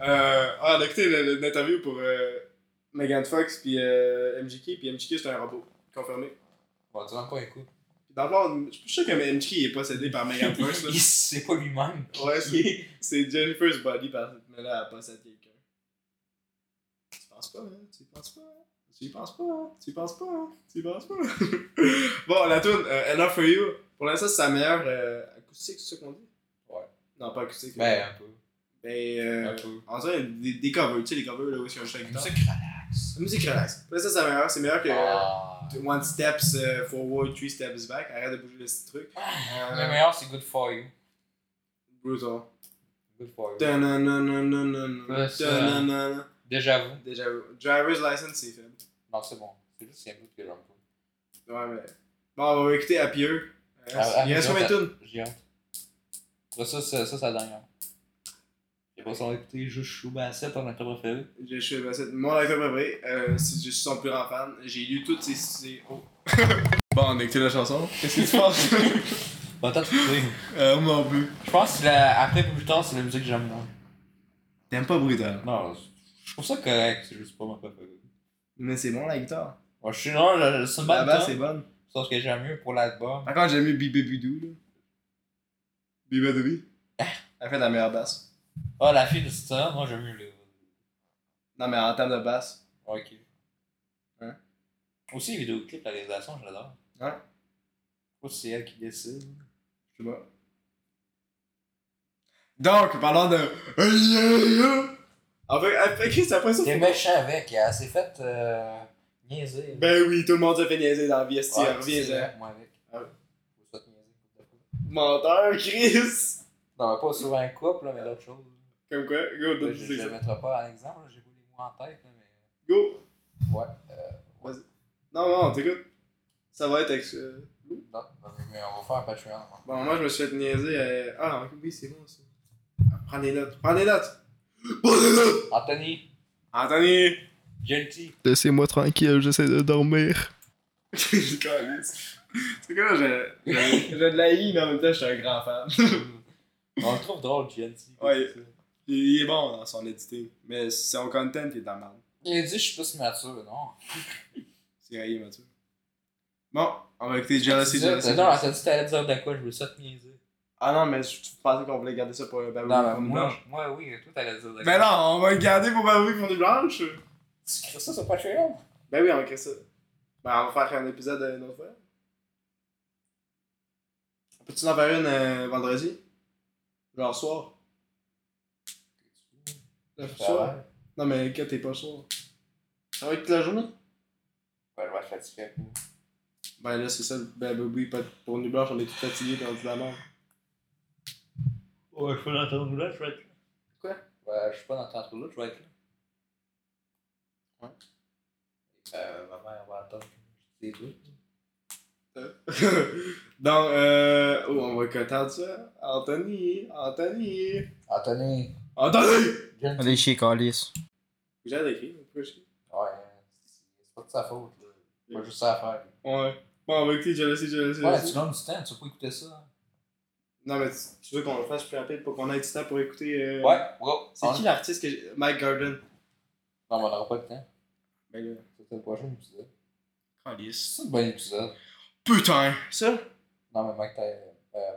Speaker 2: Euh, ah, on a écouté le- le- l'interview pour euh, Megan Fox puis euh, MJK, puis MJK c'est un robot, confirmé.
Speaker 1: Bon, tu encore Bah, écoute.
Speaker 2: Puis dans le fond, je suis pas sûr que MJK est possédé par Megan Fox.
Speaker 1: Il
Speaker 2: là.
Speaker 1: sait pas lui-même.
Speaker 2: Ouais,
Speaker 1: Il
Speaker 2: c'est-
Speaker 1: est-
Speaker 2: c'est Jennifer's body par cette là elle possède quelqu'un. Tu penses pas, hein? Tu y penses pas, hein? Tu y penses pas, hein? Tu y penses pas, hein? Tu y penses pas. hein? bon, la tune euh, Enough for You, pour l'instant, c'est sa meilleure euh, acoustique, c'est ça qu'on dit
Speaker 1: Ouais.
Speaker 2: Non, pas acoustique.
Speaker 1: Ben, un peu.
Speaker 2: Ben, euh,
Speaker 1: Un peu.
Speaker 2: en vrai, des, des covers, tu sais, les covers là où ils ont juste la
Speaker 1: Comme
Speaker 2: guitare.
Speaker 1: ça, relax.
Speaker 2: La musique relaxe. Pour l'instant, c'est la meilleure. C'est meilleur que euh,
Speaker 1: Ah.
Speaker 2: One Steps euh, Forward, Three Steps Back. Arrête de bouger le petit truc.
Speaker 1: Le
Speaker 2: Euh,
Speaker 1: meilleur, c'est Good For You.
Speaker 2: brutal.
Speaker 1: Good For You. Ouais, ça.
Speaker 2: Dun-dun-dun-dun-dun-dun.
Speaker 1: Déjà vous.
Speaker 2: Déjà, Driver's License, c'est faible.
Speaker 1: Non, c'est bon. C'est juste qu'il y a un bout que j'aime pas.
Speaker 2: Ouais, mais. Bon, on va écouter Happy Hour. Euh,
Speaker 1: Ah,
Speaker 2: Il reste
Speaker 1: Happy
Speaker 2: combien de
Speaker 1: Hour,
Speaker 2: tunes
Speaker 1: J'ai hâte. Après ça, c'est ça, c'est la dernière. Et pas s'en écouter juste Chouba à 7 en octobre préféré.
Speaker 2: Je suis ben, c'est mon acteur préféré. Euh, si je suis son plus grand fan, j'ai lu toutes ses. ses- Oh.
Speaker 3: Bon, on a écouté la chanson.
Speaker 2: Qu'est-ce que tu penses
Speaker 1: Bon, Bah, attends, tu sais.
Speaker 3: Euh, moi non plus.
Speaker 1: Je pense que la- après Bouton, c'est la musique que j'aime moins.
Speaker 3: T'aimes pas Brutal.
Speaker 1: Non, je trouve ça correct, c'est juste pas ma préférée.
Speaker 3: Mais c'est bon la guitare.
Speaker 1: Moi, je suis non, je- c'est une
Speaker 3: La
Speaker 1: bonne
Speaker 3: basse
Speaker 1: tune,
Speaker 3: c'est bonne.
Speaker 1: Sauf que j'aime mieux pour l'album.
Speaker 3: Par contre, j'aime mieux Bibé Boudou, là. Bibé Doobie. Elle fait la meilleure basse.
Speaker 1: Ah, la fille de Stan, moi j'aime mieux le.
Speaker 3: Non, mais en termes de basse.
Speaker 1: Ok.
Speaker 3: Hein?
Speaker 1: Aussi, les vidéoclips, la réalisation, j'adore. Je
Speaker 3: Ouais.
Speaker 1: sais pas si c'est elle qui décide.
Speaker 3: Je sais pas. Donc, parlant de. Hey, yeah, yeah.
Speaker 2: En fait, après, Chris, après ça,
Speaker 1: T'es
Speaker 2: faut-
Speaker 1: méchant avec, elle s'est faite euh, niaiser.
Speaker 2: Ben oui, tout le monde se fait niaiser dans la vie. Si,
Speaker 1: Ouais,
Speaker 2: reviens
Speaker 1: c'est
Speaker 2: là.
Speaker 1: vrai, Moi avec.
Speaker 2: Ah ouais.
Speaker 1: Je me suis fait niaiser une couple de fois.
Speaker 2: Menteur, Chris
Speaker 1: Non, mais pas souvent un couple, là, mais d'autres choses.
Speaker 2: Comme quoi, go,
Speaker 1: Je
Speaker 2: donne
Speaker 1: je
Speaker 2: des
Speaker 1: le
Speaker 2: exemples.
Speaker 1: mettrai pas en exemple, là, j'ai pas les mots en tête, là, mais.
Speaker 2: Go
Speaker 1: Ouais.
Speaker 2: Non, non, t'écoutes. Ça va être avec. euh,
Speaker 1: Non, ben, mais on va faire Patreon. hein.
Speaker 2: Bon, moi, je me suis fait niaiser. euh, Ah, oui, c'est bon, ça. Ah, prends des notes. Prends des notes. Prends des notes.
Speaker 1: Anthony,
Speaker 2: Anthony.
Speaker 1: guilty.
Speaker 9: Laissez-moi tranquille, j'essaie de dormir.
Speaker 2: J'ai calisse. C'est que là, je- je- j'ai de la haine, mais en même temps, je suis un grand fan.
Speaker 1: on le trouve drôle, guilty.
Speaker 2: Ouais. Il est bon dans son édité. Mais son content, il est de la merde.
Speaker 1: Il a dit, je suis plus mature, non?
Speaker 2: C'est rayé, Mathieu. Bon, on va écouter
Speaker 1: Tu
Speaker 2: Jealousy,
Speaker 1: disais-
Speaker 2: Jealousy.
Speaker 1: Non, elle t'a dit que t'allais dire de quoi, je veux ça te niaiser.
Speaker 2: Ah non, mais je je pensais qu'on voulait garder ça pour euh, Babou.
Speaker 1: Non,
Speaker 2: Fournie
Speaker 1: moi,
Speaker 2: Blanche.
Speaker 1: moi, oui, toi t'allais dire de quoi.
Speaker 2: Ben non, on va le garder pour Babou pour du blanche.
Speaker 1: Tu crées ça sur Patreon?
Speaker 2: Ben oui, on crée ça. Ben, on va faire un épisode euh, une autre fois. Peux-tu en faire une euh, vendredi? Genre soir. Le soir?
Speaker 1: Ben,
Speaker 2: Non, mais quand t'es pas soir. Ça va être toute la journée?
Speaker 1: je vais être fatigué.
Speaker 2: Ben là, c'est ça. Ben, ben oui, pas pour nous blanche, on est tout fatigués quand on dit la merde.
Speaker 1: Ouais, je suis pas dans ton là, je vais être là.
Speaker 2: Quoi?
Speaker 1: Ouais, je suis pas dans ton là, je vais être là.
Speaker 2: Ouais.
Speaker 1: Euh, ma mère va attendre. C'est tout.
Speaker 2: Donc, euh. Oh, on va contenter ça. hein. Anthony! Anthony!
Speaker 1: Anthony,
Speaker 2: Anthony!
Speaker 1: John.
Speaker 9: Allez chier, Calis.
Speaker 2: J'ai écrit, mais pourquoi je-
Speaker 1: Ouais, c'est pas de sa faute, là. Pas juste ça à faire.
Speaker 2: Ouais. Bon, on va écouter Jealousy, Jealousy,
Speaker 1: Ouais,
Speaker 2: Jealousy.
Speaker 1: tu gagnes du temps, tu vas pas écouter ça.
Speaker 2: Non, mais tu, tu veux qu'on le fasse plus rapide pour qu'on ait du temps pour écouter. euh,
Speaker 1: Ouais, wow.
Speaker 2: C'est
Speaker 1: On-
Speaker 2: qui l'artiste que j'ai. Mike Garden.
Speaker 1: Non, mais on n'aura pas le temps.
Speaker 2: Ben, là.
Speaker 1: C'est le prochain épisode.
Speaker 10: Calice.
Speaker 1: C'est un bon épisode.
Speaker 10: Putain!
Speaker 2: Ça
Speaker 1: Non, mais Mike, t'as. Euh...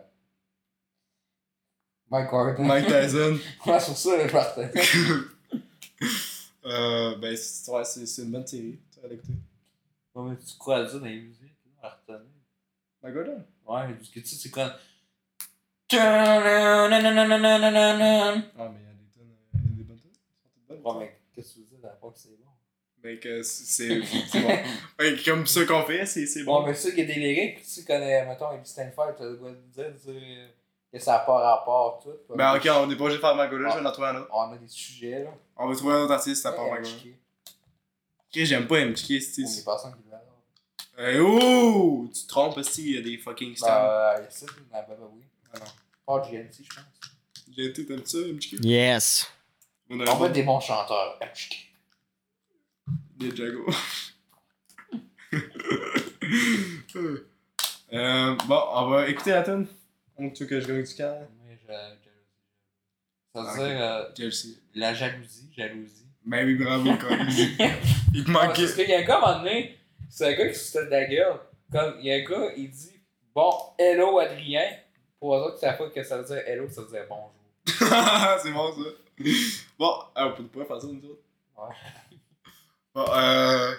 Speaker 1: Mike Gordon.
Speaker 10: Mike Tyson.
Speaker 1: ouais, sur ça, là, je partais.
Speaker 2: Euh, ben, c'est ouais, c'est- c'est une bonne série. Tu vas l'écouter.
Speaker 1: Ouais, mais tu crois à dire dans les musiques, là, à retenir.
Speaker 2: Mike Garden.
Speaker 1: Ouais, parce que tu sais, c'est quand. Ouais,
Speaker 2: Ah, mais il y a des tonnes. Il y a des bonnes tonnes. Ils sont toutes bonnes.
Speaker 1: mais qu'est-ce que tu veux dire, la fois que c'est bon?
Speaker 2: Mais que c'est. C'est bon. Ben, comme ça qu'on fait, c'est c'est
Speaker 1: Bon,
Speaker 2: bon.
Speaker 1: mais c'est sûr qu'il y a des lyriques, tu connais, mettons, Augustin Fire, tu dois dire, dire que ça n'a pas rapport, tout. quoi.
Speaker 2: Ben, ok, on n'est pas obligé de faire Mike Garden, je vais en trouver un autre.
Speaker 1: On a des sujets, là.
Speaker 2: On va trouver un autre artiste à part
Speaker 1: Ouais,
Speaker 2: Mike Garden.
Speaker 1: MJK.
Speaker 2: Ok, j'aime pas MJK,
Speaker 1: Ou
Speaker 2: c'est.
Speaker 1: des personnes qui veulent.
Speaker 2: Eh, oh Tu te trompes aussi, il y a des fucking stars.
Speaker 1: Ben, il y a ça, dans Baba Oui.
Speaker 2: Ah non.
Speaker 1: Pas GNT, je pense.
Speaker 2: J'ai été, t'aimes ça, MJK
Speaker 3: Yes.
Speaker 2: On
Speaker 1: On va
Speaker 2: a
Speaker 1: être des bons chanteurs, MJK.
Speaker 2: des Jago. euh, bon, on va écouter la tune. Donc, tu veux que je gagne du cœur
Speaker 1: Mais je- jalousie. Ça veut dire euh,
Speaker 2: Je le sais.
Speaker 1: la jalousie, jalousie.
Speaker 2: Ben oui, bravo, quand même. Il te
Speaker 1: Ah,
Speaker 2: manquait.
Speaker 1: Parce qu'il y a un gars, à un moment donné, c'est un gars qui se foutait de la gueule. Comme, il y a un gars, il dit Bon, hello Adrien. Pour eux autres, qui savent pas que ça veut dire hello, ça veut dire bonjour.
Speaker 2: c'est bon, ça. Bon, euh, on peut pas faire ça, nous autres.
Speaker 1: Ouais.
Speaker 2: Bon, euh.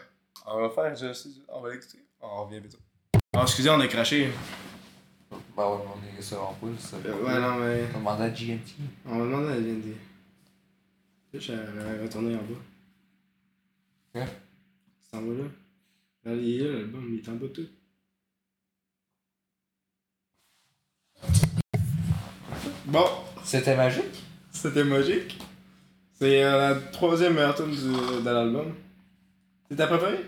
Speaker 2: On va faire, je sais, on va l'écouter. On revient bientôt. Ah, excusez, on a craché.
Speaker 1: Bah ouais, on est sur un pouce, ça.
Speaker 2: ouais,
Speaker 3: Ah,
Speaker 2: non, mais.
Speaker 1: On demande à GMT.
Speaker 2: On va demander à VND. Je suis
Speaker 4: euh,
Speaker 2: retourné en bas.
Speaker 1: Hein?
Speaker 2: C'est en bas là. Là, Ah, il est là, l'album, il est en bas tout. Bon,
Speaker 1: C'était magique.
Speaker 2: c'était magique. C'est euh, la troisième meilleure tune du- de l'album. C'est ta préférée?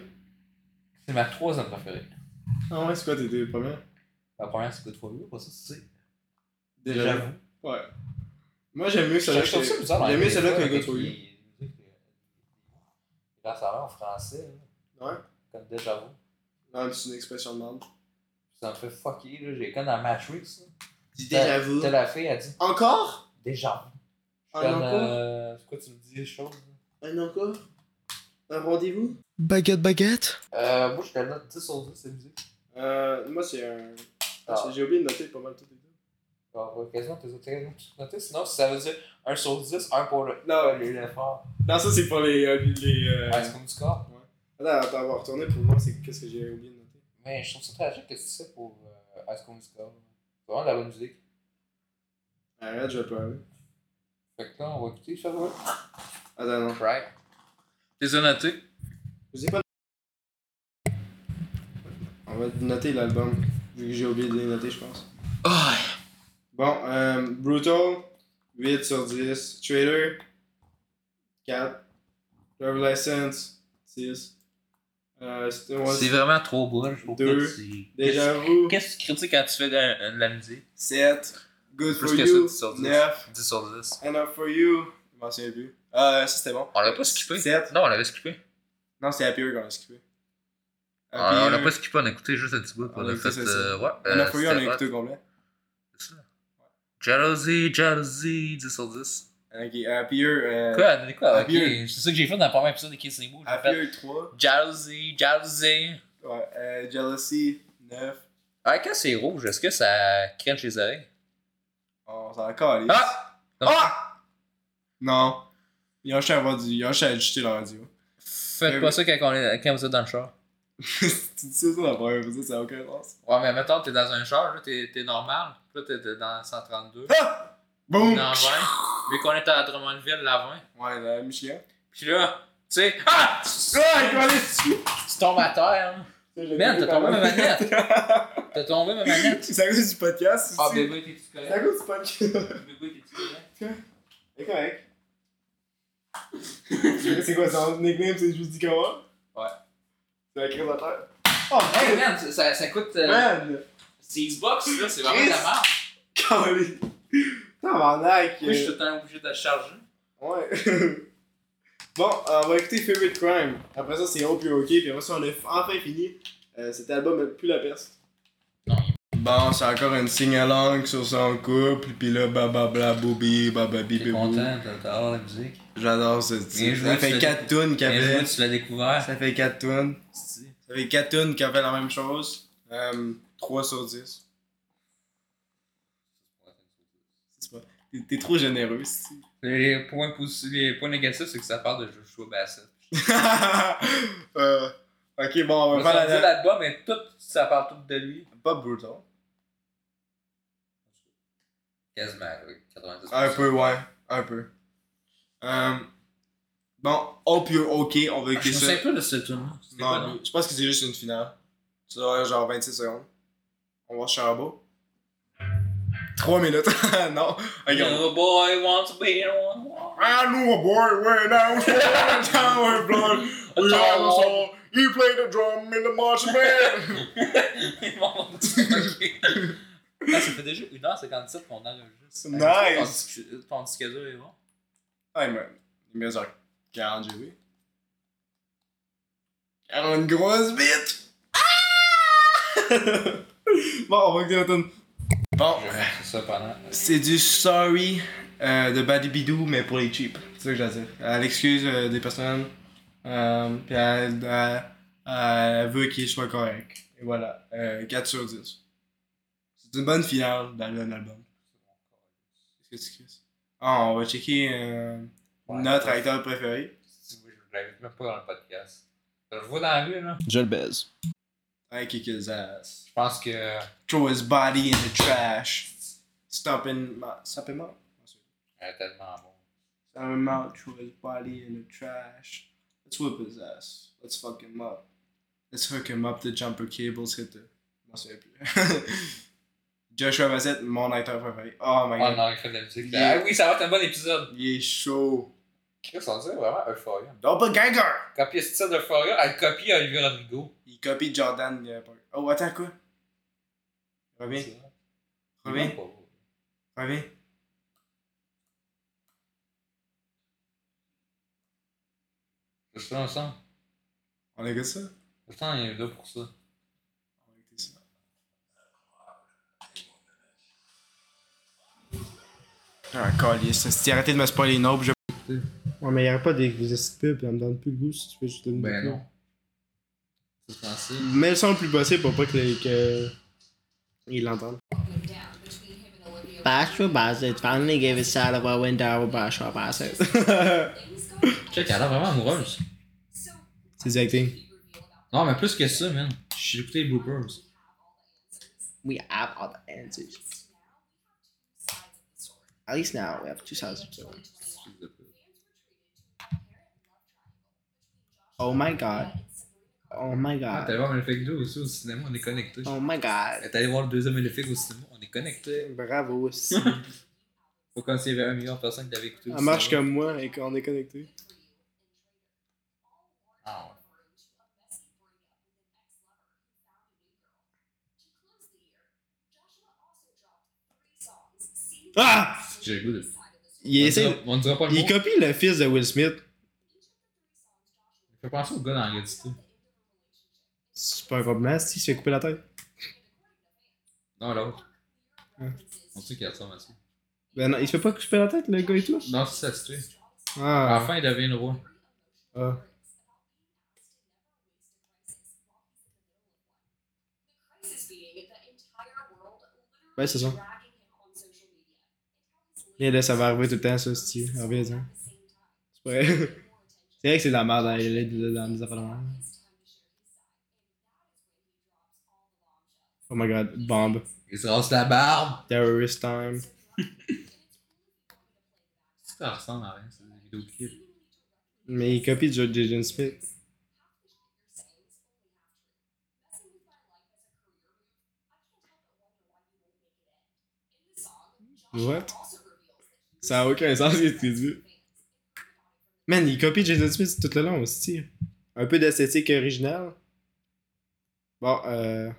Speaker 1: C'est ma troisième préférée.
Speaker 2: Ah ouais, c'est quoi tes deux premières?
Speaker 1: La première, c'est Good For You, pas ça, tu sais.
Speaker 2: Déjà
Speaker 1: vu.
Speaker 2: Ouais. Moi j'aime mieux celle-là
Speaker 1: Je
Speaker 2: que
Speaker 1: trouve ça bizarre.
Speaker 2: j'aime mieux celle-là que le gars
Speaker 1: trouvé. Là, ça va en français, là,
Speaker 2: Ouais.
Speaker 1: comme déjà vu.
Speaker 2: Non, Ah, c'est une expression de merde.
Speaker 1: Ça me fait fucker, là. J'ai comme dans Matrix, là.
Speaker 2: Dis
Speaker 1: déjà T'as la fille, elle dit
Speaker 2: Encore?
Speaker 1: déjà vu. Je suis
Speaker 2: Un
Speaker 1: comme,
Speaker 2: encore?
Speaker 1: euh, c'est quoi tu me dis les choses, là?
Speaker 2: Un encore Un rendez-vous
Speaker 3: Baguette, baguette.
Speaker 1: Euh, moi, je te note 10 sur 10, cette musique.
Speaker 2: Euh, moi c'est un.
Speaker 1: Ah.
Speaker 2: J'ai- J'ai oublié de noter pas mal tout les deux.
Speaker 1: Alors, euh, quasiment tes autres raisons que tu notais. Sinon, si ça veut dire 1 sur 10, 1 pour le-
Speaker 2: Non,
Speaker 1: le- l'effort.
Speaker 2: non ça c'est pour les. euh, les euh...
Speaker 1: Ouais, c'est comme du corps.
Speaker 2: Attends, attends, on va retourner pour voir c'est qu'est-ce que j'ai oublié de noter.
Speaker 1: Mais je trouve ça tragique que tu sais pour euh, High School Musical. C'est vraiment de la bonne musique.
Speaker 2: Arrête, je vais pleurer.
Speaker 1: Fait que là, on va écouter ça, ouais.
Speaker 2: Attends, non.
Speaker 1: Right.
Speaker 10: T'es noté?
Speaker 2: Je sais pas. On va noter l'album, vu que j'ai oublié de les noter, je pense.
Speaker 10: Ah,
Speaker 2: Bon, euh, Brutal, 8 sur 10. Trader, 4. Driver License, 6. Euh, c'était- ouais,
Speaker 1: C'est vraiment trop bon. Je trouve que
Speaker 2: Deux.
Speaker 1: tu-
Speaker 2: Déjà
Speaker 1: Qu'est-ce-
Speaker 2: vous.
Speaker 1: Qu'est-ce que tu critiques quand tu fais de la, de la musique
Speaker 2: 7. Good
Speaker 10: Plus
Speaker 2: for
Speaker 10: que
Speaker 2: you.
Speaker 10: ça, 10 sur 10.
Speaker 2: 9.
Speaker 10: 10 sur 10.
Speaker 2: Enough for you. Je m'en souviens plus. Euh, ça c'était bon.
Speaker 10: On l'a pas skippé?
Speaker 2: 7.
Speaker 10: Non, on l'avait skippé.
Speaker 2: Non, c'est Happier qu'on a skippé.
Speaker 10: On Ah, on l'a
Speaker 2: Happier,
Speaker 10: pas skippé, on a écouté juste un petit bout. puis
Speaker 2: Ah, euh, On
Speaker 10: On
Speaker 2: a
Speaker 10: a
Speaker 2: écouté
Speaker 10: fait.
Speaker 2: ça,
Speaker 10: euh, Ouais.
Speaker 2: Enough for you, on a
Speaker 10: c'était hot.
Speaker 2: écouté au complet.
Speaker 10: C'est ça. Jalousie, jalousie, 10 sur 10.
Speaker 2: Ok, Happier, euh,
Speaker 1: Quoi, Anneli, quoi?
Speaker 2: Ah,
Speaker 1: Ok,
Speaker 2: vieux. Ah,
Speaker 1: c'est ça que j'ai fait dans le premier épisode de Kissing Boo. J'ai fait
Speaker 2: Happier 3.
Speaker 1: Jalousie, jalousie.
Speaker 2: Ouais, euh, Jealousy, 9.
Speaker 1: Ah, quand c'est rouge, est-ce que ça crunche les oreilles?
Speaker 2: On s'en calisse.
Speaker 1: Ah!
Speaker 2: Ah! Non. Ils ont acheté à avoir du- Ils ont acheté à ajuster la radio.
Speaker 1: Faites
Speaker 2: Euh,
Speaker 1: pas
Speaker 2: oui.
Speaker 1: ça quand, on est, quand vous êtes dans le char.
Speaker 2: tu dis ça dans la première épisode, ça n'a aucun sens.
Speaker 1: Ouais, mais mettons, t'es dans un char, là, t'es, t'es normal. Là, t'es, t'es dans 132.
Speaker 2: Ah! Boum!
Speaker 1: t'es dans 20. Mais qu'on est à Drummondville, la 20.
Speaker 2: Ouais, la Michelin.
Speaker 1: Pis là, tu sais. Ah!
Speaker 2: Ah, il va aller dessus!
Speaker 1: Tu tombes à terre, hein. Man, t'as tombé ma manette. T'as tombé ma manette.
Speaker 2: C'est à cause du podcast,
Speaker 1: Ah,
Speaker 2: aussi.
Speaker 1: bébé, t'es-tu
Speaker 2: C'est à
Speaker 1: correct?
Speaker 2: cause du podcast.
Speaker 1: Bébé, t'es-tu correct?
Speaker 2: C'est correct. C'est quoi son nickname? C'est juste dit comment?
Speaker 1: Ouais.
Speaker 2: C'est la crise à terre. Oh,
Speaker 1: Hey, man, ça- ça, ça coûte. euh,
Speaker 2: man!
Speaker 1: C'est Xbox, là, c'est vraiment de la
Speaker 2: Chris.
Speaker 1: merde.
Speaker 2: Calé! Ah, Tabarnak! euh,
Speaker 1: Moi, je suis tout le temps obligé de la charger.
Speaker 2: Ouais. bon, on va écouter Favorite Crime. Après ça, c'est Hope You're OK. Puis après ça, on a enfin fini euh,
Speaker 4: Euh, cet album aide plus la peste.
Speaker 2: Bon, c'est encore une sing-along sur son couple, pis là, bababla, boubi, bababi,
Speaker 1: T'es
Speaker 2: bibou.
Speaker 1: content de- d'avoir la musique.
Speaker 2: J'adore ce titre.
Speaker 1: joué,
Speaker 2: Ça
Speaker 1: tu
Speaker 2: fait
Speaker 1: l'as-
Speaker 2: 4 tunes
Speaker 1: Bien
Speaker 2: qu'il avait.
Speaker 1: joué, tu l'as découvert.
Speaker 2: Ça fait 4 tunes. Ça fait 4 tunes qui fait la même chose. Euh, 3 sur 10. C'est pas- t'es- T'es trop généreux, si.
Speaker 1: Les points, posi- les points négatifs, c'est que ça parle de Joshua Bassett.
Speaker 2: euh, ok, bon, on
Speaker 1: On
Speaker 2: va
Speaker 1: dit
Speaker 2: faire la dernière.
Speaker 1: l'album et tout, ça parle tout de lui.
Speaker 2: Pas brutal.
Speaker 1: Quasiment, oui. 90%.
Speaker 2: Ah, Un peu, ouais. Un peu. Euh, bon, hope you're ok, on va
Speaker 1: Ah, Je
Speaker 2: écouter
Speaker 1: me
Speaker 2: ça.
Speaker 1: souviens plus de ce tune
Speaker 2: Non, mais je pense que c'est juste une finale. Tu dois avoir genre 26 secondes. On va chez Rabot. 3 minutes. non. Ok, on- Ah,
Speaker 1: Young boy wants to be one one.
Speaker 2: I knew a boy way down in town blood. We had a song. He played the drum in the marching band.
Speaker 1: Ils m'ont dit, ok. Ah, ça fait déjà 1h57 qu'on enregistre.
Speaker 2: Nice.
Speaker 1: Fait que Ton, disque- ton disque dur est bon.
Speaker 2: Hey man, il met genre 40 GB. 40 grosses bites! Ah! bon, on va écouter la tune. Bon, euh,
Speaker 1: C'est ça pendant.
Speaker 2: c'est du sorry euh, de Badibidou, mais pour les cheap. C'est ça que j'ai à dire. À l'excuse euh, des personnes, euh, puis elle, elle- elle veut qu'il soit correct. Et voilà, euh, 4 sur 10. C'est une bonne finale dans le- l'album. Qu'est-ce que tu crisses? Ah, on va checker euh,
Speaker 1: Ouais.
Speaker 2: notre acteur préféré.
Speaker 1: Si tu veux, Je l'invite même pas dans le podcast. Je le vois dans la rue, là.
Speaker 3: Je le baise.
Speaker 2: I kick his ass.
Speaker 1: Je pense que.
Speaker 2: Throw his body in the trash. Stomp him out. Stomp him out?
Speaker 1: Elle est tellement bon.
Speaker 2: Stomp him out. Throw his body in the trash. Let's whip his ass. Let's fuck him up. Let's hook him up the jumper cables. Hit the... Non, c'est plus. Joshua Bassett, mon acteur préféré. Oh my
Speaker 1: Ouais,
Speaker 2: god.
Speaker 1: non, il fait de la musique.
Speaker 2: Yeah.
Speaker 1: Ah oui, ça va être un bon épisode.
Speaker 2: Il est chaud.
Speaker 1: Chris, on dirait vraiment Euphoria.
Speaker 2: Doppelganger!
Speaker 1: Copier ce style d'Euphoria, elle copie Olivier Rodrigo.
Speaker 2: Il copie Jordan. euh, Park- Oh, attends, quoi? Reviens,
Speaker 1: C'est vrai.
Speaker 2: reviens,
Speaker 1: Il est pas beau.
Speaker 2: reviens.
Speaker 1: Je suis dans le sang.
Speaker 2: On écoute ça?
Speaker 1: Pourtant, il est là pour ça.
Speaker 2: On écoute ça. Ah, collier, ça. Si arrêtez de me spoiler les noms, je.
Speaker 4: Ouais, mais il n'y aurait pas des, des petites pubs, ça me donne plus le goût si tu fais juste une
Speaker 1: Ben
Speaker 4: pub.
Speaker 1: non. C'est français.
Speaker 4: Mets le son le plus possible pour pas que. les- que... Ils l'entendent. Bashra Bassett finally gave his side of a window with Bashra Bassett.
Speaker 1: Check, elle a l'air vraiment amoureuse.
Speaker 4: C'est du acting.
Speaker 1: Non, mais plus que ça, man. J'ai écouté les bloopers.
Speaker 11: We have all the answers.
Speaker 4: At least now we have two sides of the story.
Speaker 11: Oh my god.
Speaker 4: Oh my
Speaker 1: Ah, t'es
Speaker 4: god.
Speaker 1: allé voir Maléfique 2 aussi au cinéma, on est connectés.
Speaker 4: Oh my god.
Speaker 1: T'es allé voir le deuxième Maléfique au cinéma, on est connectés.
Speaker 4: Bravo aussi.
Speaker 1: Faut comme s'il y avait un million de personnes qui l'avaient écouté au
Speaker 4: Elle marche
Speaker 1: cinéma.
Speaker 4: comme moi et qu'on est connecté.
Speaker 1: Ah ouais.
Speaker 4: Ah!
Speaker 1: J'ai le goût de.
Speaker 4: Il
Speaker 1: on,
Speaker 4: essaie.
Speaker 1: dira, on dira pas le
Speaker 4: Il
Speaker 1: mot.
Speaker 4: copie le fils de Will Smith.
Speaker 1: Fais penser au gars dans l'identité.
Speaker 4: C'est pas un compliment, si, il se fait couper la tête.
Speaker 1: Non, l'autre.
Speaker 4: Hein.
Speaker 1: On sait qu'il y a ça, Mathieu.
Speaker 4: Ben non, il se fait pas couper la tête, le gars et tout.
Speaker 1: Non, c'est ça, c'est tué. À la
Speaker 4: Ah.
Speaker 1: fin, il devient le roi.
Speaker 4: ah.
Speaker 11: Ouais, c'est ça.
Speaker 4: Et
Speaker 11: Mais
Speaker 4: là,
Speaker 11: là,
Speaker 4: ça
Speaker 11: ça
Speaker 4: va
Speaker 11: va arriver tout le temps, ça, si tu reviens
Speaker 4: reviens-en.
Speaker 11: C'est vrai. C'est vrai que c'est de la merde
Speaker 4: hein,
Speaker 11: dans
Speaker 4: les-
Speaker 11: les,
Speaker 4: dans
Speaker 11: dans
Speaker 4: les
Speaker 11: les
Speaker 4: affaires de
Speaker 11: appartements.
Speaker 4: merde. Oh my god, bombe.
Speaker 1: Il se rase la barbe.
Speaker 4: Terrorist time.
Speaker 1: Ça ressemble à rien, c'est des vidéoclips.
Speaker 4: Mais il copie George Jason Smith. What? Ça a aucun sens ce que tu dis. Man, il copie Jason Smith tout le long aussi. Un peu d'esthétique originale. Bon, euh.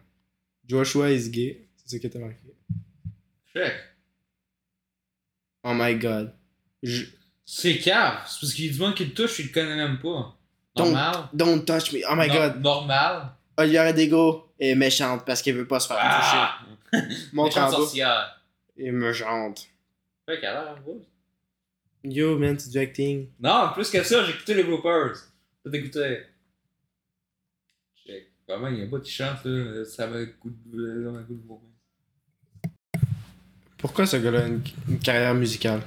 Speaker 4: Joshua is gay. C'est ce que t'as marqué.
Speaker 1: Check.
Speaker 4: Oh my god. Je-
Speaker 1: C'est cave. C'est parce qu'il y a du monde qui le touche, il le connaît même pas. Normal.
Speaker 4: Don't touch me. Oh my
Speaker 1: No-
Speaker 4: god.
Speaker 1: Normal.
Speaker 11: Olivia Rodrigo est méchante parce qu'elle veut pas se faire toucher.
Speaker 1: Ah!
Speaker 11: Montre en
Speaker 1: Méchante
Speaker 11: bas.
Speaker 1: sorcière.
Speaker 11: Elle est méchante.
Speaker 1: Fait qu'elle a l'air grosse.
Speaker 11: Yo, man, c'est du acting.
Speaker 1: Non, plus que ça, j'ai écouté les bloopers. Tout écouté. Check. Comment il y a pas qui chante, là. Ça va être coup de. un coup de bourrin.
Speaker 11: Pourquoi ce gars-là a une, une carrière musicale?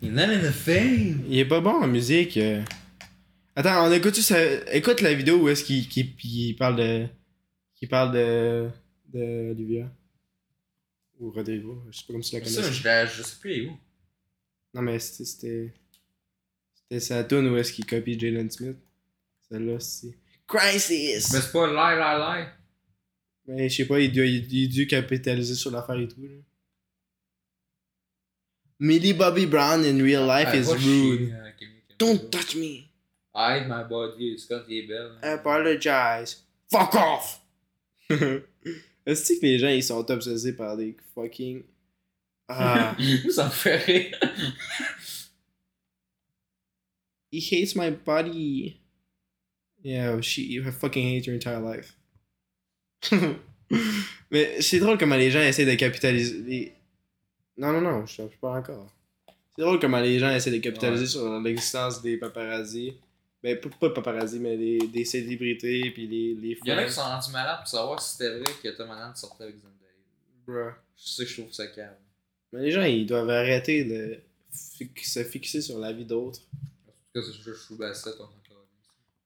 Speaker 1: You're not in the fame.
Speaker 11: Il est pas bon en musique. euh. Attends, on écoute ça. Écoute la vidéo où est-ce qu'il qu'il- qu'il parle de. Qu'il parle de. de Olivia. Ou Rodrigo. Je sais pas comme tu la
Speaker 1: Ça,
Speaker 11: connais.
Speaker 1: je, la- je sais plus il est où.
Speaker 11: Non, mais c'était- c'était. C'était sa tune où est-ce qu'il copie Jalen Smith. Celle-là, c'est. Crisis!
Speaker 1: Mais c'est pas lie, lie, lie.
Speaker 11: Mais je sais pas, il doit, il, il dû capitaliser sur l'affaire et tout. Là. Millie Bobby Brown in real life
Speaker 1: Elle
Speaker 11: is
Speaker 1: Ah, va
Speaker 11: rude.
Speaker 1: chier, euh, Camille, Camille.
Speaker 11: Don't touch me. Euh,
Speaker 1: Hide my body, Scott, il est belle.
Speaker 11: I apologize. Fuck off! Est-ce que les gens ils sont obsédés par des fucking. Ah.
Speaker 1: Ça me fait rire.
Speaker 11: he hates my body. Yeah, she you fucking hate your entire life. Mais c'est drôle comment les gens essaient de capitaliser. les- Non, non, non, je ne pas encore. C'est drôle comment les gens essaient de capitaliser sur l'existence des paparazzi. Ben, pas, pas paparazzi, mais des, des célébrités, puis les, les
Speaker 1: Il y en a
Speaker 11: fans.
Speaker 1: qui sont rendus malades pour savoir si c'était vrai que Tom Holland sortait avec Zendaya.
Speaker 11: Bruh.
Speaker 1: Je sais que je trouve ça calme.
Speaker 11: Mais les gens, ils doivent arrêter de fi- se fixer sur la vie d'autres.
Speaker 1: En tout cas, je joue Bassett, on s'en calme.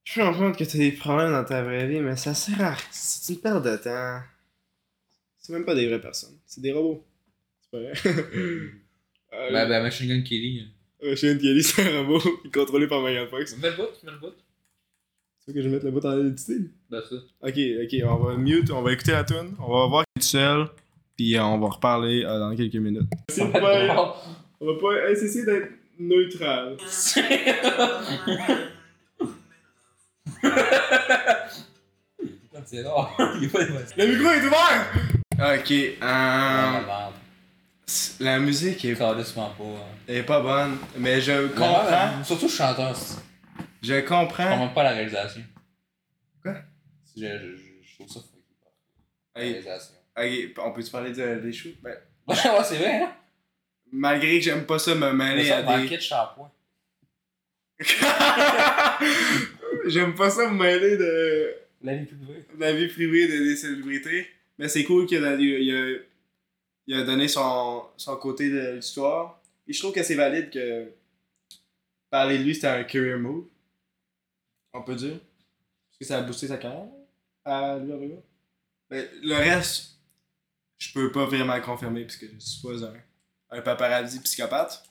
Speaker 11: Je suis en compte que t'as des problèmes dans ta vraie vie, mais ça sert à rien. C'est une perte de temps. C'est même pas des vraies personnes. C'est des robots. C'est pas vrai. Euh,
Speaker 1: Ben, ben, Machine Gun Kelly.
Speaker 11: euh, Shane Kelly, c'est un robot il est contrôlé par Megan Fox.
Speaker 1: Mets le bout, mets le bout.
Speaker 11: Tu veux que je mette le bout en édité?
Speaker 1: Ben, ça.
Speaker 11: Ok, ok, on va mute, on va écouter la tune, on va voir qui est seul, puis euh, on va reparler euh, dans quelques minutes.
Speaker 4: C'est pas. On va pas hey, c'est essayer d'être neutral.
Speaker 1: C'est rare. Il est pas de
Speaker 2: Le micro est ouvert! Ok, euh,
Speaker 1: Ah, merde.
Speaker 2: la musique est,
Speaker 1: Calissement pas. hein.
Speaker 2: est pas bonne, mais je
Speaker 1: Non,
Speaker 2: comprends.
Speaker 1: mais Surtout chanteur, c'est-
Speaker 2: Je
Speaker 1: je
Speaker 2: comprends.
Speaker 1: comprends pas la réalisation.
Speaker 2: Quoi?
Speaker 1: Je, je, je- je trouve ça fucky. La
Speaker 2: Hey,
Speaker 1: réalisation.
Speaker 2: ok, on peut-tu parler de- des choux? Ben,
Speaker 1: ouais, c'est vrai, hein?
Speaker 2: malgré que j'aime pas ça me mêler
Speaker 1: ça
Speaker 2: à
Speaker 1: manquait
Speaker 2: des.
Speaker 1: de shampoing.
Speaker 2: j'aime pas ça me mêler de
Speaker 1: La vie privée.
Speaker 2: de la vie privée de- des célébrités. Mais c'est cool qu'il a, il a, il a donné son, son côté de l'histoire. Et je trouve que c'est valide que parler de lui, c'était un career move. On peut dire. Parce que ça a boosté sa carrière à lui, Rodrigo. Mais le reste, je peux pas vraiment confirmer parce que je suis pas un, un paparazzi psychopathe.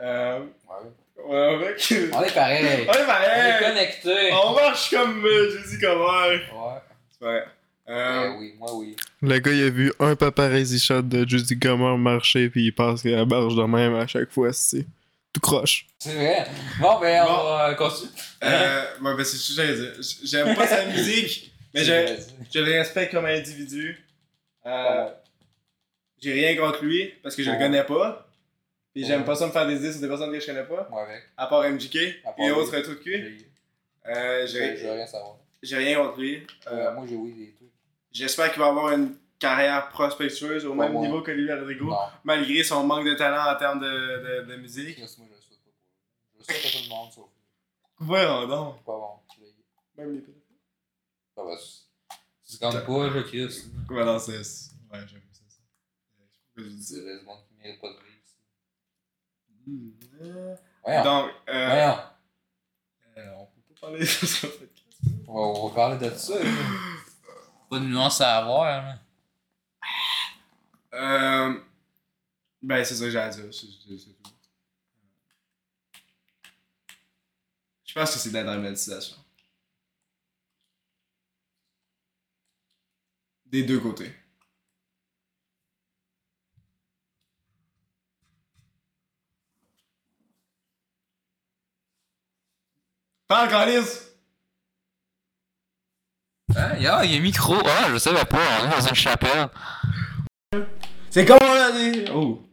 Speaker 2: Euh,
Speaker 1: Ouais.
Speaker 2: ouais, avec.
Speaker 1: On est pareil.
Speaker 2: On est
Speaker 1: On est
Speaker 2: pareil!
Speaker 1: connectés.
Speaker 2: On marche comme euh, Jésus Comer!
Speaker 1: Ouais.
Speaker 2: C'est vrai. Euh,
Speaker 1: Ben oui, moi oui.
Speaker 3: Le gars, il a vu un paparazzi shot de Judy Gummer marcher, puis il pense qu'elle marche de même à chaque fois, c'est tout croche.
Speaker 1: C'est vrai. Bon, ben, on
Speaker 2: Bon.
Speaker 1: va continuer.
Speaker 2: Euh,
Speaker 1: Hein?
Speaker 2: ouais, ben c'est ce que j'allais dire. J- J'aime pas sa musique, mais je, je le respecte comme individu. Euh, j'ai rien contre lui parce que je le
Speaker 1: Ouais.
Speaker 2: connais pas. Puis j'aime
Speaker 1: Ouais.
Speaker 2: pas ça me faire des idées sur des personnes que je connais pas,
Speaker 1: Moi avec.
Speaker 2: à part MJK
Speaker 1: À part
Speaker 2: et
Speaker 1: lui.
Speaker 2: autres trucs
Speaker 1: Je
Speaker 2: cul.
Speaker 1: veux
Speaker 2: Euh,
Speaker 1: je veux
Speaker 2: j'ai
Speaker 1: rien savoir.
Speaker 2: j'ai rien contre lui. Euh,
Speaker 1: Euh, moi, j'ai oui des trucs.
Speaker 2: J'espère qu'il va avoir une carrière prospectueuse au
Speaker 1: Pas
Speaker 2: même
Speaker 1: moi.
Speaker 2: niveau qu'Olivier Rodrigo,
Speaker 1: Non,
Speaker 2: malgré son manque de talent en termes de, de, de musique.
Speaker 1: Chris, moi, je le souhaite pas. pour lui. Je le souhaite à tout le monde, sauf lui.
Speaker 2: Voyons donc.
Speaker 1: C'est Pas bon. Je l'ai.
Speaker 2: Même les
Speaker 1: Ça va. Tu te comptes pas, je Chris.
Speaker 2: Ouais, non, c'est. c'est- Ouais, j'aime ça. ça. Euh, je sais pas ce que je dis.
Speaker 1: C'est le monde qui mérite pas de vivre. ça.
Speaker 2: Hmm, euh,
Speaker 1: Voyons.
Speaker 2: Donc, euh,
Speaker 1: Voyons.
Speaker 2: euh, on peut pas parler de ça.
Speaker 1: On va, on va parler de ça. là. Pas de nuance à avoir. Hein.
Speaker 2: Euh, ben, c'est ça que j'ai à dire. C'est c'est- c'est tout. Je pense que c'est de la dramatisation. Des deux côtés. Parle, Calice!
Speaker 1: Hein? Y'a, il y a un micro. Ah, je savais pas. On est dans une chapelle.
Speaker 2: C'est comme on a dit! Oh!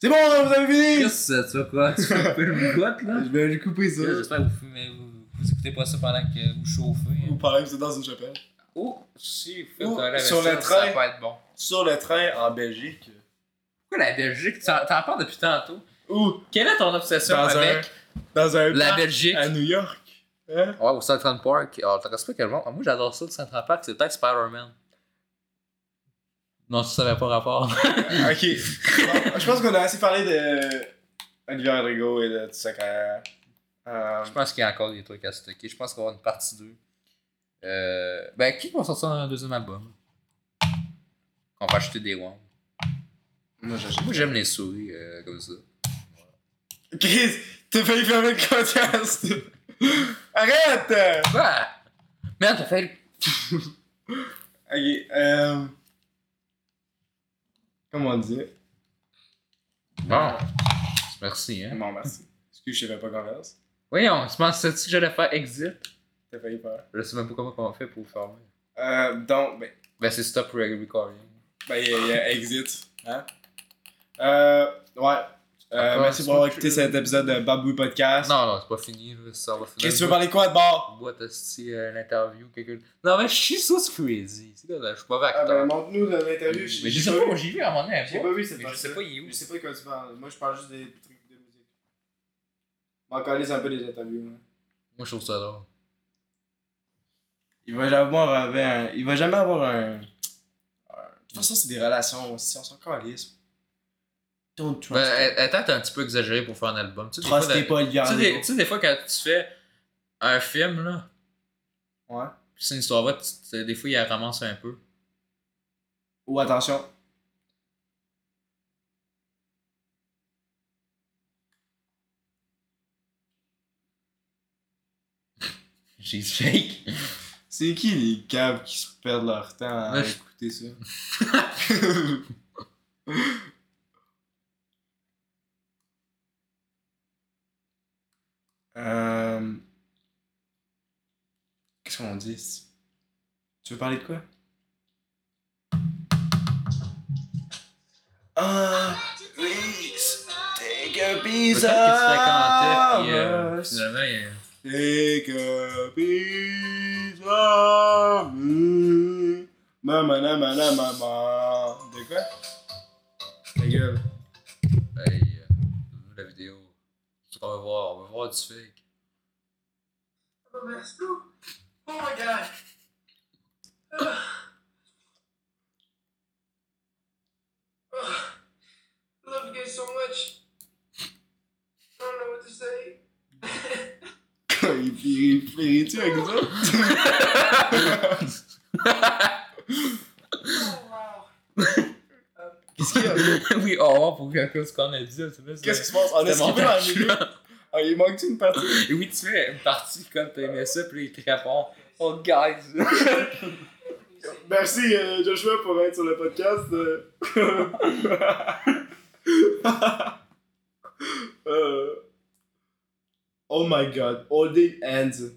Speaker 2: C'est bon, vous avez fini!
Speaker 1: Chris, tu vas quoi? Tu fais couper le goût, là?
Speaker 2: Je vais lui couper ça.
Speaker 1: J'espère que vous, fumez- vous, vous écoutez pas ça pendant que vous chauffez. hein.
Speaker 2: Ou pareil, vous êtes dans une chapelle.
Speaker 1: Ou Oh, si vous faites
Speaker 2: Ou
Speaker 1: un
Speaker 2: sur
Speaker 1: lavage
Speaker 2: le
Speaker 1: ça
Speaker 2: train.
Speaker 1: va être bon.
Speaker 2: Sur le train en Belgique.
Speaker 1: Pourquoi la Belgique T'en t'en parles depuis tantôt.
Speaker 2: Ou
Speaker 1: Quelle est ton obsession
Speaker 2: Dans un-
Speaker 1: avec
Speaker 2: dans un
Speaker 1: la
Speaker 2: parc
Speaker 1: Belgique
Speaker 2: à New York. Hein?
Speaker 1: Ouais, au Central Park. Alors, t'as respecté quel monde. Ah, Moi, j'adore ça, le Central Park. C'est peut-être Spider-Man. Non, ça n'avait pas rapport.
Speaker 2: ok. Bon, je pense qu'on a assez parlé de Olivier Rodrigo et de tout ça quand euh,
Speaker 1: Je pense qu'il y a encore des trucs à stocker. Je pense qu'on va avoir une partie 2. Euh, ben, qui va sortir un deuxième album On va acheter des ones.
Speaker 2: Moi, j'achète.
Speaker 1: Moi, j'aime les souris euh, comme ça.
Speaker 2: Chris, t'as failli fermer le podcast. Arrête!
Speaker 1: Quoi Merde, t'as fait.
Speaker 2: Ok, euh... Comment dire?
Speaker 1: Bon. Merci, hein.
Speaker 2: Bon, merci. Parce que je savais pas converse.
Speaker 1: Voyons, je pensais que j'allais faire exit
Speaker 2: T'as failli faire.
Speaker 1: Je sais même pas comment on fait pour fermer.
Speaker 2: Euh, donc, ben,
Speaker 1: Ben, c'est stop re- recording.
Speaker 2: ben, il y, a- il y a Exit. Hein? Euh, ouais. Euh,
Speaker 1: Encore,
Speaker 2: merci
Speaker 1: c'est
Speaker 2: pour avoir
Speaker 1: pas
Speaker 2: écouté
Speaker 1: plus-
Speaker 2: cet épisode de Babou Podcast.
Speaker 1: ah, Non, non, c'est pas fini, là. Ça va finir.
Speaker 2: Qu'est-ce que tu veux parler quoi de bord?
Speaker 1: boîte hostie, euh, l'interview, quelqu'un. Non, mais je suis sauce crazy. C'est quoi, là, je suis pas vrai
Speaker 4: Ah
Speaker 1: acteur.
Speaker 4: ben, montre-nous de
Speaker 1: mais
Speaker 4: l'interview. j'ai-
Speaker 1: je
Speaker 4: j'ai
Speaker 1: sais
Speaker 4: pas
Speaker 1: pas,
Speaker 4: vu.
Speaker 1: moi j'ai vu à un moment donné.
Speaker 4: J'ai pas vu cette
Speaker 1: mais je sais
Speaker 4: partie-là.
Speaker 1: pas, il est où.
Speaker 4: Je sais pas de quoi tu parles. Moi, je parle juste des trucs de musique. M'en calise un peu les interviews. moi.
Speaker 1: Moi, je trouve ça drôle.
Speaker 2: Il va jamais avoir un... Il va jamais avoir un... un- De toute façon, c'est des relations. Si on s'en calisse. Don't trust.
Speaker 1: Ben, attends, t'es un petit peu exagéré pour faire un album. Tu sais, des fois,
Speaker 2: trust tes
Speaker 1: la-
Speaker 2: pas, Olivier
Speaker 1: tu sais, des-
Speaker 2: Rodrigo.
Speaker 1: tu sais, des fois, quand tu fais un film, là,
Speaker 2: Ouais.
Speaker 1: puis c'est une histoire vraie, tu- tu- des fois, il la ramasse un peu.
Speaker 2: Ou attention.
Speaker 1: J'ai dit fake.
Speaker 2: C'est qui les caves qui se perdent leur temps à
Speaker 1: Ouais, je-
Speaker 2: écouter ça? Euh, Qu'est-ce qu'on dit? ici? Tu veux parler de quoi? Ah, please, take a
Speaker 1: Peut-être que tu
Speaker 2: piece
Speaker 1: fréquentais,
Speaker 2: of
Speaker 1: puis euh,
Speaker 2: us.
Speaker 1: finalement, il y a-
Speaker 2: Take a piece of me. Maman, maman, maman. De quoi? Ta gueule.
Speaker 1: Hey, euh, la vidéo. C'est ce qu'on va voir. On va voir du fake.
Speaker 12: Oh love you guys so much. I don't know what to say.
Speaker 2: Il flirtait-tu avec ça?
Speaker 12: Oh, wow.
Speaker 2: Qu'est-ce qu'il y a?
Speaker 1: oui, au revoir pour quelque chose qu'on a dit. tu sais,
Speaker 2: Qu'est-ce qui se passe? On est
Speaker 1: C'était mon
Speaker 2: skippé dans le
Speaker 1: tâche,
Speaker 2: milieu. Ah, il manque-tu une partie?
Speaker 1: Et oui, tu fais une partie comme t'aimais ça, puis il te répond Oh, guys!
Speaker 4: Merci euh, Joshua pour être sur le podcast. euh.
Speaker 2: Euh, Oh my god. Holding hands.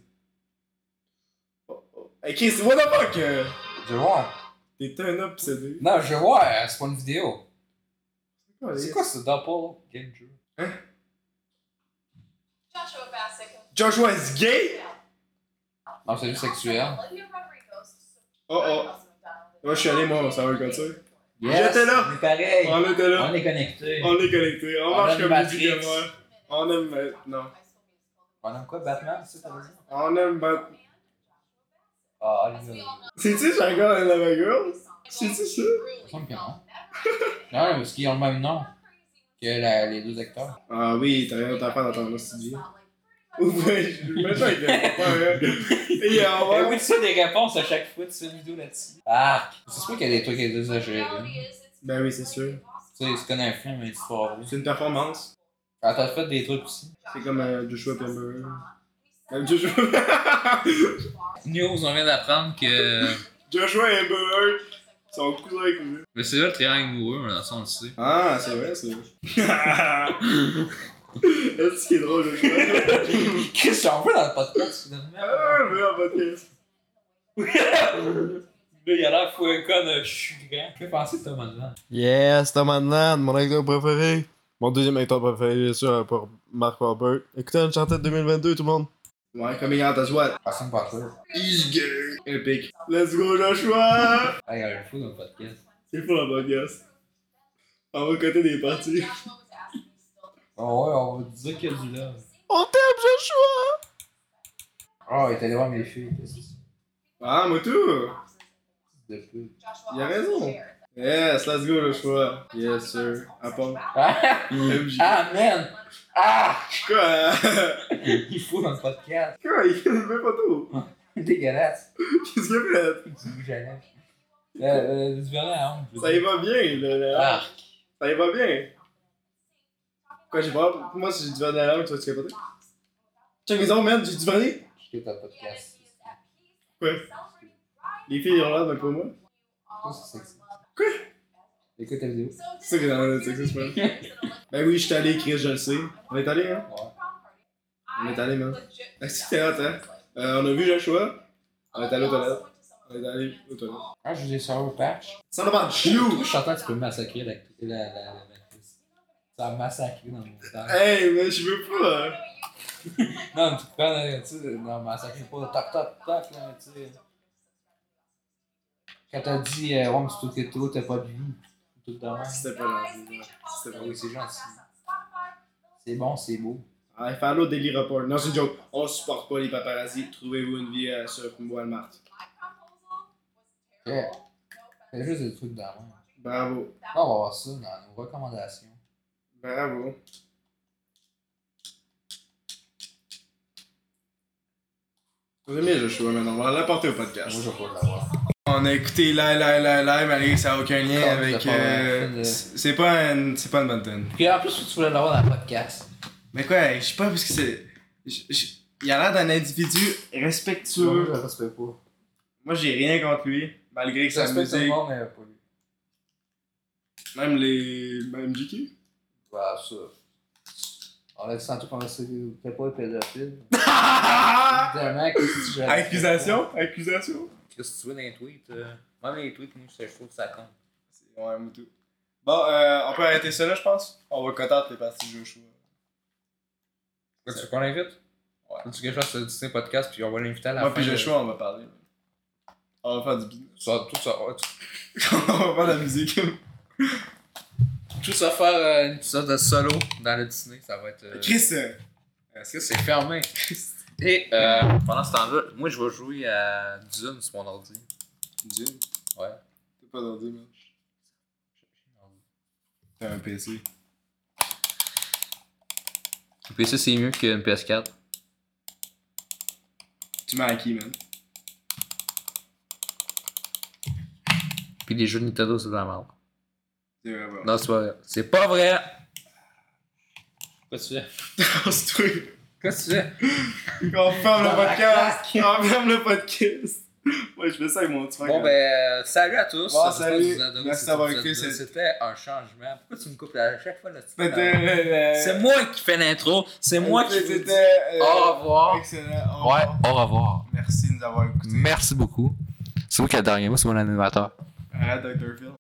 Speaker 2: Oh, oh. Hey Chris, what the fuck? euh?
Speaker 1: Je vois.
Speaker 2: T'es un obsédé.
Speaker 1: Non, je vois, euh, c'est pas une vidéo.
Speaker 2: C'est
Speaker 1: quoi ce double game jeu?
Speaker 13: Joshua Bassett.
Speaker 2: Joshua is gay?
Speaker 1: Non, Ah, c'est juste sexuel.
Speaker 13: Olivia Rodrigo's
Speaker 2: Oh oh. Moi, je suis allé, moi, ça va comme ça. J'étais là.
Speaker 1: C'est pareil!
Speaker 2: On était là.
Speaker 1: On est connectés.
Speaker 2: On est connecté, on,
Speaker 1: On
Speaker 2: marche
Speaker 1: aime
Speaker 2: comme
Speaker 1: Matrix.
Speaker 2: des moi. On aime maintenant.
Speaker 1: On aime quoi, Batman, c'est ça, t'as dit?
Speaker 2: On aime maintenant.
Speaker 1: Ah,
Speaker 2: C'est-tu Jacob and Lava Girl? C'est-tu ça?
Speaker 1: semble que non. Non, parce qu'ils ont le même nom que la- les deux acteurs.
Speaker 2: Ah oui, t'as rien d'autre à faire dans ton studio. Ou ben, je me sens que pas, hein. Et euh, on
Speaker 1: Eh
Speaker 2: va-
Speaker 1: oui, tu fais des réponses à chaque fois, tu fais une vidéo là-dessus. Ah! C'est sûr qu'il y a des trucs exagérés. hein.
Speaker 2: Ben oui, c'est sûr.
Speaker 1: Tu sais, c'est comme un film, mais c'est pas vrai.
Speaker 2: C'est une performance.
Speaker 1: Ah, t'as fait des trucs aussi.
Speaker 2: C'est comme euh, Joshua Pember. Même Joshua.
Speaker 1: News, on vient d'apprendre que. euh,
Speaker 2: Joshua et Amber Heard sont cousins avec nous.
Speaker 1: Mais c'est là le triangle amoureux, mais dans ça, on le sait.
Speaker 2: Ah, c'est vrai, c'est vrai. Est-ce qu'il est drôle, Joshua?
Speaker 1: Qu'est-ce qu'on veut dans le podcast, finalement?
Speaker 2: Ah, mais en podcast.
Speaker 1: Euh, Là, il a l'air fou un con, euh, je suis grand. Je fais penser à Thomas Land.
Speaker 11: Yes, Tom Land, mon acteur préféré. Mon deuxième acteur préféré, bien sûr, pour Mark Wahlberg. Écoutez Uncharted 2022, tout le monde.
Speaker 2: Ouais, coming out as what?
Speaker 1: Personne pas sûr.
Speaker 2: He's gay. Épique. Let's go, Joshua!
Speaker 1: Hey, on est fou dans le podcast.
Speaker 2: C'est fou, la bonne gosse. On va côté des parties.
Speaker 1: Oh ouais, on va dire qu'il y a du love.
Speaker 4: On t'aime, Joshua!
Speaker 1: Oh, il est allé voir mes filles. qu'est-ce
Speaker 2: Ah, moi tout!
Speaker 1: que c'est de plus?
Speaker 2: Il a raison. Yes, let's go, Joshua. Yes, sir. À part.
Speaker 1: Ah,
Speaker 2: MJ.
Speaker 1: ah, man! Ah!
Speaker 2: Quoi?
Speaker 1: Il est fou dans le podcast.
Speaker 2: Quoi? Il fait une belle photo.
Speaker 1: Dégueulasse.
Speaker 2: Qu'est-ce qu'il a fait?
Speaker 1: Du rouge à lèvres. Euh, euh, du verre à ongles. je veux
Speaker 2: Ça y
Speaker 1: dire.
Speaker 2: va bien, là. là.
Speaker 1: Ah,
Speaker 2: Ça y va bien. Quoi, j'ai pas. Pour moi, si j'ai du vernis à la langue, tu vas te capoter? Check mes ongles, man, j'ai du vernis.
Speaker 1: je suis dans le podcast.
Speaker 2: Ouais. Les filles, ils ont l'air d'un peu moi.
Speaker 1: Je pense que c'est sexy.
Speaker 2: Quoi?
Speaker 1: Écoute la vidéo.
Speaker 2: C'est ça que j'ai envie de sexisme, man. Ben oui, je suis allé, Chris, je le sais. On est allé, hein?
Speaker 1: Ouais.
Speaker 2: On est allé, man. Ah, c'était hot, hein? Euh, on a vu Joshua. On est allé aux toilettes. On est allé aux toilettes.
Speaker 1: Ah, je vous ai sorti au patch.
Speaker 2: Ça la marche,
Speaker 1: Moi,
Speaker 2: you!
Speaker 1: je suis en train que tu peux massacrer la, la, la, la matrice. Ça a massacré dans le montage.
Speaker 2: Hey, mais je veux pas, hein.
Speaker 1: Non, mais tu prends, euh, tu sais, non, massacrer pas, toc, toc, toc, là, mais tu sais. Quand t'as dit, euh, ouais, mais c'est tout que toi, t'as pas de vie. Tout le temps.
Speaker 2: C'était pas gentil, ouais. C'était pas
Speaker 1: Oui, c'est gentil. C'est bon, c'est beau.
Speaker 2: Allez, faire l'autre Daily Report. Non, c'est une joke. On supporte pas les paparazzi. Trouvez-vous une vie euh, sur Walmart.
Speaker 1: Ouais. C'est juste des trucs dans la main.
Speaker 2: Bravo.
Speaker 1: Ah, On va avoir ça dans nos recommandations.
Speaker 2: Bravo. Vous aimez Joshua maintenant, on va l'apporter au podcast.
Speaker 1: Moi, je vais pas l'avoir.
Speaker 2: On a écouté Lie Lie Lie Lie, malgré que ça n'a aucun lien
Speaker 1: Comme
Speaker 2: avec...
Speaker 1: ça, pas
Speaker 2: euh,
Speaker 1: mal.
Speaker 2: c'est c'est pas, une- c'est pas une bonne tune.
Speaker 1: Puis en plus, tu voulais l'avoir dans le podcast.
Speaker 2: Mais quoi, je sais pas, parce que c'est... je- je- Il a l'air d'un individu respectueux.
Speaker 1: le respecte pas.
Speaker 2: Moi, j'ai rien contre lui, malgré que
Speaker 1: Je
Speaker 2: sa
Speaker 1: respecte tout le
Speaker 2: musique...
Speaker 1: monde, mais pas lui.
Speaker 2: Même les... Même JK?
Speaker 1: Bah, ça. On a senti qu'on était pas pédophile. Évidemment, qu'est-ce que tu
Speaker 2: Ah, Accusation? Accusation?
Speaker 1: Qu'est-ce que tu veux dans les tweets? euh, Même les tweets, moi, je trouve que ça compte.
Speaker 2: Ouais, Moutou. Bon, euh, on peut arrêter ça là, je pense. On va contenter les parties de Joshua.
Speaker 1: Tu veux qu'on l'invite?
Speaker 2: Ouais.
Speaker 1: Tu veux que je fasse le Disney podcast, puis on va l'inviter à la
Speaker 2: Moi
Speaker 1: fin.
Speaker 2: puis
Speaker 1: de-
Speaker 2: Joshua, on va parler. On va faire du business.
Speaker 1: Ça, tout ça, ouais, tu-
Speaker 2: on va faire de la musique.
Speaker 1: Euh, Tout ça faire euh, une sorte de solo dans le Disney, ça va être. euh,
Speaker 2: Chris! euh,
Speaker 1: Est-ce que c'est fermé? Et euh, pendant ce temps-là, moi je vais jouer à Dune sur mon ordi.
Speaker 2: Jim?
Speaker 1: Ouais.
Speaker 2: T'as pas d'ordi, man. T'as un PC.
Speaker 1: Le PC c'est mieux qu'une PS4.
Speaker 2: Tu m'as acquis, man.
Speaker 1: Puis les jeux Nintendo c'est de la merde.
Speaker 2: C'est vrai, bon.
Speaker 1: Non, c'est pas vrai. C'est pas vrai! Qu'est-ce que tu fais?
Speaker 2: C'est truc.
Speaker 1: Qu'est-ce que tu fais?
Speaker 2: On ferme le
Speaker 1: Dans la
Speaker 2: podcast! On ferme le podcast! Ouais, je fais ça avec mon petit frère.
Speaker 1: Bon ben, salut à tous!
Speaker 2: Bon,
Speaker 1: J'espère que
Speaker 2: salut.
Speaker 1: vous adorez
Speaker 2: Merci
Speaker 1: cet
Speaker 2: d'avoir
Speaker 1: épisode-là.
Speaker 2: écouté cette-
Speaker 1: C'était un changement. Pourquoi tu me coupes à chaque fois là-dessus?
Speaker 2: C'était. euh,
Speaker 1: C'est moi qui fais l'intro, c'est moi qui vous dis
Speaker 2: C'était. euh,
Speaker 1: au revoir.
Speaker 2: Excellent. Au
Speaker 1: Ouais,
Speaker 2: revoir.
Speaker 1: au revoir.
Speaker 2: Merci de nous avoir écoutés.
Speaker 1: Merci beaucoup. C'est moi qui ai le dernier mot, c'est mon animateur.
Speaker 2: Arrête, Dr. Phil.